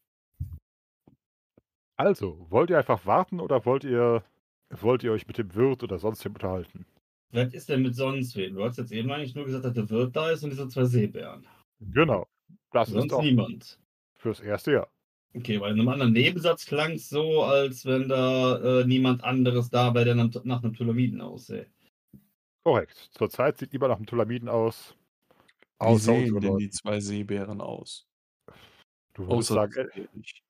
Also, wollt ihr einfach warten oder wollt ihr, wollt ihr euch mit dem Wirt oder sonstigem unterhalten?
Was ist denn mit sonst wen? Du hast jetzt eben eigentlich nur gesagt, dass der Wirt da ist und diese zwei Seebären.
Genau. Das
sonst
ist auch
niemand.
fürs erste Jahr.
Okay, weil in einem anderen Nebensatz klang es so, als wenn da äh, niemand anderes da wäre, der nach, nach einem Pyramiden aussähe.
Korrekt. Zurzeit sieht lieber nach einem Tulamiden aus.
Wie sehen denn die zwei Seebären aus?
du, würdest sagen, äh,
natürlich.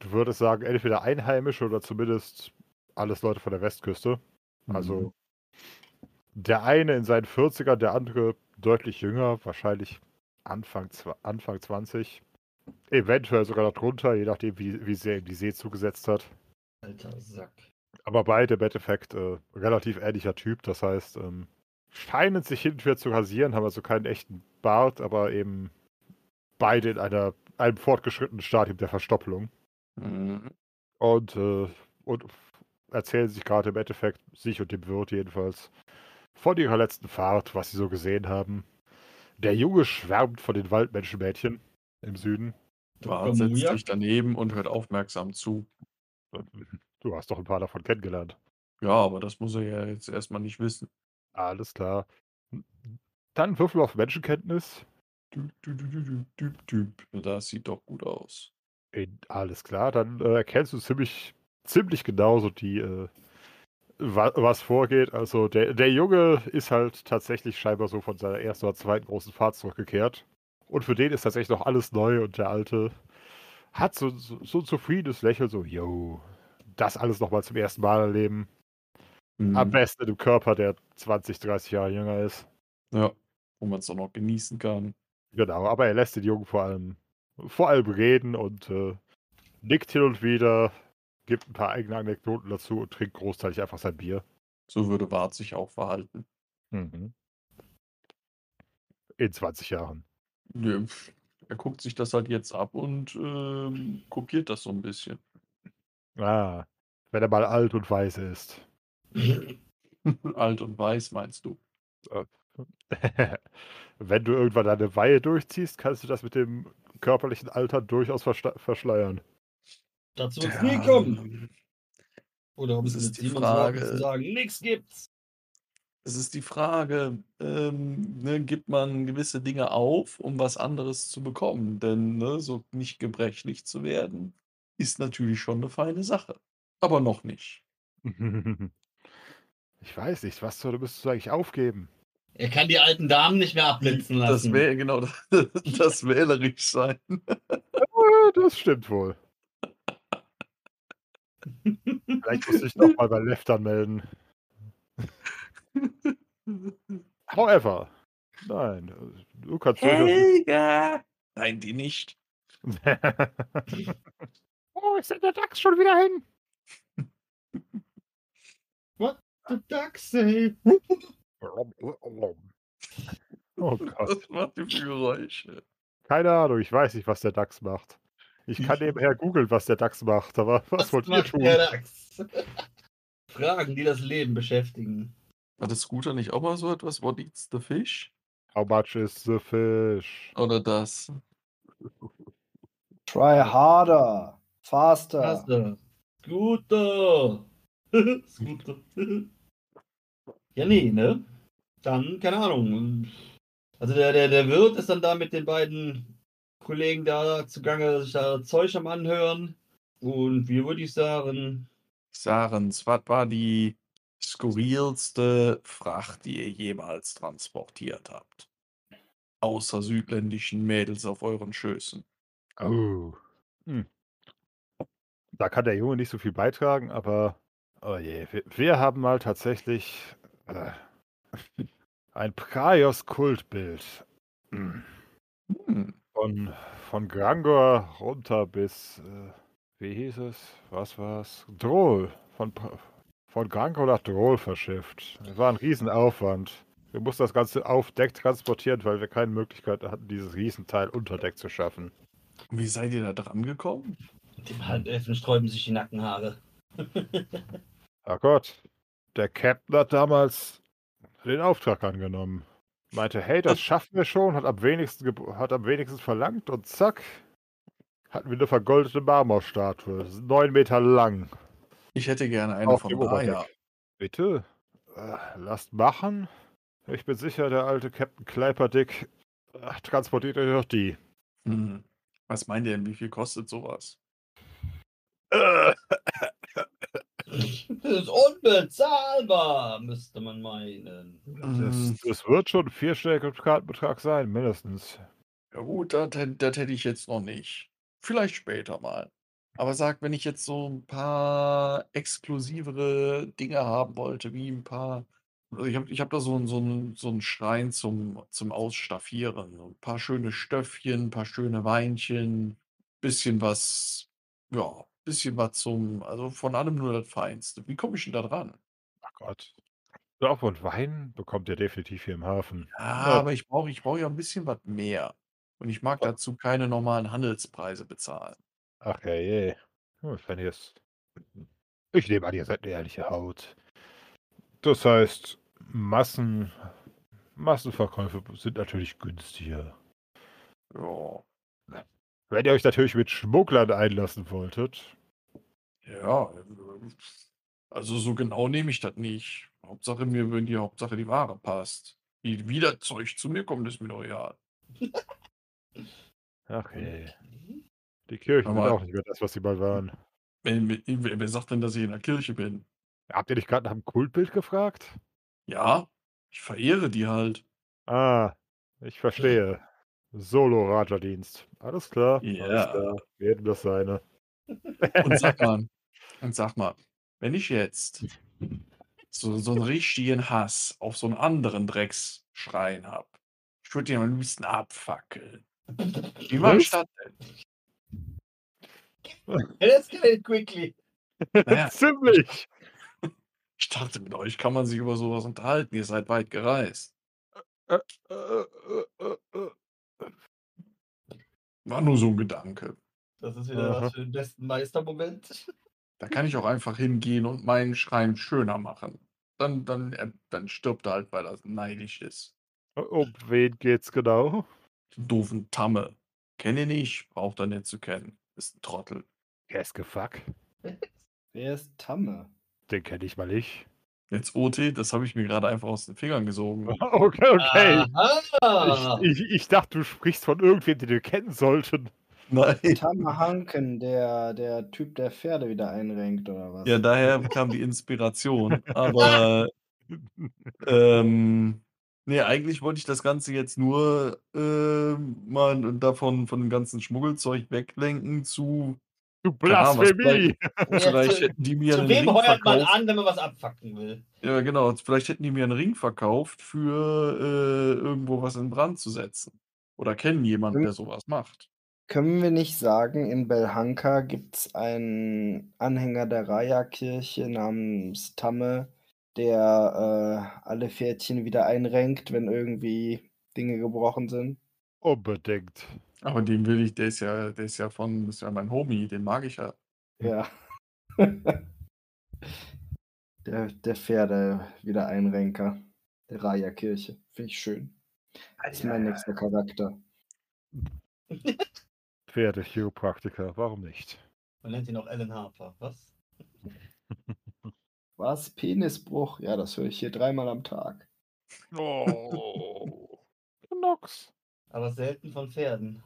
du würdest sagen, entweder Einheimische oder zumindest alles Leute von der Westküste.
Mhm.
Also der eine in seinen 40ern, der andere deutlich jünger, wahrscheinlich Anfang, zwa- Anfang 20. Eventuell sogar noch drunter, je nachdem, wie, wie sehr ihm die See zugesetzt hat.
Alter Sack.
Aber beide im Endeffekt äh, relativ ähnlicher Typ. Das heißt, ähm, scheinen sich hin und wieder zu rasieren, haben also keinen echten Bart, aber eben beide in einer, einem fortgeschrittenen Stadium der Verstoppelung.
Mhm.
Und, äh, und erzählen sich gerade im Endeffekt, sich und dem Wirt jedenfalls, von ihrer letzten Fahrt, was sie so gesehen haben. Der Junge schwärmt von den Waldmenschenmädchen im Süden.
Bart setzt sich daneben und hört aufmerksam zu.
Du hast doch ein paar davon kennengelernt.
Ja, aber das muss er ja jetzt erstmal nicht wissen.
Alles klar. Dann Würfel auf Menschenkenntnis.
Düb, düb, düb, düb, düb, düb, düb. Das sieht doch gut aus.
In, alles klar, dann äh, erkennst du ziemlich, ziemlich genau so die, äh, wa was vorgeht. Also der, der Junge ist halt tatsächlich scheinbar so von seiner ersten oder zweiten großen Fahrt zurückgekehrt. Und für den ist tatsächlich noch alles neu und der Alte hat so, so, so ein zufriedenes Lächeln, so, yo, das alles nochmal zum ersten Mal erleben. Am
Mhm.
besten im Körper, der 20, 30 Jahre jünger ist.
Ja, wo man es dann noch genießen kann.
Genau, aber er lässt den Jungen vor allem, vor allem reden und äh, nickt hin und wieder, gibt ein paar eigene Anekdoten dazu und trinkt großteilig einfach sein Bier.
So würde Wart sich auch verhalten.
In 20 Jahren.
Nö, pf, Er guckt sich das halt jetzt ab und ähm, kopiert das so ein bisschen. *laughs*
Ah, wenn er mal alt und weiß ist.
Alt und weiß, meinst du?
wenn du irgendwann deine Weihe durchziehst, kannst du das mit dem körperlichen Alter durchaus versta- verschleiern.
*laughs* Dazu uns
Tja,
nie kommen.
ähm,
Oder ob
Das
es
ist
mit
die
Simons
Frage.
Worten zu sagen, nichts gibt's.
Es ist die Frage, ähm, ne, gibt man gewisse Dinge auf, um was anderes zu bekommen? Denn ne, so nicht gebrechlich zu werden, ist natürlich schon eine feine Sache. Aber noch nicht.
ich weiß nicht, was soll, müsstest du eigentlich aufgeben?
Er kann die alten Damen nicht mehr abblitzen lassen.
Das wäre genau *laughs* das, das wählerisch sein.
Ja, Das stimmt wohl. Vielleicht muss ich nochmal bei Left anmelden. However, nein, du kannst durchaus.
Helga! Nein, die nicht.
*laughs* oh, ist denn der Dachs schon wieder hin?
The ducks say.
Oh Gott,
*laughs* Was macht die für Geräusche?
keine Ahnung, ich weiß nicht, was der Dachs macht. Ich kann nebenher googeln, was der Dachs macht, aber was,
*laughs*
wollt ihr
macht
tun?
der Dachs? *laughs* Fragen, die das Leben beschäftigen.
War das Scooter nicht auch mal so etwas? What eats the fish?
How much is the fish?
Oder das?
Try harder, faster.
Hast du? Scooter. *laughs* Scooter. ja, nee, ne? Dann, keine Ahnung. Also der, der, der Wirt ist dann da mit den beiden Kollegen da zugange, sich da Zeug am Anhören. Und wir würde ich sagen,
Sarens, was war die skurrilste Fracht, die ihr jemals transportiert habt? Außer südländischen Mädels auf euren Schößen.
Oh. Hm. Da kann der Junge nicht so viel beitragen, aber oh je, wir, wir haben mal tatsächlich Äh, *laughs* ein Praios-Kultbild. Hm.
Hm.
Von, von Grangor runter bis, äh, wie hieß es? Was war's? Drohl. Von, Pra- von Grangor nach Drohl verschifft. Das war ein Riesenaufwand. Wir mussten das Ganze auf Deck transportieren, weil wir keine Möglichkeit hatten, dieses Riesenteil unter Deck zu schaffen.
Wie seid ihr da dran gekommen?
Dem Halbelfen sträuben sich die Nackenhaare. *laughs*
Ach Gott, der Captain hat damals den Auftrag angenommen. Meinte, hey, das schaffen wir schon, hat am wenigsten, geb- hat am wenigsten verlangt und zack, hatten wir eine vergoldete Marmorstatue, neun Meter lang.
Ich hätte gerne eine
Auf
von
dem
daher.
Oberdeck. Bitte? Äh, lasst machen? Ich bin sicher, der alte Captain Kleiperdick äh, transportiert euch doch die.
Hm. Was meint ihr denn, wie viel kostet sowas?
Äh,
Das ist unbezahlbar, müsste man meinen.
Hm,
Das, das wird schon ein vierstelliger Kartenbetrag sein, mindestens.
Ja gut, das, hä- das hätte ich jetzt noch nicht. Vielleicht später mal. Aber sag, wenn ich jetzt so ein paar exklusivere Dinge haben wollte, wie ein paar. Also ich habe ich hab da so, einen- so, einen- so einen Schrein zum, zum Ausstaffieren. so Ein paar schöne Stöffchen, ein paar schöne Weinchen, bisschen was, ja, bisschen was zum, also von allem nur das Feinste. Wie komme ich denn da dran?
Ach Gott. Stoff und Wein bekommt ihr definitiv hier im Hafen.
Ja,
Ja.
aber ich brauche ich brauch ja ein bisschen was mehr. Und ich mag dazu keine normalen Handelspreise bezahlen.
Ach ja, je. Hm, Wenn ihr es. Ich nehme an, ihr seid eine ehrliche Haut. Das heißt, Massen. Massenverkäufe sind natürlich günstiger.
Ja.
Wenn ihr euch natürlich mit Schmugglern einlassen wolltet,
Ja, ähm, also so genau nehme ich das nicht. Hauptsache mir, wenn die Hauptsache die Ware passt. Wie, wie das Zeug zu mir kommt, ist mir doch egal.
ach je. Hm, Die Kirchen
Aber-
sind auch nicht mehr das, was sie mal waren.
Wenn, wenn, wer wer sagt denn, dass ich in der Kirche bin?
Habt ihr nicht gerade nach dem Kultbild gefragt?
Ja, ich verehre die halt.
Ah, ich verstehe. Solo-Raja-Dienst. Alles klar. Alles
Ja.
klar. Jedem das seine.
Und sag mal, und sag mal, wenn ich jetzt so, so einen richtigen Hass auf so einen anderen Drecksschrein habe, ich würde den am liebsten abfackeln. Wie machst
Was?
du
Escalate quickly.
das? Naja,
Ziemlich!
ich dachte, mit euch kann man sich über sowas unterhalten. Ihr seid weit gereist.
Äh, äh, äh, äh.
War nur so ein Gedanke.
Das ist wieder
Aha.
was für den besten Meistermoment.
Da kann ich auch einfach hingehen und meinen Schrein schöner machen. Dann, dann, äh, dann stirbt er halt, weil er neidisch ist.
Um wen geht's genau?
Den doofen Tamme. Kenne nicht, braucht er nicht zu kennen. Ist ein Trottel.
Gasgefuck.
Wer ist Tamme?
Den kenne ich mal nicht.
Jetzt OT, das habe ich mir gerade einfach aus den Fingern gesogen.
*laughs* Okay, okay.
Aha.
Ich, ich, ich dachte, du sprichst von irgendwem, den wir kennen sollten.
*laughs* *laughs* Nein.
Tamme Hanken, der, der Typ, der Pferde wieder einrenkt, oder was?
Ja, daher kam die Inspiration. Aber ähm, nee, eigentlich wollte ich das Ganze jetzt nur ähm, mal davon von dem ganzen Schmuggelzeug weglenken zu
Du
Klar, was
Blasphemie!
Ja,
vielleicht
zu-
hätten die mir
Zu
einen
wem
Ring
heuert man
verkauft.
an, wenn man was abfacken will?
Ja, genau. Vielleicht hätten die mir einen Ring verkauft für äh, irgendwo was in Brand zu setzen. Oder kennen jemanden,
Mhm.
Hm.
der sowas macht.
Können wir nicht sagen, in Belhanka gibt es einen Anhänger der Raya-Kirche namens Tamme, der äh, alle Pferdchen wieder einrenkt, wenn irgendwie Dinge gebrochen sind?
*laughs* Unbedingt.
Aber den will ich, der ist ja, der ist ja von, das ist ja mein Homie, den mag ich ja.
Ja. *laughs* der, der Pferde wieder Einrenker der Raya-Kirche. Finde ich schön. Das ist mein nächster Charakter.
Pferde, Chiropraktiker, warum nicht?
Man nennt ihn auch Alan Harper. Was?
Was? Penisbruch? Ja, das höre ich hier dreimal am Tag.
Oh.
Nox.
Aber selten von Pferden.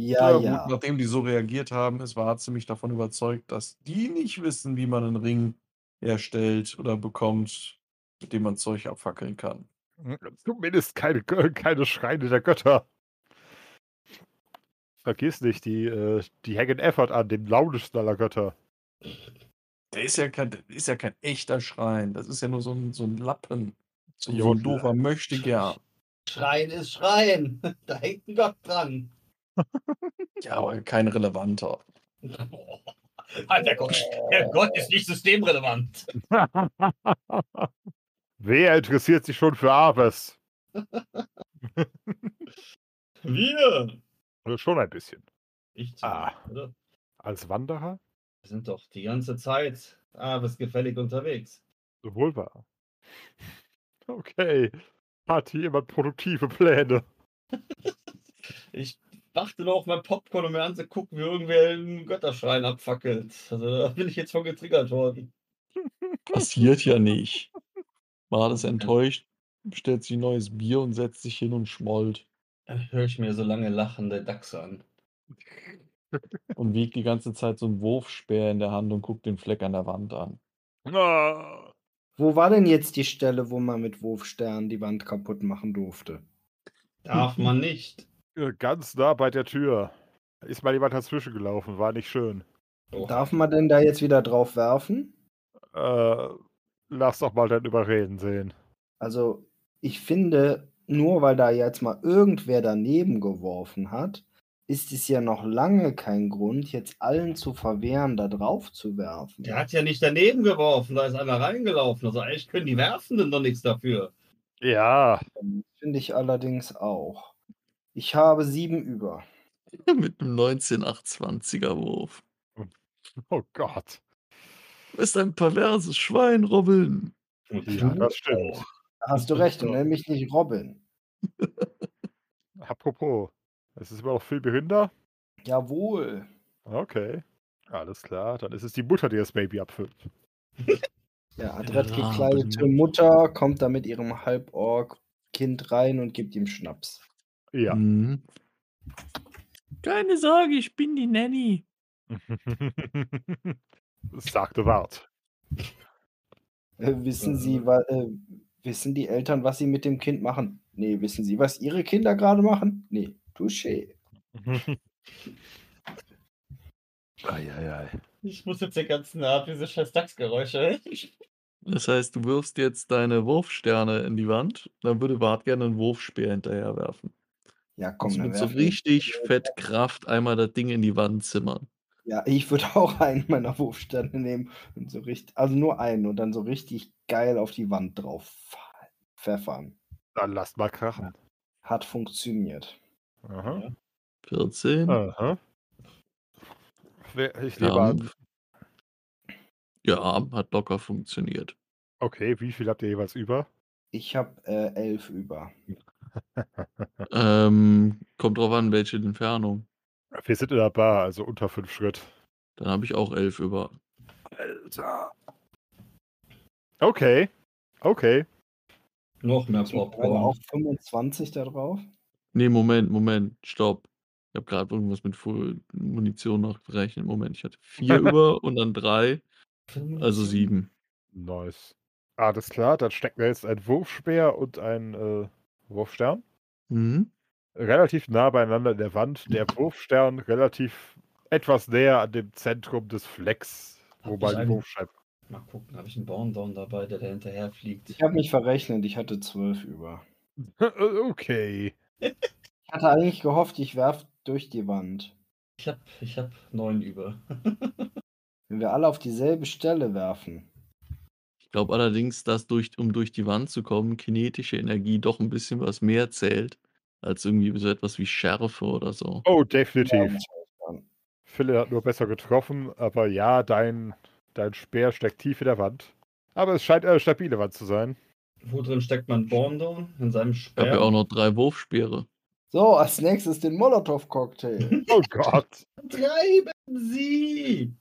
Ja,
gut,
ja.
nachdem die so reagiert haben, es war ziemlich davon überzeugt, dass die nicht wissen, wie man einen Ring herstellt oder bekommt, mit dem man Zeug abfackeln kann.
Hm? Zumindest keine, Gö- keine Schreine der Götter. *laughs* Vergiss nicht, die, äh, die hängen Effort an, dem lautesten aller Götter.
Der ist ja kein, der ist ja kein echter Schrein. Das ist ja nur so ein, so ein Lappen. So, so ein
Jodel.
doofer möchte gern.
Schreien ist Schreien. *laughs* Da hängt ein Gott *laughs* dran.
Ja, aber kein relevanter.
Ah, der, Gott, der Gott ist nicht systemrelevant.
Wer interessiert sich schon für Aves?
Wir.
Also schon ein bisschen.
Ich
Ah.
zumindest, oder?
Als Wanderer?
Wir sind doch die ganze Zeit abesgefällig unterwegs.
Sowohl wahr. Okay. Hat hier jemand produktive Pläne?
Ich warte noch auf mein Popcorn, um mir anzugucken, wie irgendwer einen Götterschrein abfackelt. Also da bin ich jetzt von getriggert worden.
Passiert ja nicht. War das enttäuscht, bestellt sich ein neues Bier und setzt sich hin und schmollt
Dann höre ich mir so lange lachende Dachse an.
und wiegt die ganze Zeit so einen Wurfspeer in der Hand und guckt den Fleck an der Wand an.
Ah.
Wo war denn jetzt die Stelle, wo man mit Wurfstern die Wand kaputt machen durfte?
Darf man nicht.
Äh, Ganz nah bei der Tür. Ist mal jemand dazwischen gelaufen, war nicht schön.
Oh,
Darf man denn da jetzt wieder drauf werfen?
Äh, lass doch mal dein Überreden sehen.
Also, ich finde, nur weil da jetzt mal irgendwer daneben geworfen hat, ist es ja noch lange kein Grund, jetzt allen zu verwehren, da drauf zu werfen.
Der hat ja nicht daneben geworfen, da ist einer reingelaufen. Also eigentlich können die Werfenden doch nichts dafür.
Ja,
Finde ich allerdings auch. Ich habe sieben über.
Mit einem 1928er Wurf.
oh Gott.
Du bist ein perverses Schwein, Robin.
Ja, das stimmt.
Da hast du recht, und nenn mich nicht Robin.
Apropos, es ist immer noch viel Rinder?
Jawohl.
Okay. Alles klar, dann ist es die Mutter, die das Baby abfüllt.
Ja, adrett
Robin.
gekleidete Mutter kommt da mit ihrem Halborg-Kind rein und gibt ihm Schnaps.
Ja.
*laughs* Mhm.
Keine Sorge, ich bin die Nanny.
Sagte Wart.
Äh, wissen Sie,
Äh.
wa- äh, wissen die Eltern, was sie mit dem Kind machen? Nee, wissen Sie, was ihre Kinder gerade machen? Nee, touché.
Eieiei.
Ich muss jetzt den ganzen Abend diese scheiß Dachsgeräusche. *laughs*
Das heißt, du wirfst jetzt deine Wurfsterne in die Wand. Dann würde Bart gerne einen Wurfspeer hinterher werfen.
Ja,
Komm,
komm,
mit so
werf ich-
richtig fett Kraft einmal das Ding in die Wand zimmern.
Ja, ich würde *laughs* auch einen meiner Wurfsterne nehmen und so richtig, also nur einen und dann so richtig geil auf die Wand drauf pfeffern.
Dann lasst mal krachen.
Hat funktioniert.
Aha.
14.
Aha. Wer- Ich nehme
Ja.
an.
Ja, hat locker funktioniert.
Okay, wie viel habt ihr jeweils über?
Ich habe äh, elf über.
Ähm, kommt drauf an, welche Entfernung.
Wir sind in der Bar, also unter fünf Schritt.
Dann habe ich auch elf über.
Alter. Okay. Okay.
Noch mehr
Sind meine auch
Popcorn.
25 da drauf?
Nee, Moment, Moment, stopp. Ich habe gerade irgendwas mit Fu- Munition noch berechnet. Moment, ich hatte vier über und dann drei, also sieben.
Nice. Alles klar, dann stecken wir jetzt ein Wurfspeer und ein äh, Wurfstern.
Mhm.
Relativ nah beieinander in der Wand.
Mhm.
Der Wurfstern relativ etwas näher an dem Zentrum des Flecks, wo
Hab
man
ich
die
einen-
Wurfscheibe.
Mal gucken, habe ich einen Borndown dabei, der da hinterher fliegt.
Ich habe mich verrechnet, ich hatte zwölf über.
*laughs* okay.
Ich hatte eigentlich gehofft, ich werf durch die Wand.
Ich habe ich hab neun über.
Wenn wir alle auf dieselbe Stelle werfen.
Ich glaube allerdings, dass durch, um durch die Wand zu kommen, kinetische Energie doch ein bisschen was mehr zählt, als irgendwie so etwas wie Schärfe oder so.
Oh, definitiv.
Ja,
Phil hat nur besser getroffen, aber ja, dein, dein Speer steckt tief in der Wand. Aber es scheint eine stabile Wand zu sein.
Wo drin steckt man Borndown? In seinem
Ich habe
Sperr?
ja auch noch drei
*laughs*
Wurfspeere.
So, als nächstes den
*laughs*
Molotow-Cocktail.
Oh Gott.
Treiben Sie!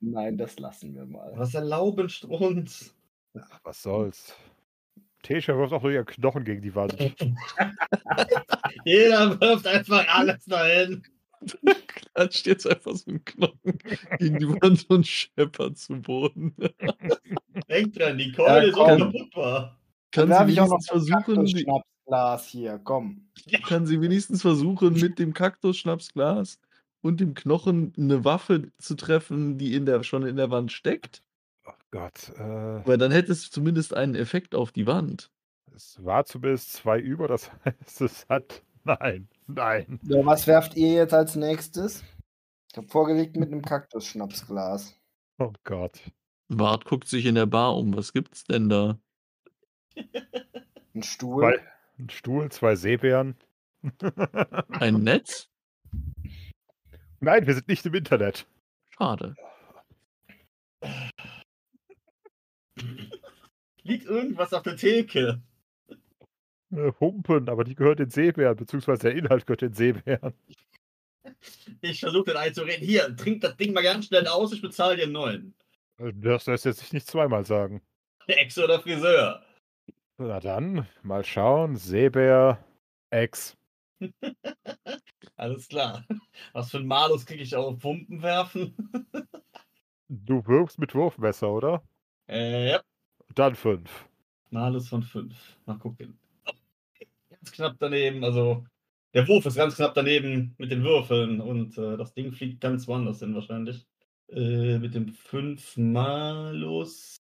Nein, das lassen wir mal.
Was erlauben Strunz?
Ach, was soll's. Tesha wirft auch nur ihren Knochen gegen die Wand.
Jeder wirft einfach alles dahin.
Klatscht jetzt einfach so ein Knochen gegen die Wand
*laughs*
und scheppert zu
*laughs*
Boden.
Denkt dran, die
Ja,
Keule ist
komm.
unkaputtbar.
Kann
werf
sie
ich auch noch
wenigstens versuchen,
Das
die-
Schnapsglas hier, komm.
*laughs*
kann sie wenigstens versuchen mit dem Kaktusschnapsglas
und dem Knochen eine Waffe zu treffen, die in der, schon in der Wand steckt.
Oh Gott. Äh,
Weil dann hätte es zumindest einen Effekt auf die Wand.
es war zumindest zwei über, das *laughs* heißt, es hat. Nein, nein.
Ja, was werft ihr jetzt als nächstes? Ich habe vorgelegt mit einem Kaktus-Schnapsglas.
Oh Gott.
Wart guckt sich in der Bar um. Was gibt's denn da?
Ein Stuhl.
Weil- Ein Stuhl, zwei Seebären. *laughs*
*laughs*
Ein Netz?
Nein, wir sind nicht im Internet.
Schade.
Liegt irgendwas auf der Theke?
Äh, Humpen, aber die gehört den Seebären, beziehungsweise der Inhalt gehört den Seebären.
Ich versuche den einzureden. Hier, trink das Ding mal ganz schnell aus, ich bezahle dir einen neuen.
Äh, Das lässt er sich nicht zweimal sagen.
Der Ex oder Friseur.
Na dann, mal schauen. Seebär, Ex.
Alles klar. Was für ein Malus kriege ich auf Pumpen werfen? *laughs*
Du wirkst mit Wurfmesser, oder?
Äh, ja.
Dann fünf.
Malus von 5. Mal gucken. Ganz knapp daneben, also der Wurf ist ganz knapp daneben mit den Würfeln und äh, das Ding fliegt ganz woanders hin wahrscheinlich. Äh, mit dem 5 Malus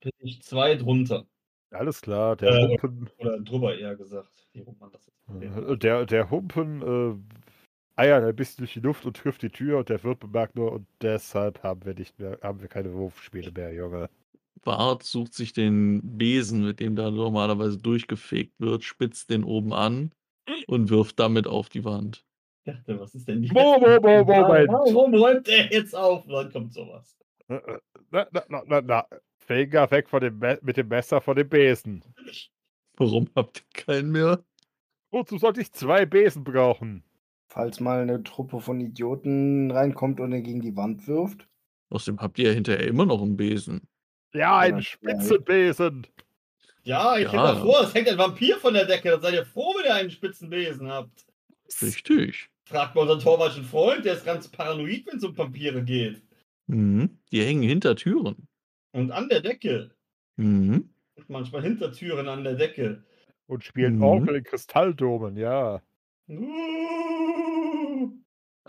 bin ich 2 drunter.
Alles klar, der
Äh,
Humpen,
Oder drüber eher gesagt. Wie rum man das jetzt
Mhm.
äh, der, der Humpen äh, eiert ein bisschen durch die Luft und trifft die Tür und der Wirt bemerkt nur und deshalb haben wir nicht mehr, haben wir keine Wurfspiele mehr, Junge.
Bart sucht sich den Besen, mit dem da normalerweise durchgefegt wird, spitzt den oben an und wirft damit auf die Wand.
Ich dachte, was ist denn die
Mo- mo- mo- Moment.
Warum räumt er jetzt auf? Wann kommt sowas?
Äh, äh, Na, na, na, na, na. Finger weg von dem Me mit dem Messer von dem Besen.
Warum habt ihr keinen mehr?
Wozu sollte ich zwei Besen brauchen?
Falls mal eine Truppe von Idioten reinkommt und er gegen die Wand wirft.
Außerdem habt ihr ja hinterher immer noch einen Besen.
Ja, einen
Ja,
Spitzenbesen.
Ja, ich
Ja.
bin mal vor, es hängt ein Vampir von der Decke. Dann seid ihr froh, wenn ihr einen spitzen Besen habt.
Richtig.
Fragt mal unseren torwalschen Freund, der ist ganz paranoid, wenn es um Vampire geht.
Mhm. Die hängen hinter Türen.
Und an der Decke.
Mhm.
Und manchmal hinter Türen an der Decke.
Und spielen
Mhm.
Orgel in Kristalldomen, ja.
Uh.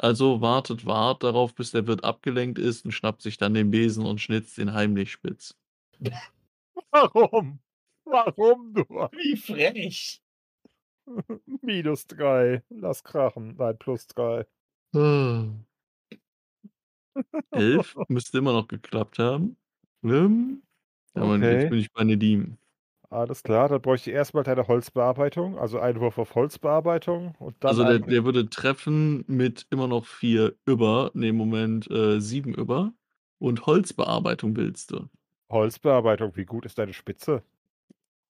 Also wartet Wart darauf, bis der Wirt abgelenkt ist und schnappt sich dann den Besen und schnitzt ihn heimlich spitz.
Warum? Warum nur? *laughs*
Wie frech.
Minus drei. Lass krachen. Nein, plus drei.
Ah. Elf müsste immer noch geklappt haben. Ähm, Aber
Okay.
jetzt bin ich bei Nedim.
Alles klar, dann bräuchte ich erstmal deine Holzbearbeitung, also einen Wurf auf Holzbearbeitung und dann.
Also der,
einen-
der würde treffen mit immer noch vier über, ne, im Moment äh, sieben über. Und Holzbearbeitung willst du.
Holzbearbeitung, wie gut ist deine Spitze?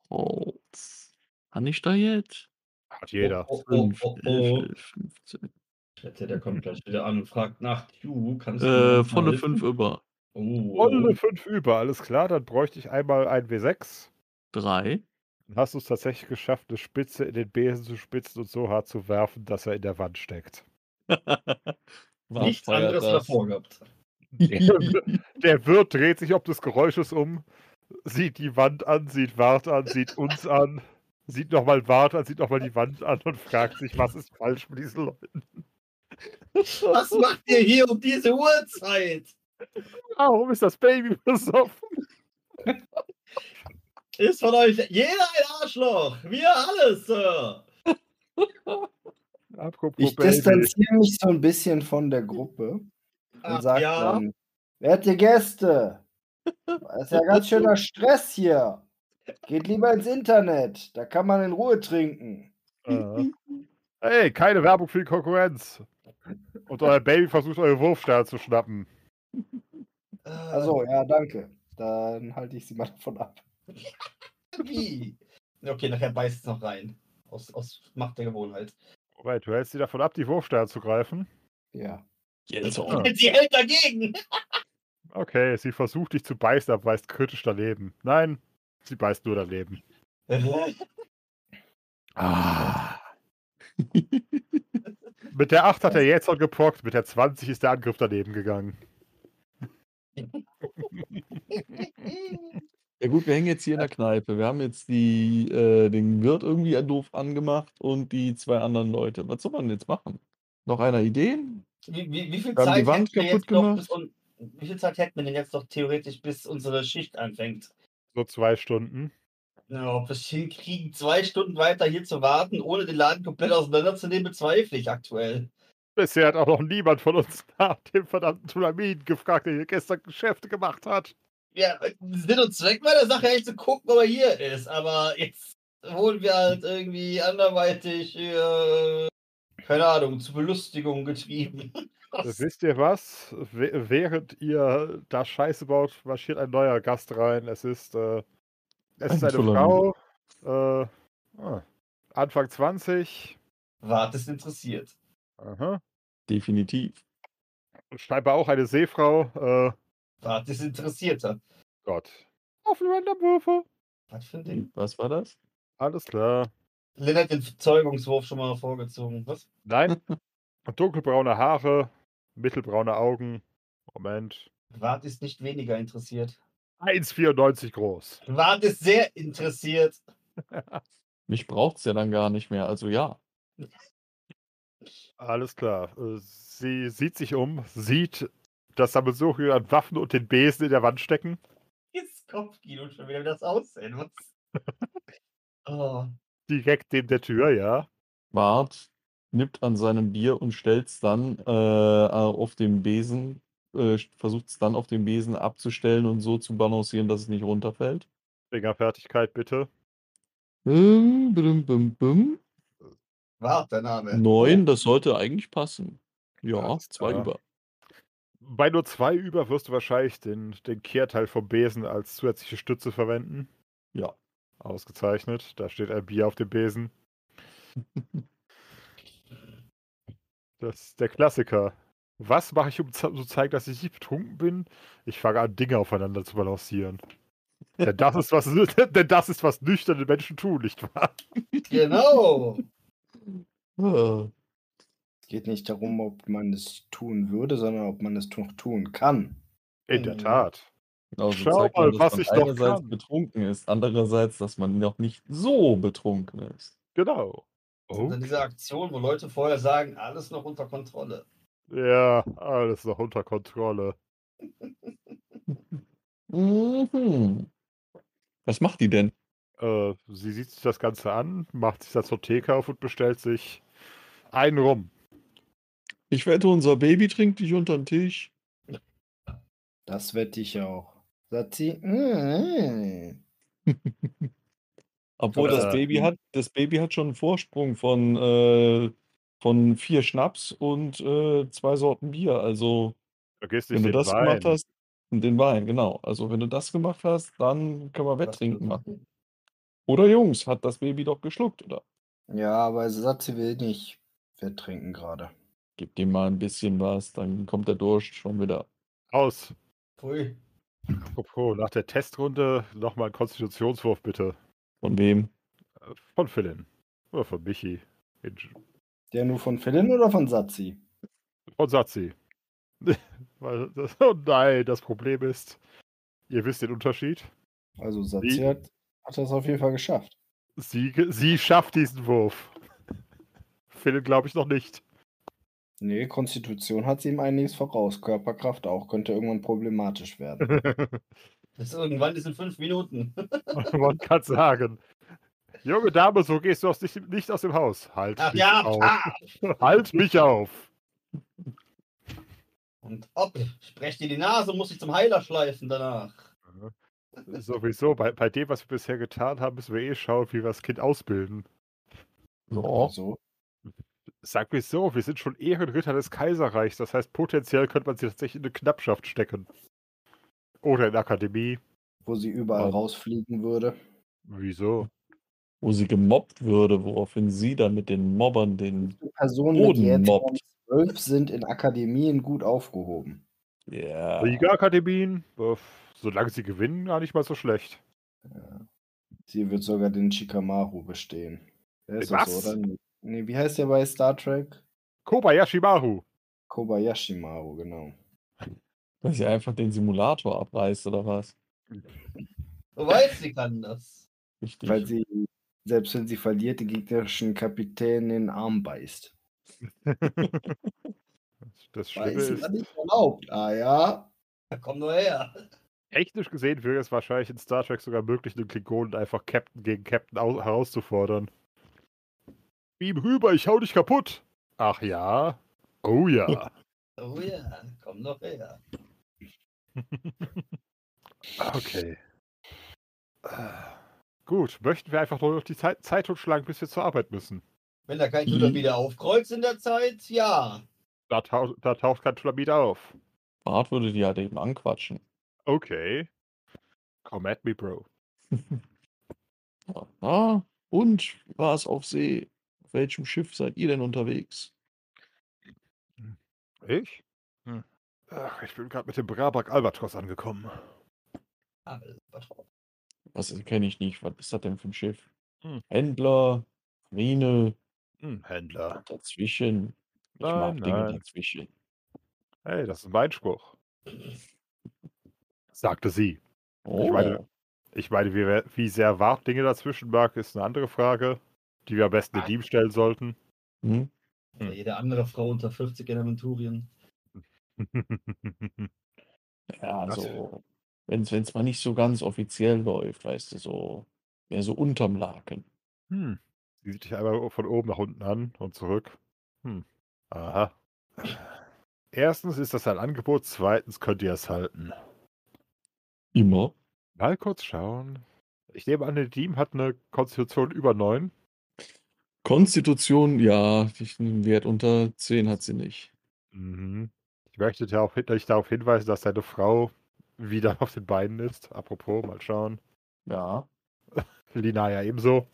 Holz. Kann ich da jetzt?
Hat jeder.
Oh, oh,
Fünf,
oh, oh,
elf,
oh.
elf, 15.
Schätze, der kommt gleich wieder an und fragt nach Q. Kannst du
Äh,
uns mal
volle
helfen?
fünf über.
Oh, oh.
Volle fünf über, alles klar, dann bräuchte ich einmal ein W6.
Drei.
Dann hast du es tatsächlich geschafft, eine Spitze in den Besen zu spitzen und so hart zu werfen, dass er in der Wand steckt.
Wart
*laughs* Nichts
feiert
anderes
das.
davor gehabt.
Der Wirt dreht sich ob des Geräusches um, sieht die Wand an, sieht Wart an, sieht uns an, sieht nochmal Wart an, sieht nochmal die Wand an und fragt sich, was ist falsch mit diesen Leuten.
Was macht ihr hier um diese Uhrzeit?
Warum ist das Baby besoffen?
Ist von euch jeder ein Arschloch. Wir alle, Sir.
Apropos
Ich
Baby.
distanziere mich so ein bisschen von der Gruppe
Ach
und sage dann, werte Gäste, das ist ja ganz schöner Stress hier. Geht lieber ins Internet, da kann man in Ruhe trinken.
Äh, hey, keine Werbung für die Konkurrenz. Und euer Baby versucht, eure Wurfsterne zu schnappen.
Äh, Ah.
Also ja, danke. Dann halte ich sie mal *laughs* davon ab.
Wie? Okay, nachher beißt es noch rein. Aus, aus Macht der Gewohnheit.
Moment, du hältst sie davon ab, die Wurfsterne zu greifen.
Ja.
*laughs*
Jetzt auch.
Ah.
Sie hält dagegen.
Okay, sie versucht dich zu beißen, aber beißt kritisch daneben. Nein, sie beißt nur daneben.
Ah.
Mit der 8 hat er jetzt schon geprockt, mit der 20 ist der Angriff daneben gegangen.
*laughs* Ja gut, wir hängen jetzt hier in der Kneipe. Wir haben jetzt die, äh, den Wirt irgendwie doof angemacht und die zwei anderen Leute. Was soll man denn jetzt machen? Noch einer Ideen?
Wie, wie, wie viel
Wir haben die
Zeit
Wand
hätten wir jetzt
kaputt
noch
gemacht.
bis un- wie viel Zeit hätten wir denn jetzt noch theoretisch, bis unsere Schicht anfängt?
So zwei Stunden.
Ja, ob wir es hinkriegen, zwei Stunden weiter hier zu warten, ohne den Laden komplett auseinanderzunehmen, bezweifle ich aktuell.
Bisher hat auch noch niemand von uns *laughs* nach dem verdammten Tulamin gefragt, der hier gestern Geschäfte gemacht hat.
Ja, Sinn und Zweck meiner Sache echt zu gucken, ob er hier ist, aber jetzt wurden wir halt irgendwie anderweitig, äh, keine Ahnung, zu Belustigung getrieben. *laughs*
Äh, Wisst ihr was? W während ihr da Scheiße baut, marschiert ein neuer Gast rein. Es ist, äh, es
Ein
ist eine
Tulamin.
Frau. Äh, ah, Anfang 20.
Wart es interessiert.
Aha.
Definitiv.
Scheinbar auch eine Seefrau. Äh,
Wart es interessierter.
Gott. Auf Random-Würfe.
Was für ein Ding?
Was war das?
Alles klar.
Lennart den Zeugungswurf schon mal vorgezogen. Was?
Nein. Dunkelbraune Haare, mittelbraune Augen. Moment.
Wart ist nicht weniger interessiert.
1,94 groß.
Wart ist sehr interessiert.
Mich braucht's ja dann gar nicht mehr. Also ja.
Alles klar. Äh, Sie sieht sich um, sieht, dass Samusuchi an Waffen und den Besen in der Wand stecken.
Jetzt Kopfkino schon wieder, wie das aussehen muss. oh,
Direkt neben der Tür, ja.
Bart nippt an seinem Bier und stellt's dann äh, auf dem Besen, äh, versucht's dann auf dem Besen abzustellen und so zu balancieren, dass es nicht runterfällt.
Fingerfertigkeit bitte.
Bim, bim, bim, bim.
Wart, der Name.
Neun, das sollte eigentlich passen. Ja,
Äh, Alles
zwei
klar.
über.
Bei nur zwei über wirst du wahrscheinlich den, den Kehrteil vom Besen als zusätzliche Stütze verwenden.
Ja.
Ausgezeichnet. Da steht ein Bier auf
*laughs*
dem Besen. das ist der Klassiker. Was mache ich, um zu zu zeigen, dass ich nicht betrunken bin? Ich fange an, Dinge aufeinander
*laughs*
zu balancieren. denn, das ist, was, *laughs* denn das ist, was nüchterne Menschen tun, nicht wahr?
Genau.
Äh,
Es geht nicht darum, ob man es tun würde, sondern ob man es noch tun kann.
In der
Mhm.
Tat.
Genau, so
Schau
zeigt man,
mal,
dass
was
man
ich noch
einerseits
kann.
betrunken ist, andererseits, dass man noch nicht so betrunken ist.
Genau.
Und dann diese Aktion, wo Leute vorher sagen, alles noch unter Kontrolle.
Ja, alles noch unter Kontrolle.
Mhm. Was macht die denn?
Äh, sie sieht sich das Ganze an, macht sich das zur Theke auf und bestellt sich einen Rum.
Ich wette, unser Baby trinkt dich unter den Tisch.
Das wette ich auch. Sagt sie, mm,
Obwohl
Aber,
das
äh,
Baby hat, das Baby hat schon einen Vorsprung von, äh, von vier Schnaps und äh, zwei Sorten Bier. Also,
Vergiss nicht
wenn du
den
das
Wein.
gemacht hast, und den Wein, genau. Also, wenn du das gemacht hast, dann können wir Wetttrinken machen. Oder Jungs, hat das Baby doch geschluckt, oder?
ja, aber Satzi will nicht. Wir trinken gerade.
Gib dem mal ein bisschen was, dann kommt der Durst schon wieder.
Aus.
Pui.
Apropos, nach der Testrunde nochmal einen Konstitutionswurf bitte.
Von wem?
Äh, Von Philin. Oder von Michi. In-
Der nur von Philin oder von Satzi?
Von Satzi. *laughs* Weil das, oh nein, das Problem ist, ihr wisst den Unterschied.
Also Satzi
Sie-
hat, hat das auf jeden Fall geschafft.
Sie, ge- sie schafft diesen Wurf. *laughs* Philin glaube ich noch nicht. *laughs*
Nee, Konstitution hat sie ihm einiges voraus. Körperkraft auch. Könnte irgendwann problematisch
*laughs*
werden.
Bis irgendwann ist in fünf Minuten. *laughs*
*laughs* Man kann sagen. Junge Dame, so gehst du aus, nicht, nicht aus dem Haus. Halt
Ach
mich
ja,
auf.
ah.
*laughs* Halt mich auf.
Und ob, sprecht dir die Nase, muss ich zum Heiler schleifen danach.
Sowieso, bei, bei dem, was wir bisher getan haben, müssen wir eh schauen, wie wir das Kind ausbilden.
Ja.
So.
Sag mir so, wir sind schon Ehrenritter des Kaiserreichs. Das heißt, potenziell könnte man sie tatsächlich in eine Knappschaft stecken. Oder in Akademie.
Wo sie überall
Aber-
rausfliegen würde.
Wieso?
Wo sie gemobbt würde, woraufhin sie dann mit den Mobbern den.
Personen mit
Boden
Jährzahl
mobbt.
12 sind in Akademien gut aufgehoben.
Ja.
Liga-Akademien? Äh, Solange sie gewinnen, gar nicht mal so schlecht.
Sie wird sogar den Shikamaru bestehen. Der ist doch
Was?
So, oder? Nee. Nee, wie heißt der bei Star Trek?
Kobayashi Maru.
Kobayashi Maru, genau.
Dass sie einfach den Simulator abreißt oder was?
Du weißt, sie kann das.
Richtig.
Weil sie, selbst wenn sie verliert, den gegnerischen Kapitän in den Arm beißt.
Das
Weil
Schlimme
es ist
ist,
ja nicht erlaubt. Ah ja.
Komm nur her.
technisch gesehen wäre es wahrscheinlich in Star Trek sogar möglich, den Klingonen einfach Captain gegen Captain au- herauszufordern. Beam rüber, ich hau dich kaputt! Ach ja? Oh ja.
Oh ja, komm doch her.
*laughs* okay. Äh, Gut, möchten wir einfach nur noch die Zeit, Zeit totschlagen, bis wir zur Arbeit müssen.
Wenn da
Mhm.
kein Schüler wieder aufkreuzt in der Zeit, ja.
Da, tau da taucht kein Schlamid auf.
Bart würde die halt eben anquatschen.
Okay. Come at me, Bro.
Ja, Na, und war es auf See? Auf welchem Schiff seid ihr denn unterwegs?
Ich? Hm. Ach, ich bin gerade mit dem Brabak Albatros angekommen.
Ah, das ist aber drauf.
Was kenne ich nicht? Was ist das denn für ein Schiff?
Hm.
Händler, Marine,
Hm, Händler.
dazwischen. Ich mag
Nein,
Dinge
nein.
dazwischen.
Hey, das ist mein *laughs* Spruch. Sagte sie.
Oh,
meine- Ich meine, wie, wer- wie sehr Wart Dinge dazwischen mag, ist eine andere Frage, die wir am besten in ihm stellen sollten. *laughs*
hm?
Hm.
Jede andere Frau unter 50 in Aventurien.
ja,
Das-
so. Wenn es mal nicht so ganz offiziell läuft, weißt du, so. Mehr so unterm Laken.
hm. Sie sieht dich einmal von oben nach unten an und zurück. Hm. Aha. Erstens ist das ein Angebot, zweitens könnt ihr es halten.
Immer.
Mal kurz schauen. Ich nehme an, Nedim hat eine Konstitution über 9.
Konstitution, ja, ich- einen Wert unter 10 hat sie nicht.
Mhm. Ich möchte darauf, hin- dich darauf hinweisen, dass deine Frau wieder *laughs* auf den Beinen ist. Apropos, mal schauen.
Ja.
Lina ja ebenso.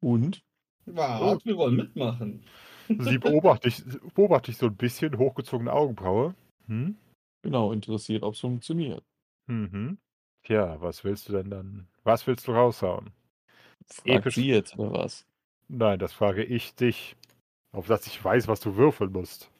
Und?
Was? Wir wollen mitmachen.
Oh.
*laughs*
Sie beobachtet dich, beobachtet dich so ein bisschen, hochgezogene Augenbraue. Hm?
Genau, interessiert, ob es funktioniert.
Mhm. Tja, was willst du denn dann? Was willst du raushauen?
Fragt
Episch.
sie jetzt, oder was?
Nein, das frage ich dich. Auf dass ich weiß, was du würfeln musst.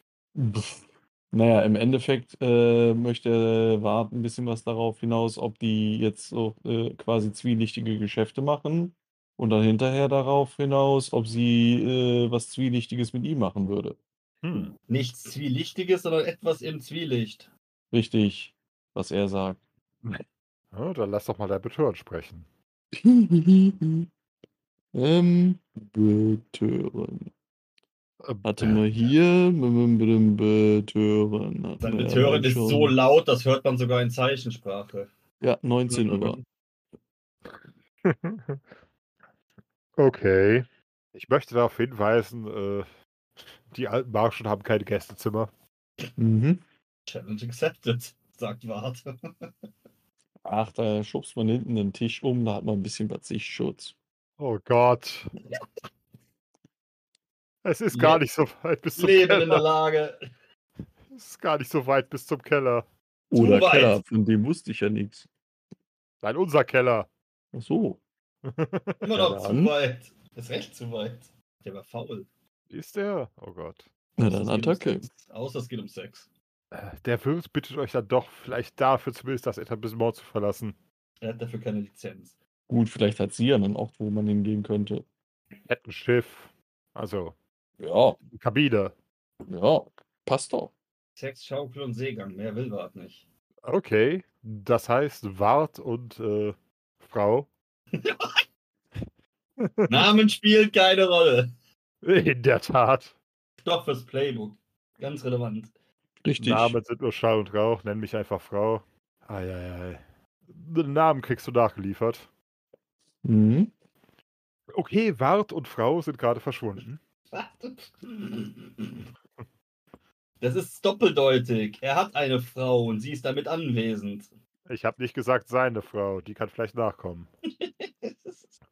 Pff. Naja, im Endeffekt äh, möchte Wart ein bisschen was darauf hinaus, ob die jetzt so äh, quasi zwielichtige Geschäfte machen und dann hinterher darauf hinaus, ob sie äh, was Zwielichtiges mit ihm machen würde.
Hm.
Nichts Zwielichtiges, sondern etwas im Zwielicht.
Richtig, was er sagt.
Ja, dann lass doch mal dein Betören sprechen.
ähm, betören.
Ähm,
Hatte wir hier m- m- m- betören. hatten
Sein
wir ja
Betören
dann
ist
schon.
so laut, das hört man sogar in Zeichensprache.
Ja, 19 Uhr.
*laughs* Okay. Ich möchte darauf hinweisen, äh, die alten Marschen haben keine Gästezimmer.
Mhm.
Challenge accepted, sagt
*laughs*
Wart.
Ach, da schubst man hinten den Tisch um, da hat man ein bisschen was Sichtschutz.
Oh Gott. Es ist
Le-
gar nicht so weit bis zum
Leben in der
Keller.
Lage.
Es ist gar nicht so weit bis zum Keller.
Zu
Oder
weit.
Keller, von dem wusste ich ja nichts.
Nein, unser Keller.
Ach so.
Immer
Ja,
noch zu
dann.
weit. Ist recht zu weit. Der war faul.
ist er? Oh Gott.
Na
Außer
dann
es geht um
Attacke.
Sex. Außer es geht um Sex.
Äh, Der Wirt bittet euch dann doch, vielleicht dafür zumindest das Etablissement zu verlassen.
Er hat dafür keine Lizenz.
Gut, vielleicht hat sie ja einen Ort, wo man hingehen könnte.
Hätten Schiff. Also,
Ja,
Kabine.
ja, passt doch.
Sex, Schaukel und Seegang. Mehr will Wart
*laughs*
nicht.
Okay. Das heißt, Wart und äh, Frau *laughs*
Namen spielen keine Rolle.
In der Tat.
Stopp fürs Playbook. Ganz relevant.
Richtig.
Namen sind nur Schall und Rauch, nenn mich einfach Frau. Eieiei. Den Namen kriegst du nachgeliefert.
Mhm.
Okay, Wart und Frau sind gerade verschwunden.
Warte. Das ist doppeldeutig. Er hat eine Frau und sie ist damit anwesend.
Ich habe nicht gesagt seine Frau, die kann vielleicht nachkommen.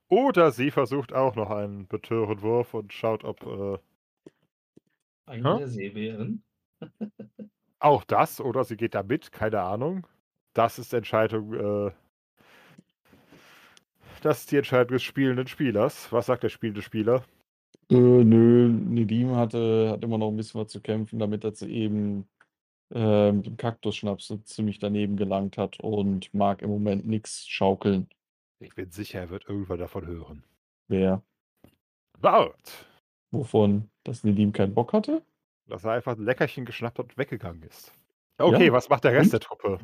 Oder sie versucht auch noch einen Betörenwurf und schaut, ob äh,
Eine
Hä?
der Seebären.
*laughs* auch das oder sie geht da mit, keine Ahnung. Das ist Entscheidung, äh, das ist die Entscheidung des spielenden Spielers. Was sagt der spielende Spieler?
Äh, nö, Nedim hatte, hat immer noch ein bisschen was zu kämpfen, damit er zu eben äh, mit dem Kaktusschnaps so ziemlich daneben gelangt hat und mag im Moment nichts schaukeln.
Ich bin sicher, er wird irgendwann davon hören.
Wer?
Wart!
Wovon? Dass Nedim keinen Bock hatte?
dass er einfach ein Leckerchen geschnappt hat und weggegangen ist. Okay,
Ja.
was macht der Rest der Truppe?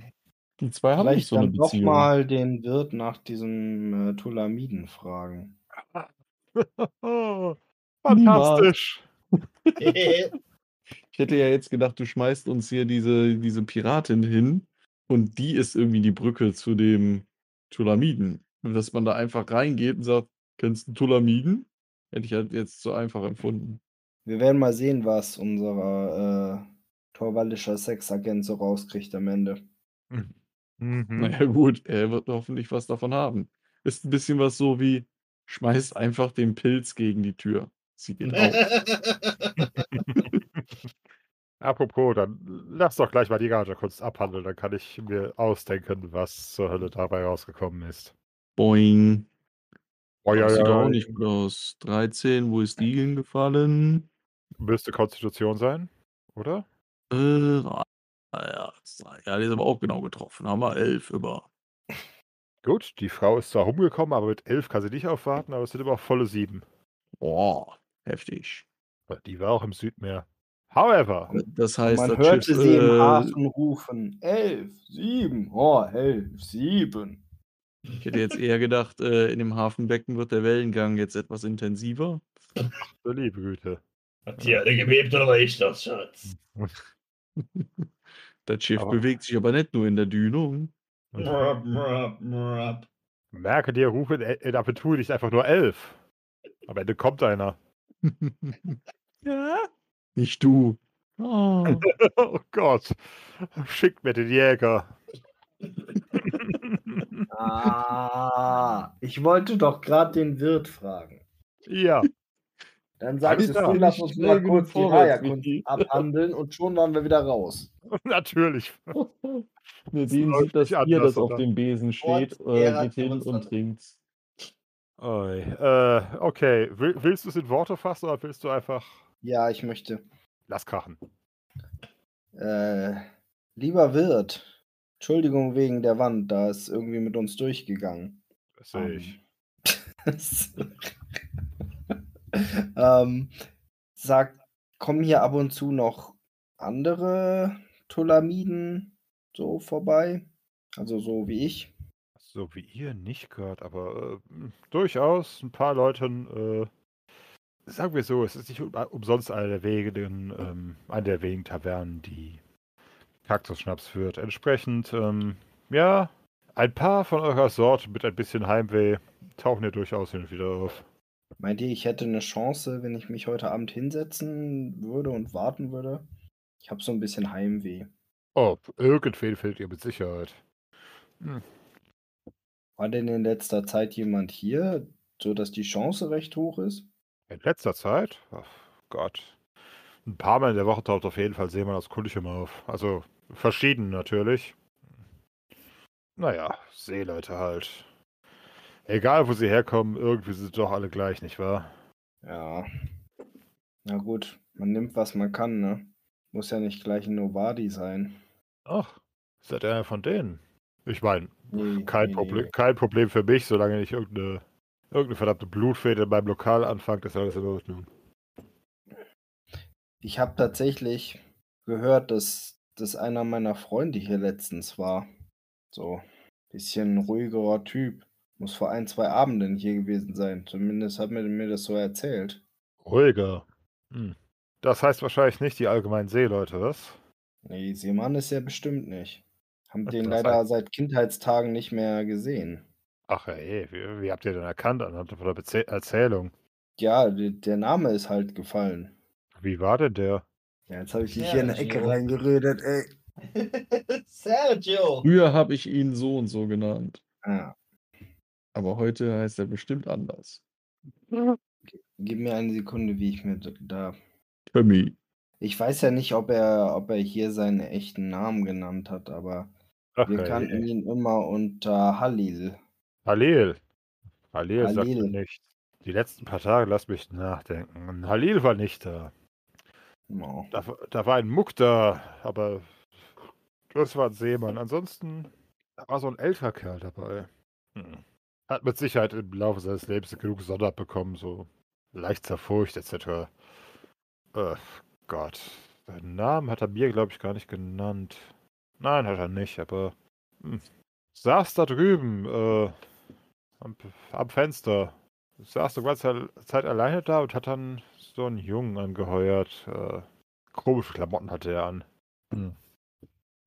Die zwei haben nicht
Vielleicht
so eine
dann doch
Beziehung.
mal den Wirt nach diesem äh, Tulamiden fragen.
*laughs* Fantastisch. Genau.
*laughs*
Ich hätte ja jetzt gedacht, du schmeißt uns hier diese, diese Piratin hin und die ist irgendwie die Brücke zu dem Tulamiden. Und dass man da einfach reingeht und sagt, kennst du Tulamiden? Hätte ich halt jetzt so einfach empfunden.
Wir werden mal sehen, was unser äh, torwallischer Sexagent so rauskriegt am Ende.
Mhm.
Naja, gut, er wird hoffentlich was davon haben. Ist ein bisschen was so wie, schmeißt einfach den Pilz gegen die Tür.
*laughs*
Sie geht auf.
Apropos, dann lass doch gleich mal die Gage kurz abhandeln, dann kann ich mir ausdenken, was zur Hölle dabei rausgekommen ist.
Boing.
Oh
Das sieht doch auch nicht gut aus. 13, wo ist die hingefallen?
Müsste Konstitution sein, oder?
Äh, ah, ja, zwei. ja, die ist aber auch genau getroffen. Haben wir elf über.
Gut, die Frau ist zwar rumgekommen, aber mit elf kann sie nicht aufwarten, aber es sind immer auch volle sieben.
Boah, heftig.
Die war auch im Südmeer. However,
Das heißt,
Man
das
hörte
Schiff,
sie
äh,
im Hafen rufen. Elf, sieben, oh, elf, sieben.
Ich hätte jetzt eher gedacht, äh, in dem Hafenbecken wird der Wellengang jetzt etwas intensiver.
du liebe Güte.
Habt ihr alle gebebt oder war ich das, Schatz?
Das Schiff
Aber-
bewegt sich aber nicht nur in der Dünung. *laughs*
Mrap, mrap, mrap.
Merke dir, rufe in, in Abitur nicht einfach nur elf. Am Ende kommt
*laughs*
einer.
ja? Nicht du. Ah.
Oh Gott, schickt mir den Jäger.
Ah, *laughs* ich wollte doch gerade den Wirt fragen.
Ja, *laughs*
Dann sagst
Alles
du,
klar.
du, lass uns
Schnell
mal
genug
kurz die
vorwärts,
Haierkunst
Vicky.
abhandeln und schon waren wir wieder raus.
natürlich.
Nadine
läuft
sieht das
nicht
Bier,
anders,
das auf
oder?
dem Besen steht,
Und
äh,
Gerhard
geht hin
kommt's
und
dann.
trinkt.
Oi, äh, okay, Will, willst du es in Worte fassen oder willst du einfach.
Ja, ich möchte.
Lass krachen.
Äh, lieber Wirt, Entschuldigung wegen der Wand, da ist irgendwie mit uns durchgegangen.
Das sehe ich.
*laughs* ähm, sagt, kommen hier ab und zu noch andere Tulamiden so vorbei? Also so wie ich.
So wie ihr nicht gehört, aber äh, m, durchaus ein paar Leuten. Äh, sagen wir so, es ist nicht um, umsonst einer der wenigen, ähm, eine der wenigen Tavernen, die Kaktusschnaps führt. Entsprechend, ähm, ja, ein paar von eurer Sorte mit ein bisschen Heimweh tauchen hier durchaus hin und wieder auf.
Meint ihr, ich hätte eine Chance, wenn ich mich heute Abend hinsetzen würde und warten würde? Ich habe so ein bisschen Heimweh.
Oh, irgendwen fehlt ihr mit Sicherheit. Hm,
War denn in letzter Zeit jemand hier, sodass die Chance recht hoch ist?
In letzter Zeit? Ach Gott. Ein paar Mal in der Woche taucht auf jeden Fall Seemann aus Kultichum auf. Also verschieden natürlich. Naja, Seeleute halt. Egal, wo sie herkommen, irgendwie sind sie doch alle gleich, nicht wahr?
Ja. Na gut, man nimmt, was man kann, ne? Muss ja nicht gleich ein Novadi sein.
Ach, seid ihr einer von denen? Ich meine,
Nee,
kein,
nee,
Problem,
nee.
kein Problem für mich, solange nicht irgendeine, irgendeine verdammte Blutfede beim Lokal anfängt, ist alles in Ordnung.
Ich habe tatsächlich gehört, dass das einer meiner Freunde hier letztens war. So, bisschen ruhigerer Typ. Muss vor ein, zwei Abenden hier gewesen sein. Zumindest hat mir, mir das so erzählt.
Ruhiger. Hm. Das heißt wahrscheinlich nicht die allgemeinen Seeleute, was?
Nee, Seemann ist ja bestimmt nicht. Haben
Das
den
heißt-
leider seit Kindheitstagen nicht mehr gesehen.
Ach ey, wie, wie habt ihr denn erkannt anhand von der Beze Erzählung?
Ja, de- der Name ist halt gefallen.
Wie war denn der?
Ja, jetzt habe ich dich
Ja,
hier in der
das ist
Ecke
so.
reingeredet, ey.
*laughs* Sergio!
Früher habe ich ihn so und so genannt.
Ah,
Aber heute heißt er bestimmt anders.
gib mir eine Sekunde, wie ich mir d- da.
Tommy.
Ich weiß ja nicht, ob er, ob er hier seinen echten Namen genannt hat, aber
Ach,
wir
ey,
kannten ihn immer unter Halil.
Halil. Halil sagt mir
Halil.
nicht. Die letzten paar Tage lasst mich nachdenken. Halil war nicht da.
No.
Da, w- da war ein Muck da, aber das war ein Seemann. Ansonsten da war so ein älterer Kerl dabei. Hm. Hat mit Sicherheit im Laufe seines Lebens genug Sonne abbekommen, so leicht zerfurcht etc. Ach Äh, Gott. Seinen Namen hat er mir, glaube ich, gar nicht genannt. Nein, hat er nicht, aber hm. saß da drüben äh, am, am Fenster. Saß die ganze Zeit alleine da und hat dann so einen Jungen angeheuert. Äh, komische Klamotten hatte er an. Hm.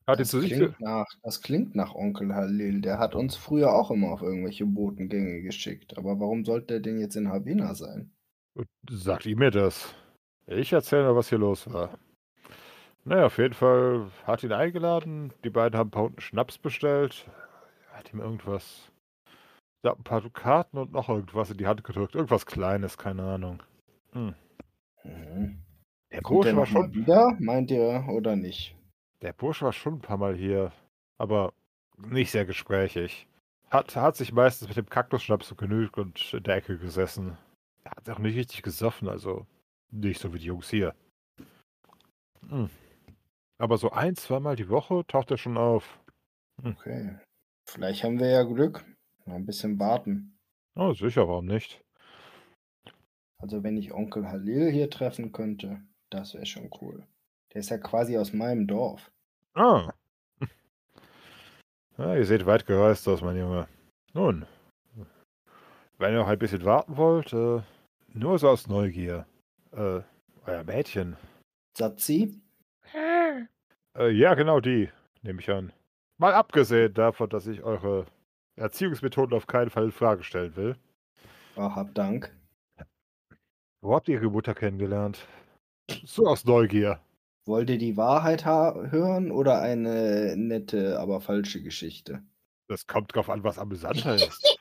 Hat ihn
Das
zu sich
klingt, nach, das klingt nach Onkel Halil. Der hat uns früher auch immer auf irgendwelche Botengänge geschickt. Aber warum sollte er denn jetzt in Havena sein?
Und Sagt Äh, ihm mir das. Ich erzähle mal, was hier los war. Naja, auf jeden Fall hat ihn eingeladen. Die beiden haben ein paar Hunden Schnaps bestellt. Hat ihm irgendwas. Da ein paar Dukaten und noch irgendwas in die Hand gedrückt. Irgendwas Kleines, keine Ahnung.
Mhm.
Der
Kommt der
Bursche war
noch mal
schon.
wieder, meint ihr, oder nicht?
Der Bursche war schon ein paar Mal hier. Aber nicht sehr gesprächig. Hat, hat sich meistens mit dem Kaktusschnaps so genügt und in der Ecke gesessen. Er hat auch nicht richtig gesoffen, also nicht so wie die Jungs hier. Hm. Aber so ein, zweimal die Woche taucht er schon auf.
Okay. Vielleicht haben wir ja Glück. Noch ein bisschen warten.
Oh, sicher, warum nicht?
Also wenn ich Onkel Halil hier treffen könnte, das wäre schon cool. Der ist ja quasi aus meinem Dorf.
Ah. *laughs* Ja, ihr seht weit gereist aus, mein Junge. Nun, wenn ihr noch ein bisschen warten wollt, äh, nur so aus Neugier. Äh, euer Mädchen.
Satzi?
Äh, ja, genau die, nehme ich an. Mal abgesehen davon, dass ich eure Erziehungsmethoden auf keinen Fall in Frage stellen will.
Ah, hab Dank.
Wo habt ihr ihre Mutter kennengelernt? So aus Neugier.
Wollt ihr die Wahrheit ha- hören oder eine nette, aber falsche Geschichte?
Das kommt drauf an, was amüsanter ist.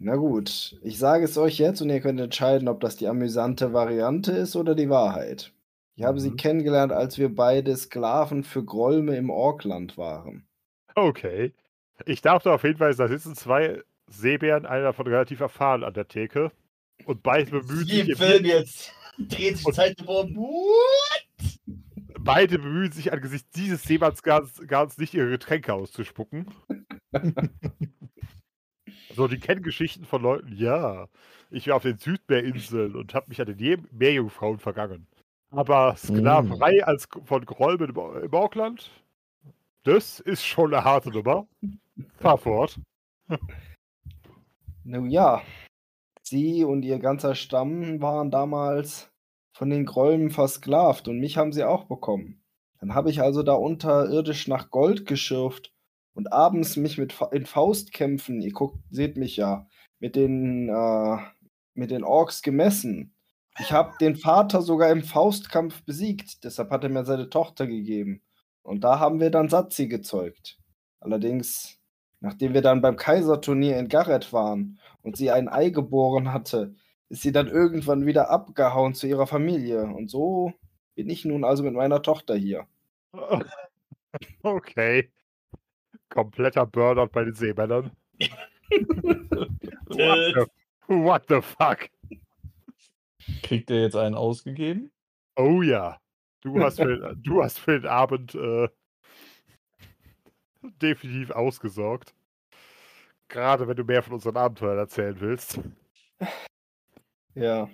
Na gut, ich sage es euch jetzt und ihr könnt entscheiden, ob das die amüsante Variante ist oder die Wahrheit. Ich habe sie
Mhm.
kennengelernt, als wir beide Sklaven für Grolme im Orkland waren.
Okay. Ich darf darauf hinweisen, da sitzen zwei Seebären, einer davon relativ erfahren an der Theke. Und beide bemühen, sich
Wie
ihr
Film
Bier,
jetzt. Dreht sich Zeitgebomben.
beide bemühen sich angesichts dieses Seemanns ganz, ganz nicht ihre Getränke auszuspucken. so, die kennen Geschichten von Leuten, ja. Ich war auf den Südmeerinseln und habe mich an den Je- Meerjungfrauen vergangen. Aber Sklaverei als von Gräumen im, Au- im Auckland, das ist schon eine harte Nummer. Fahr fort.
Nun ja, sie und ihr ganzer Stamm waren damals von den Grolmen versklavt und mich haben sie auch bekommen. Dann habe ich also da unterirdisch nach Gold geschürft und abends mich mit Fa in Faustkämpfen, ihr guckt, seht mich ja, mit den, äh, mit den Orks gemessen. Ich habe den Vater sogar im Faustkampf besiegt, deshalb hat er mir seine Tochter gegeben. Und da haben wir dann Satzi gezeugt. Allerdings, nachdem wir dann beim Kaiserturnier in Garrett waren, und sie ein Ei geboren hatte, ist sie dann irgendwann wieder abgehauen zu ihrer Familie. Und so bin ich nun also mit meiner Tochter hier.
*laughs* Okay. Kompletter Burnout bei den Seemännern. What the, what the fuck?
Kriegt er jetzt einen ausgegeben?
Oh ja. Du hast für, du hast für den Abend äh, definitiv ausgesorgt. Gerade wenn du mehr von unseren Abenteuern erzählen willst.
Ja.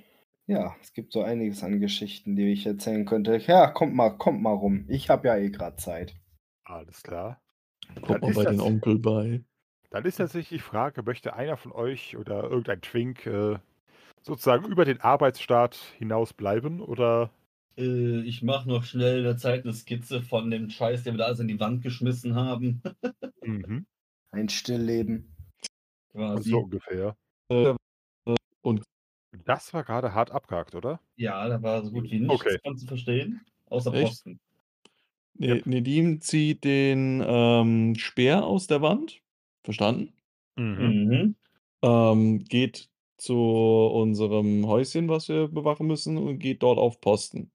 Ja, es gibt so einiges an Geschichten, die ich erzählen könnte. Ja, kommt mal, kommt mal rum. Ich habe ja eh gerade Zeit.
Alles klar.
Kommt
Dann
mal
ist
bei den um-
das-
Onkel bei.
Dann ist tatsächlich die Frage, möchte einer von euch oder irgendein Twink äh, sozusagen über den Arbeitsstart hinaus bleiben oder
Äh, ich mache noch schnell in der Zeit eine Skizze von dem Scheiß, den wir da alles in die Wand geschmissen haben.
mhm.
Ein Stillleben.
Quasi.
so ungefähr.
Äh,
Das war gerade hart abgehakt, oder?
Ja, da war so gut wie nichts
Okay.
von zu verstehen. Außer
Echt?
Posten.
Ne- Nedim zieht den ähm, Speer aus der Wand. Verstanden?
Mhm.
Ähm, geht zu unserem Häuschen, was wir bewachen müssen, und geht dort auf Posten.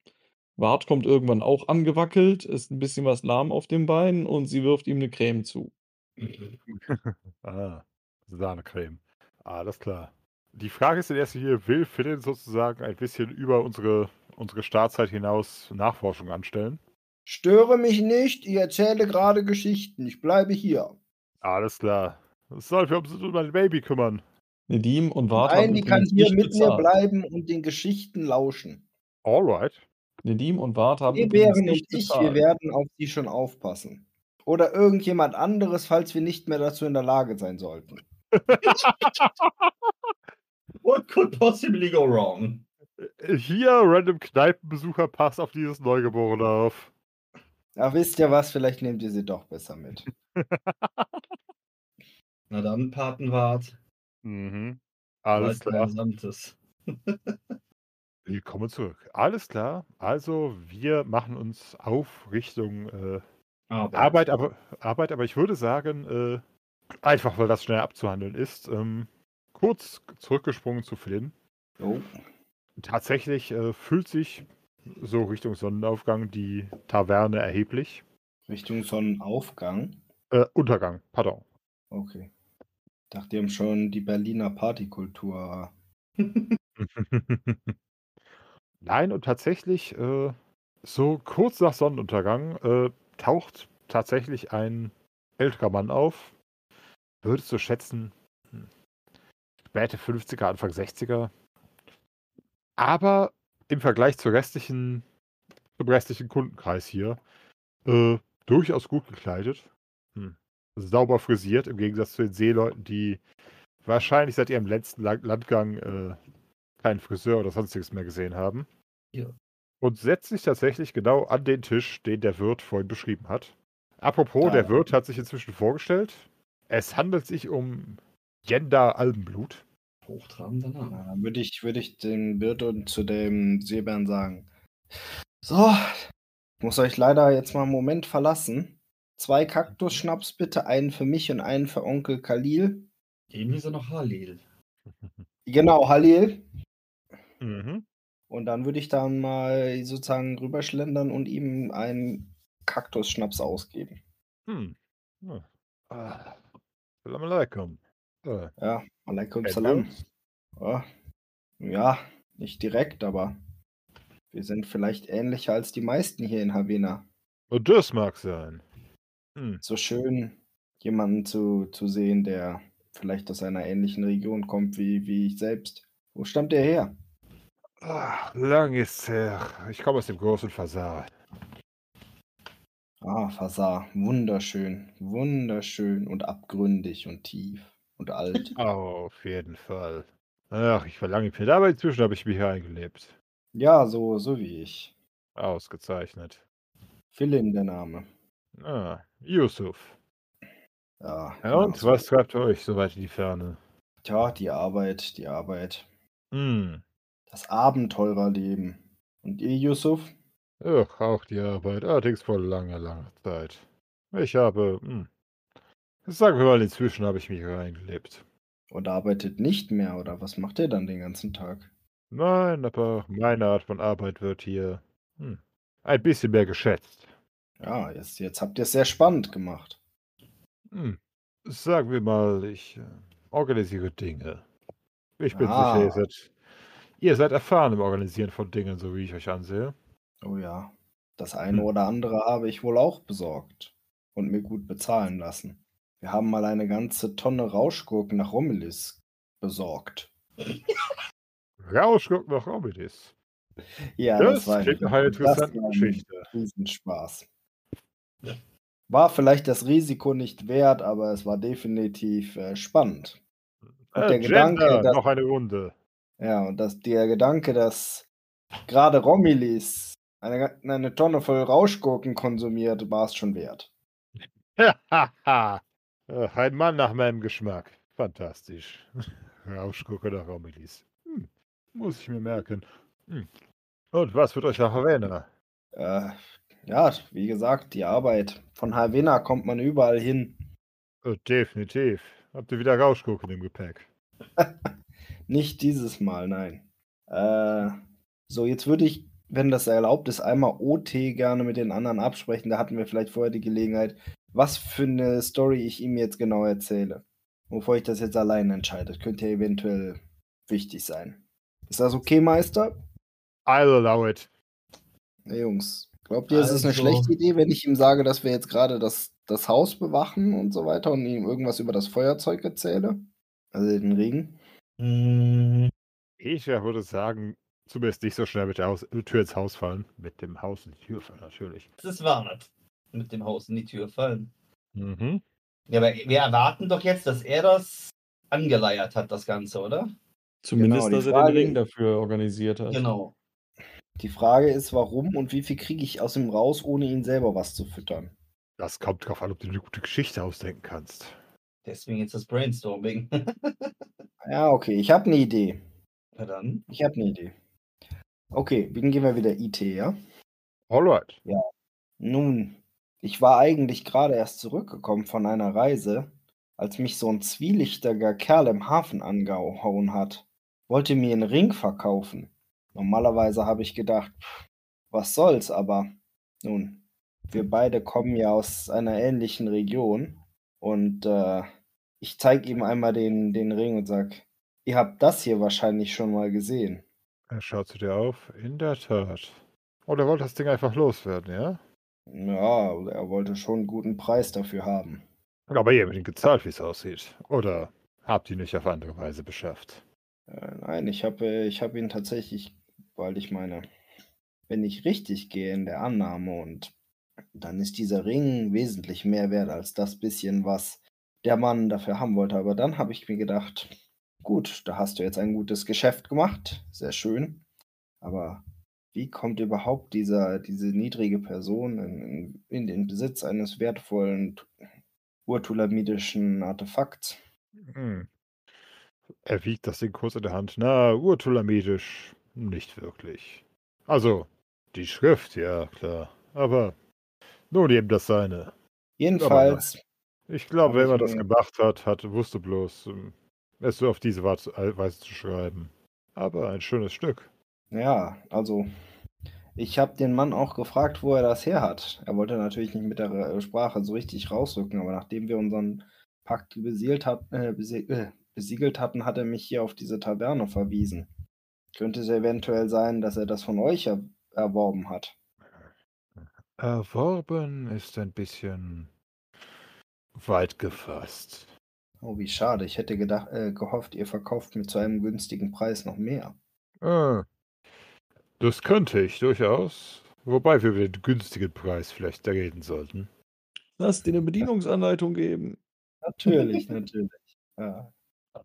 Wart kommt irgendwann auch angewackelt, ist ein bisschen was lahm auf dem Bein und sie wirft ihm eine Creme zu.
Ah, Sahnecreme. Alles klar. Die Frage ist in erster Linie, will Philin sozusagen ein bisschen über unsere, unsere Startzeit hinaus Nachforschung anstellen?
Störe mich nicht, ich erzähle gerade Geschichten. Ich bleibe hier.
Alles klar. Es soll für uns um mein Baby kümmern.
Nedim und Wart haben
Nein, die kann
übrigens nicht
hier mit mir
bezahlt.
bleiben und den Geschichten lauschen.
Alright.
Nedim und Wart haben
Wir
übrigens
wären und
nicht
ich, wir
bezahlt.
werden auf sie schon aufpassen. Oder irgendjemand anderes, falls wir nicht mehr dazu in der Lage sein sollten.
What could possibly go wrong?
Hier, random Kneipenbesucher, passt auf dieses Neugeborene auf.
Ja, wisst ihr was? Vielleicht nehmt ihr sie doch
*laughs*
besser mit.
Na dann, Patenwart.
Mhm. Alles
Weiß mein
klar.
Gesamtes.
Willkommen zurück. Alles klar. Also, wir machen uns auf Richtung äh,
Aber,
Arbeit, aber, Arbeit, aber ich würde sagen, äh, einfach weil das schnell abzuhandeln ist, ähm, kurz zurückgesprungen zu Flynn.
Jo.
Tatsächlich äh, füllt sich so Richtung Sonnenaufgang die Taverne erheblich.
Richtung Sonnenaufgang.
Äh, Untergang, pardon.
Okay. Dachte, die haben schon die Berliner Partykultur.
Nein, und tatsächlich, äh, so kurz nach Sonnenuntergang äh, taucht tatsächlich ein älterer Mann auf. Würdest du schätzen, hm, späte 50er, Anfang 60er. Aber im Vergleich zur restlichen, zum restlichen Kundenkreis hier, äh, durchaus gut gekleidet. Hm. Sauber frisiert, im Gegensatz zu den Seeleuten, die wahrscheinlich seit ihrem letzten Lang- Landgang äh, keinen Friseur oder sonstiges mehr gesehen haben.
Ja.
Und setzt sich tatsächlich genau an den Tisch, den der Wirt vorhin beschrieben hat. Apropos,
Ah.
der Wirt hat sich inzwischen vorgestellt. Es handelt sich um Jenda Albenblut.
hochtrabender Name.
Na, Dann würde Äh, ich, würde ich dem Wirt und zu dem Seebären sagen. So, ich muss euch leider jetzt mal einen Moment verlassen. Zwei Kaktusschnaps bitte, einen für mich und einen für Onkel Khalil.
Eben ist er noch Halil.
Genau, Halil.
Mhm.
Und dann würde ich dann mal sozusagen rüberschlendern und ihm einen Kaktusschnaps ausgeben.
Hm. Ja. Ah. Salam alaikum. Äh,
Ja, alaikum
Ed
salam.
House?
Ja. ja, nicht direkt, aber wir sind vielleicht ähnlicher als die meisten hier in Havana.
Und das Oh, mag sein. Hm.
So schön, jemanden zu, zu sehen, der vielleicht aus einer ähnlichen Region kommt wie, wie ich selbst. Wo stammt er her?
Ah, lang ist's her. Ich komme aus dem großen Fasar.
Ah, Fasar, wunderschön, wunderschön und abgründig und tief und
*laughs*
alt.
Auf jeden Fall. Ach, ich verlange viel, aber inzwischen habe ich mich hier eingelebt.
Ja, so, so wie ich.
Ausgezeichnet.
Philin der Name.
Ah, Yusuf.
Ja,
Ja, und
genauso.
was treibt euch so weit in die Ferne?
Tja, die Arbeit, die Arbeit.
Hm.
Das Abenteurerleben. Und ihr, Yusuf?
Ach, auch die Arbeit. Allerdings vor langer, langer Zeit. Ich habe, hm. Sagen wir mal, inzwischen habe ich mich hier eingelebt.
Oder arbeitet nicht mehr, oder was macht ihr dann den ganzen Tag?
Nein, aber meine Art von Arbeit wird hier hm, ein bisschen mehr geschätzt.
Ja, jetzt, jetzt habt ihr es sehr spannend gemacht.
Hm. Sagen wir mal, ich äh, organisiere Dinge. Ich bin sicher,
Ah.
ihr seid, ihr seid erfahren im Organisieren von Dingen, so wie ich euch ansehe.
Oh ja, das eine
Hm.
oder andere habe ich wohl auch besorgt und mir gut bezahlen lassen. Wir haben mal eine ganze Tonne Rauschgurken nach Rommelis besorgt.
Rauschguck nach Romidis.
Ja,
Das
das, war
klingt nach einer interessanten Geschichte.
Riesenspaß. War vielleicht das Risiko nicht wert, aber es war definitiv äh, spannend. Und der Gedanke, dass-
Äh, noch eine Runde.
Ja, und dass der Gedanke, dass gerade Romilis eine, ga- eine Tonne voll Rauschgurken konsumiert, war es schon wert.
Hahaha. Ach, *laughs* ein Mann nach meinem Geschmack. Fantastisch. *laughs* Rauschgucke nach Romidis. Hm. Muss ich mir merken. Hm. Und was wird euch nach Havana?
Äh, ja, wie gesagt, die Arbeit. Von Havena kommt man überall hin.
Äh, definitiv. Habt ihr wieder Rauschgucken im Gepäck?
Nicht dieses Mal, nein. Äh, so, jetzt würde ich, wenn das erlaubt ist, einmal OT gerne mit den anderen absprechen. Da hatten wir vielleicht vorher die Gelegenheit, was für eine Story ich ihm jetzt genau erzähle. Wovor ich das jetzt allein entscheide, könnte ja eventuell wichtig sein. Ist das okay, Meister?
I'll allow it.
Na, Jungs, glaubt ihr, es ist eine
Also-
schlechte Idee, wenn ich ihm sage, dass wir jetzt gerade das, das Haus bewachen und so weiter und ihm irgendwas über das Feuerzeug erzähle? Also den Regen?
Mm,
Ich ja äh, würde sagen, Zumindest nicht so schnell mit der Haus Tür ins Haus fallen. Mit dem Haus in die Tür fallen, natürlich.
Das ist wahr. Mit dem Haus in die Tür fallen.
Mhm.
Ja, aber wir erwarten doch jetzt, dass er das angeleiert hat, das Ganze, oder?
Zumindest,
Genau, die
dass er
Frage-
den Ring dafür organisiert hat.
Genau.
Die Frage ist, warum und wie viel kriege ich aus ihm raus, ohne ihn selber was zu füttern?
Das kommt drauf an, ob du eine gute Geschichte ausdenken kannst.
Deswegen jetzt das Brainstorming. *laughs*
Ja, okay, ich habe eine Idee.
Na dann.
Ich habe eine Idee. Okay, dann gehen wir wieder IT, ja?
Alright.
Nun, ich war eigentlich gerade erst zurückgekommen von einer Reise, als mich so ein zwielichtiger Kerl im Hafen angehauen hat. Wollte mir einen Ring verkaufen. Normalerweise habe ich gedacht, pff, was soll's, aber nun, wir beide kommen ja aus einer ähnlichen Region und äh, ich zeige ihm einmal den, den Ring und sag, ihr habt das hier wahrscheinlich schon mal gesehen.
Er schaut zu dir auf. In der Tat. Oder wollte das Ding einfach loswerden, ja?
Ja, er wollte schon einen guten Preis dafür haben.
Aber ihr habt ihn gezahlt, wie es aussieht. Oder habt ihr nicht auf andere Weise beschafft?
Äh, Nein, ich habe ich hab ihn tatsächlich, weil ich meine, wenn ich richtig gehe in der Annahme und dann ist dieser Ring wesentlich mehr wert als das bisschen, was der Mann dafür haben wollte. Aber dann habe ich mir gedacht, gut, da hast du jetzt ein gutes Geschäft gemacht, sehr schön. Aber wie kommt überhaupt dieser, diese niedrige Person in, in, in den Besitz eines wertvollen urtulamidischen Artefakts?
Hm. Er wiegt das Ding kurz in der Hand. Na, urtulamedisch. Nicht wirklich. Also, die Schrift, ja, klar. Aber nun eben das seine.
Jedenfalls
Ich glaube,
Aber
wenn
ich
man das
meine-
gemacht hat, hat wusste bloß, ähm, es so auf diese Wart- äh, Weise zu schreiben. Aber ein schönes Stück.
Ja, also ich habe den Mann auch gefragt, wo er das her hat. Er wollte natürlich nicht mit der äh, Sprache so richtig rausrücken, aber nachdem wir unseren Pakt besiegelt, hat, äh, besie äh, besiegelt hatten, hat er mich hier auf diese Taverne verwiesen. Könnte es eventuell sein, dass er das von euch er erworben hat?
Erworben ist ein bisschen weit gefasst.
Oh, wie schade. Ich hätte gedacht, äh, gehofft, ihr verkauft mir zu einem günstigen Preis noch mehr.
Ah, das könnte ich durchaus. Wobei wir über den günstigen Preis vielleicht reden sollten.
Lass dir eine Bedienungsanleitung geben.
Natürlich, natürlich. Ja.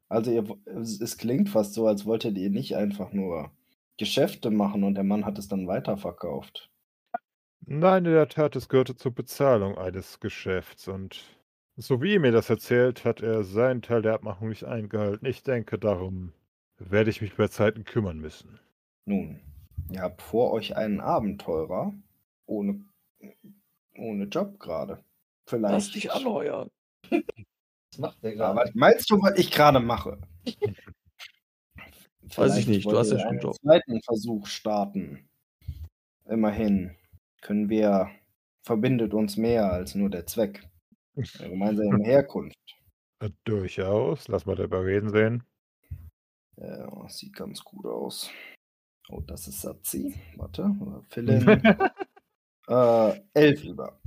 Also ihr, wo- es, es klingt fast so, als wolltet ihr nicht einfach nur Geschäfte machen und der Mann hat es dann weiterverkauft.
Nein, in der Tat, es gehörte zur Bezahlung eines Geschäfts und so wie er mir das erzählt, hat er seinen Teil der Abmachung nicht eingehalten. Ich denke, darum werde ich mich bei Zeiten kümmern müssen.
Nun, ihr habt vor euch einen Abenteurer ohne, ohne Job gerade.
Lass
Vielleicht.
dich anheuern.
Was macht der
Ja,
gerade?
was meinst du, was ich gerade mache?
Weiß ich
Vielleicht
nicht, du
wollt
hast ja
ihr
schon
einen
Job.
zweiten Versuch starten. Immerhin können wir, verbindet uns mehr als nur der
*laughs*
Zweck. Eine gemeinsame Herkunft.
Äh, durchaus, lass mal darüber reden sehen.
Ja, das sieht ganz gut aus. Oh, das ist Satzi. Warte, oder
*laughs*
Philin. äh, elf über.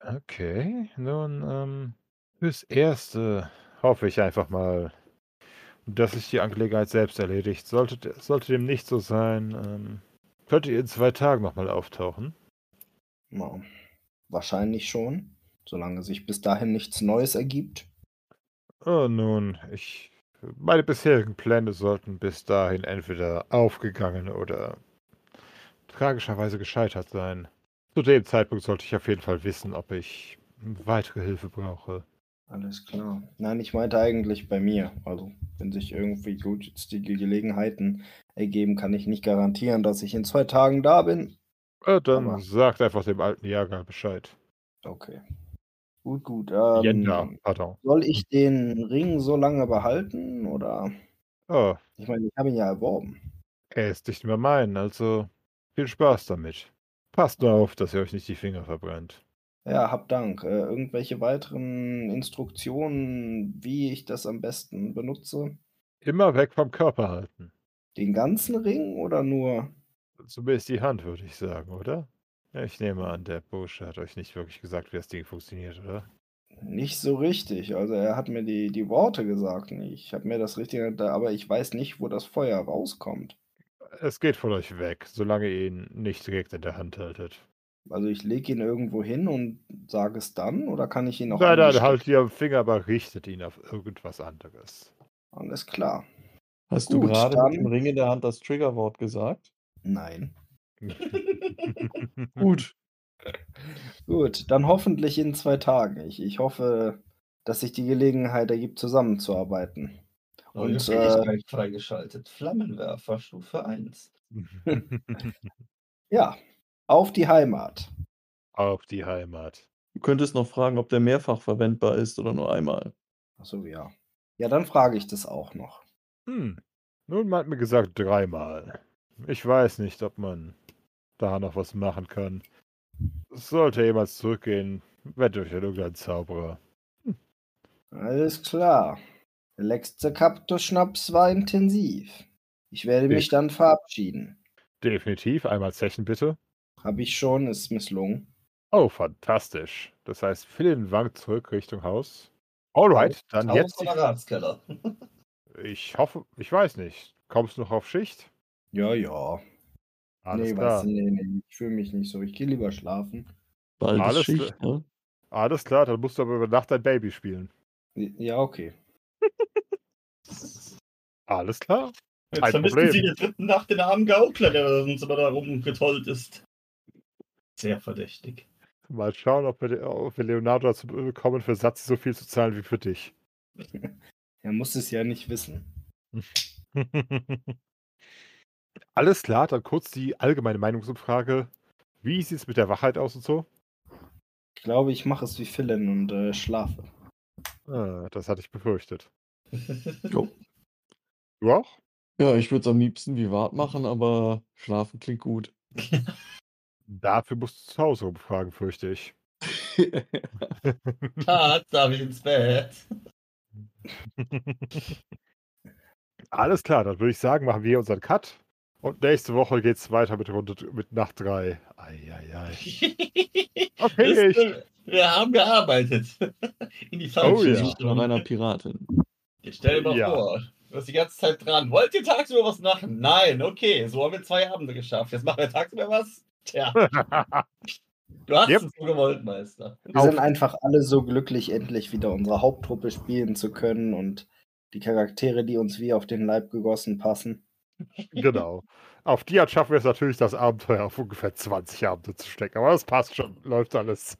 Okay, nun, ähm, fürs Erste hoffe ich einfach mal, dass sich die Angelegenheit selbst erledigt. Sollte, sollte dem nicht so sein, ähm, könntet ihr in zwei Tagen nochmal auftauchen.
Ja, wahrscheinlich schon, solange sich bis dahin nichts Neues ergibt.
Oh, nun, ich. Meine bisherigen Pläne sollten bis dahin entweder aufgegangen oder tragischerweise gescheitert sein. Zu dem Zeitpunkt sollte ich auf jeden Fall wissen, ob ich weitere Hilfe brauche.
Alles klar. Nein, ich meinte eigentlich bei mir. Also, wenn sich irgendwie gutstige Gelegenheiten ergeben, kann ich nicht garantieren, dass ich in zwei Tagen da bin.
Äh, dann
Aber-
sagt einfach dem alten Jäger Bescheid.
Okay. Gut, gut. Ähm,
Jender, pardon.
Soll ich den Ring so lange behalten? Oder?
Oh,
Ich meine, ich habe ihn ja erworben.
er ist nicht mehr mein, also viel Spaß damit. Passt nur auf, dass ihr euch nicht die Finger verbrennt.
Ja, hab Dank. Äh, irgendwelche weiteren Instruktionen, wie ich das am besten benutze?
Immer weg vom Körper halten.
Den ganzen Ring oder nur?
Zumindest die Hand, würde ich sagen, oder? Ja, Ich nehme an, der Bursche hat euch nicht wirklich gesagt, wie das Ding funktioniert, oder?
Nicht so richtig. Also er hat mir die, die Worte gesagt. und Ich habe mir das richtig, aber ich weiß nicht, wo das Feuer rauskommt.
es geht von euch weg, solange ihr ihn nicht direkt in der Hand haltet.
Also ich lege ihn irgendwo hin und sage es dann oder kann ich ihn auch
Nein, nein,
anstecken?
haltet ihr am also halt Finger, aber richtet ihn auf irgendwas anderes. *laughs*
Alles klar.
Hast du
Gut,
gerade
dann-
mit dem Ring in der Hand das Triggerwort gesagt?
Nein.
Mhm.
Gut.
Gut, dann hoffentlich in zwei Tagen. Ich, ich hoffe, dass sich die Gelegenheit ergibt, zusammenzuarbeiten.
Neue
Und,
äh,
Fähigkeit freigeschaltet. Flammenwerfer Stufe 1.
Ja, auf die Heimat.
auf die Heimat.
Du könntest noch fragen, ob der mehrfach verwendbar ist oder nur einmal.
Achso, ja. Ja, dann frage ich das auch noch.
Hm. Nun man hat mir gesagt dreimal. Ich weiß nicht, ob man da noch was machen kann. Es Sollte jemals zurückgehen, wette ich an irgendeinen Zauberer.
Alles klar. Der letzte Kaptus-Schnaps war intensiv. Ich werde mich dann verabschieden.
Definitiv, einmal Zechen bitte.
Habe ich schon, ist misslungen.
Oh, fantastisch. Das heißt, Philin wankt zurück Richtung Haus. Alright, dann
Haus
jetzt.
oder Ratskeller?
die- Ich hoffe, ich weiß nicht. Kommst du noch auf Schicht?
Ja, ja.
Alles
nee,
klar.
weißt du, nee, nee, ich fühle mich nicht so. Ich gehe lieber schlafen.
Bald
Alles
ist Schicht, ne?
Alles klar, dann musst du aber über Nacht dein Baby spielen.
Ja, okay.
Alles klar.
Jetzt
Kein
vermissen
Problem.
sie in der dritten Nacht den armen Gaukler, der sonst immer da rumgetollt ist. Sehr *laughs* verdächtig.
Mal schauen, ob wir, ob wir Leonardo dazu bekommen, für Satz so viel zu zahlen wie für dich.
Er muss es ja nicht wissen.
Alles klar, dann kurz die allgemeine Meinungsumfrage. Wie sieht es mit der Wachheit aus und so?
Ich glaube, ich mache es wie Philin und äh, schlafe.
Ah, das hatte ich befürchtet.
Jo.
Du auch?
Ja, ich würde es am liebsten wie Wart machen, aber schlafen klingt gut.
Dafür musst du zu Hause rumfragen, fürchte *laughs* ich.
Tat, darf Ah, ich ins Bett? *laughs*
Alles klar, dann würde ich sagen, machen wir unseren Cut. Und nächste Woche geht es weiter mit Runde mit Nacht 3. Eieiei. Okay,
Wisst
ich,
ihr, Wir haben gearbeitet. *laughs* In die falsche
Oh ja.
Ich war
Richtung.
reiner Piratin.
Jetzt Stell dir mal
Ja.
vor, du bist die ganze Zeit dran. Wollt ihr tagsüber was machen? Nein, okay, so haben wir zwei Abende geschafft. Jetzt machen wir tagsüber was?
*laughs*
Tja, du hast
Yep.
es so gewollt, Meister.
Wir sind einfach alle so glücklich, endlich wieder unsere Haupttruppe spielen zu können und die Charaktere, die uns wie auf den Leib gegossen passen.
genau. Auf die Art schaffen wir es natürlich, das Abenteuer auf ungefähr 20 Abende zu stecken. Aber das passt schon. Läuft alles.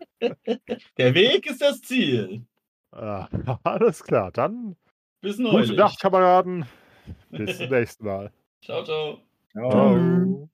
Der Weg ist das Ziel.
Ah, *laughs* alles klar, dann
Bis
gute
neulich.
Nacht, Kameraden. Bis zum nächsten Mal.
Ciao, ciao.
Ja.
Ciao.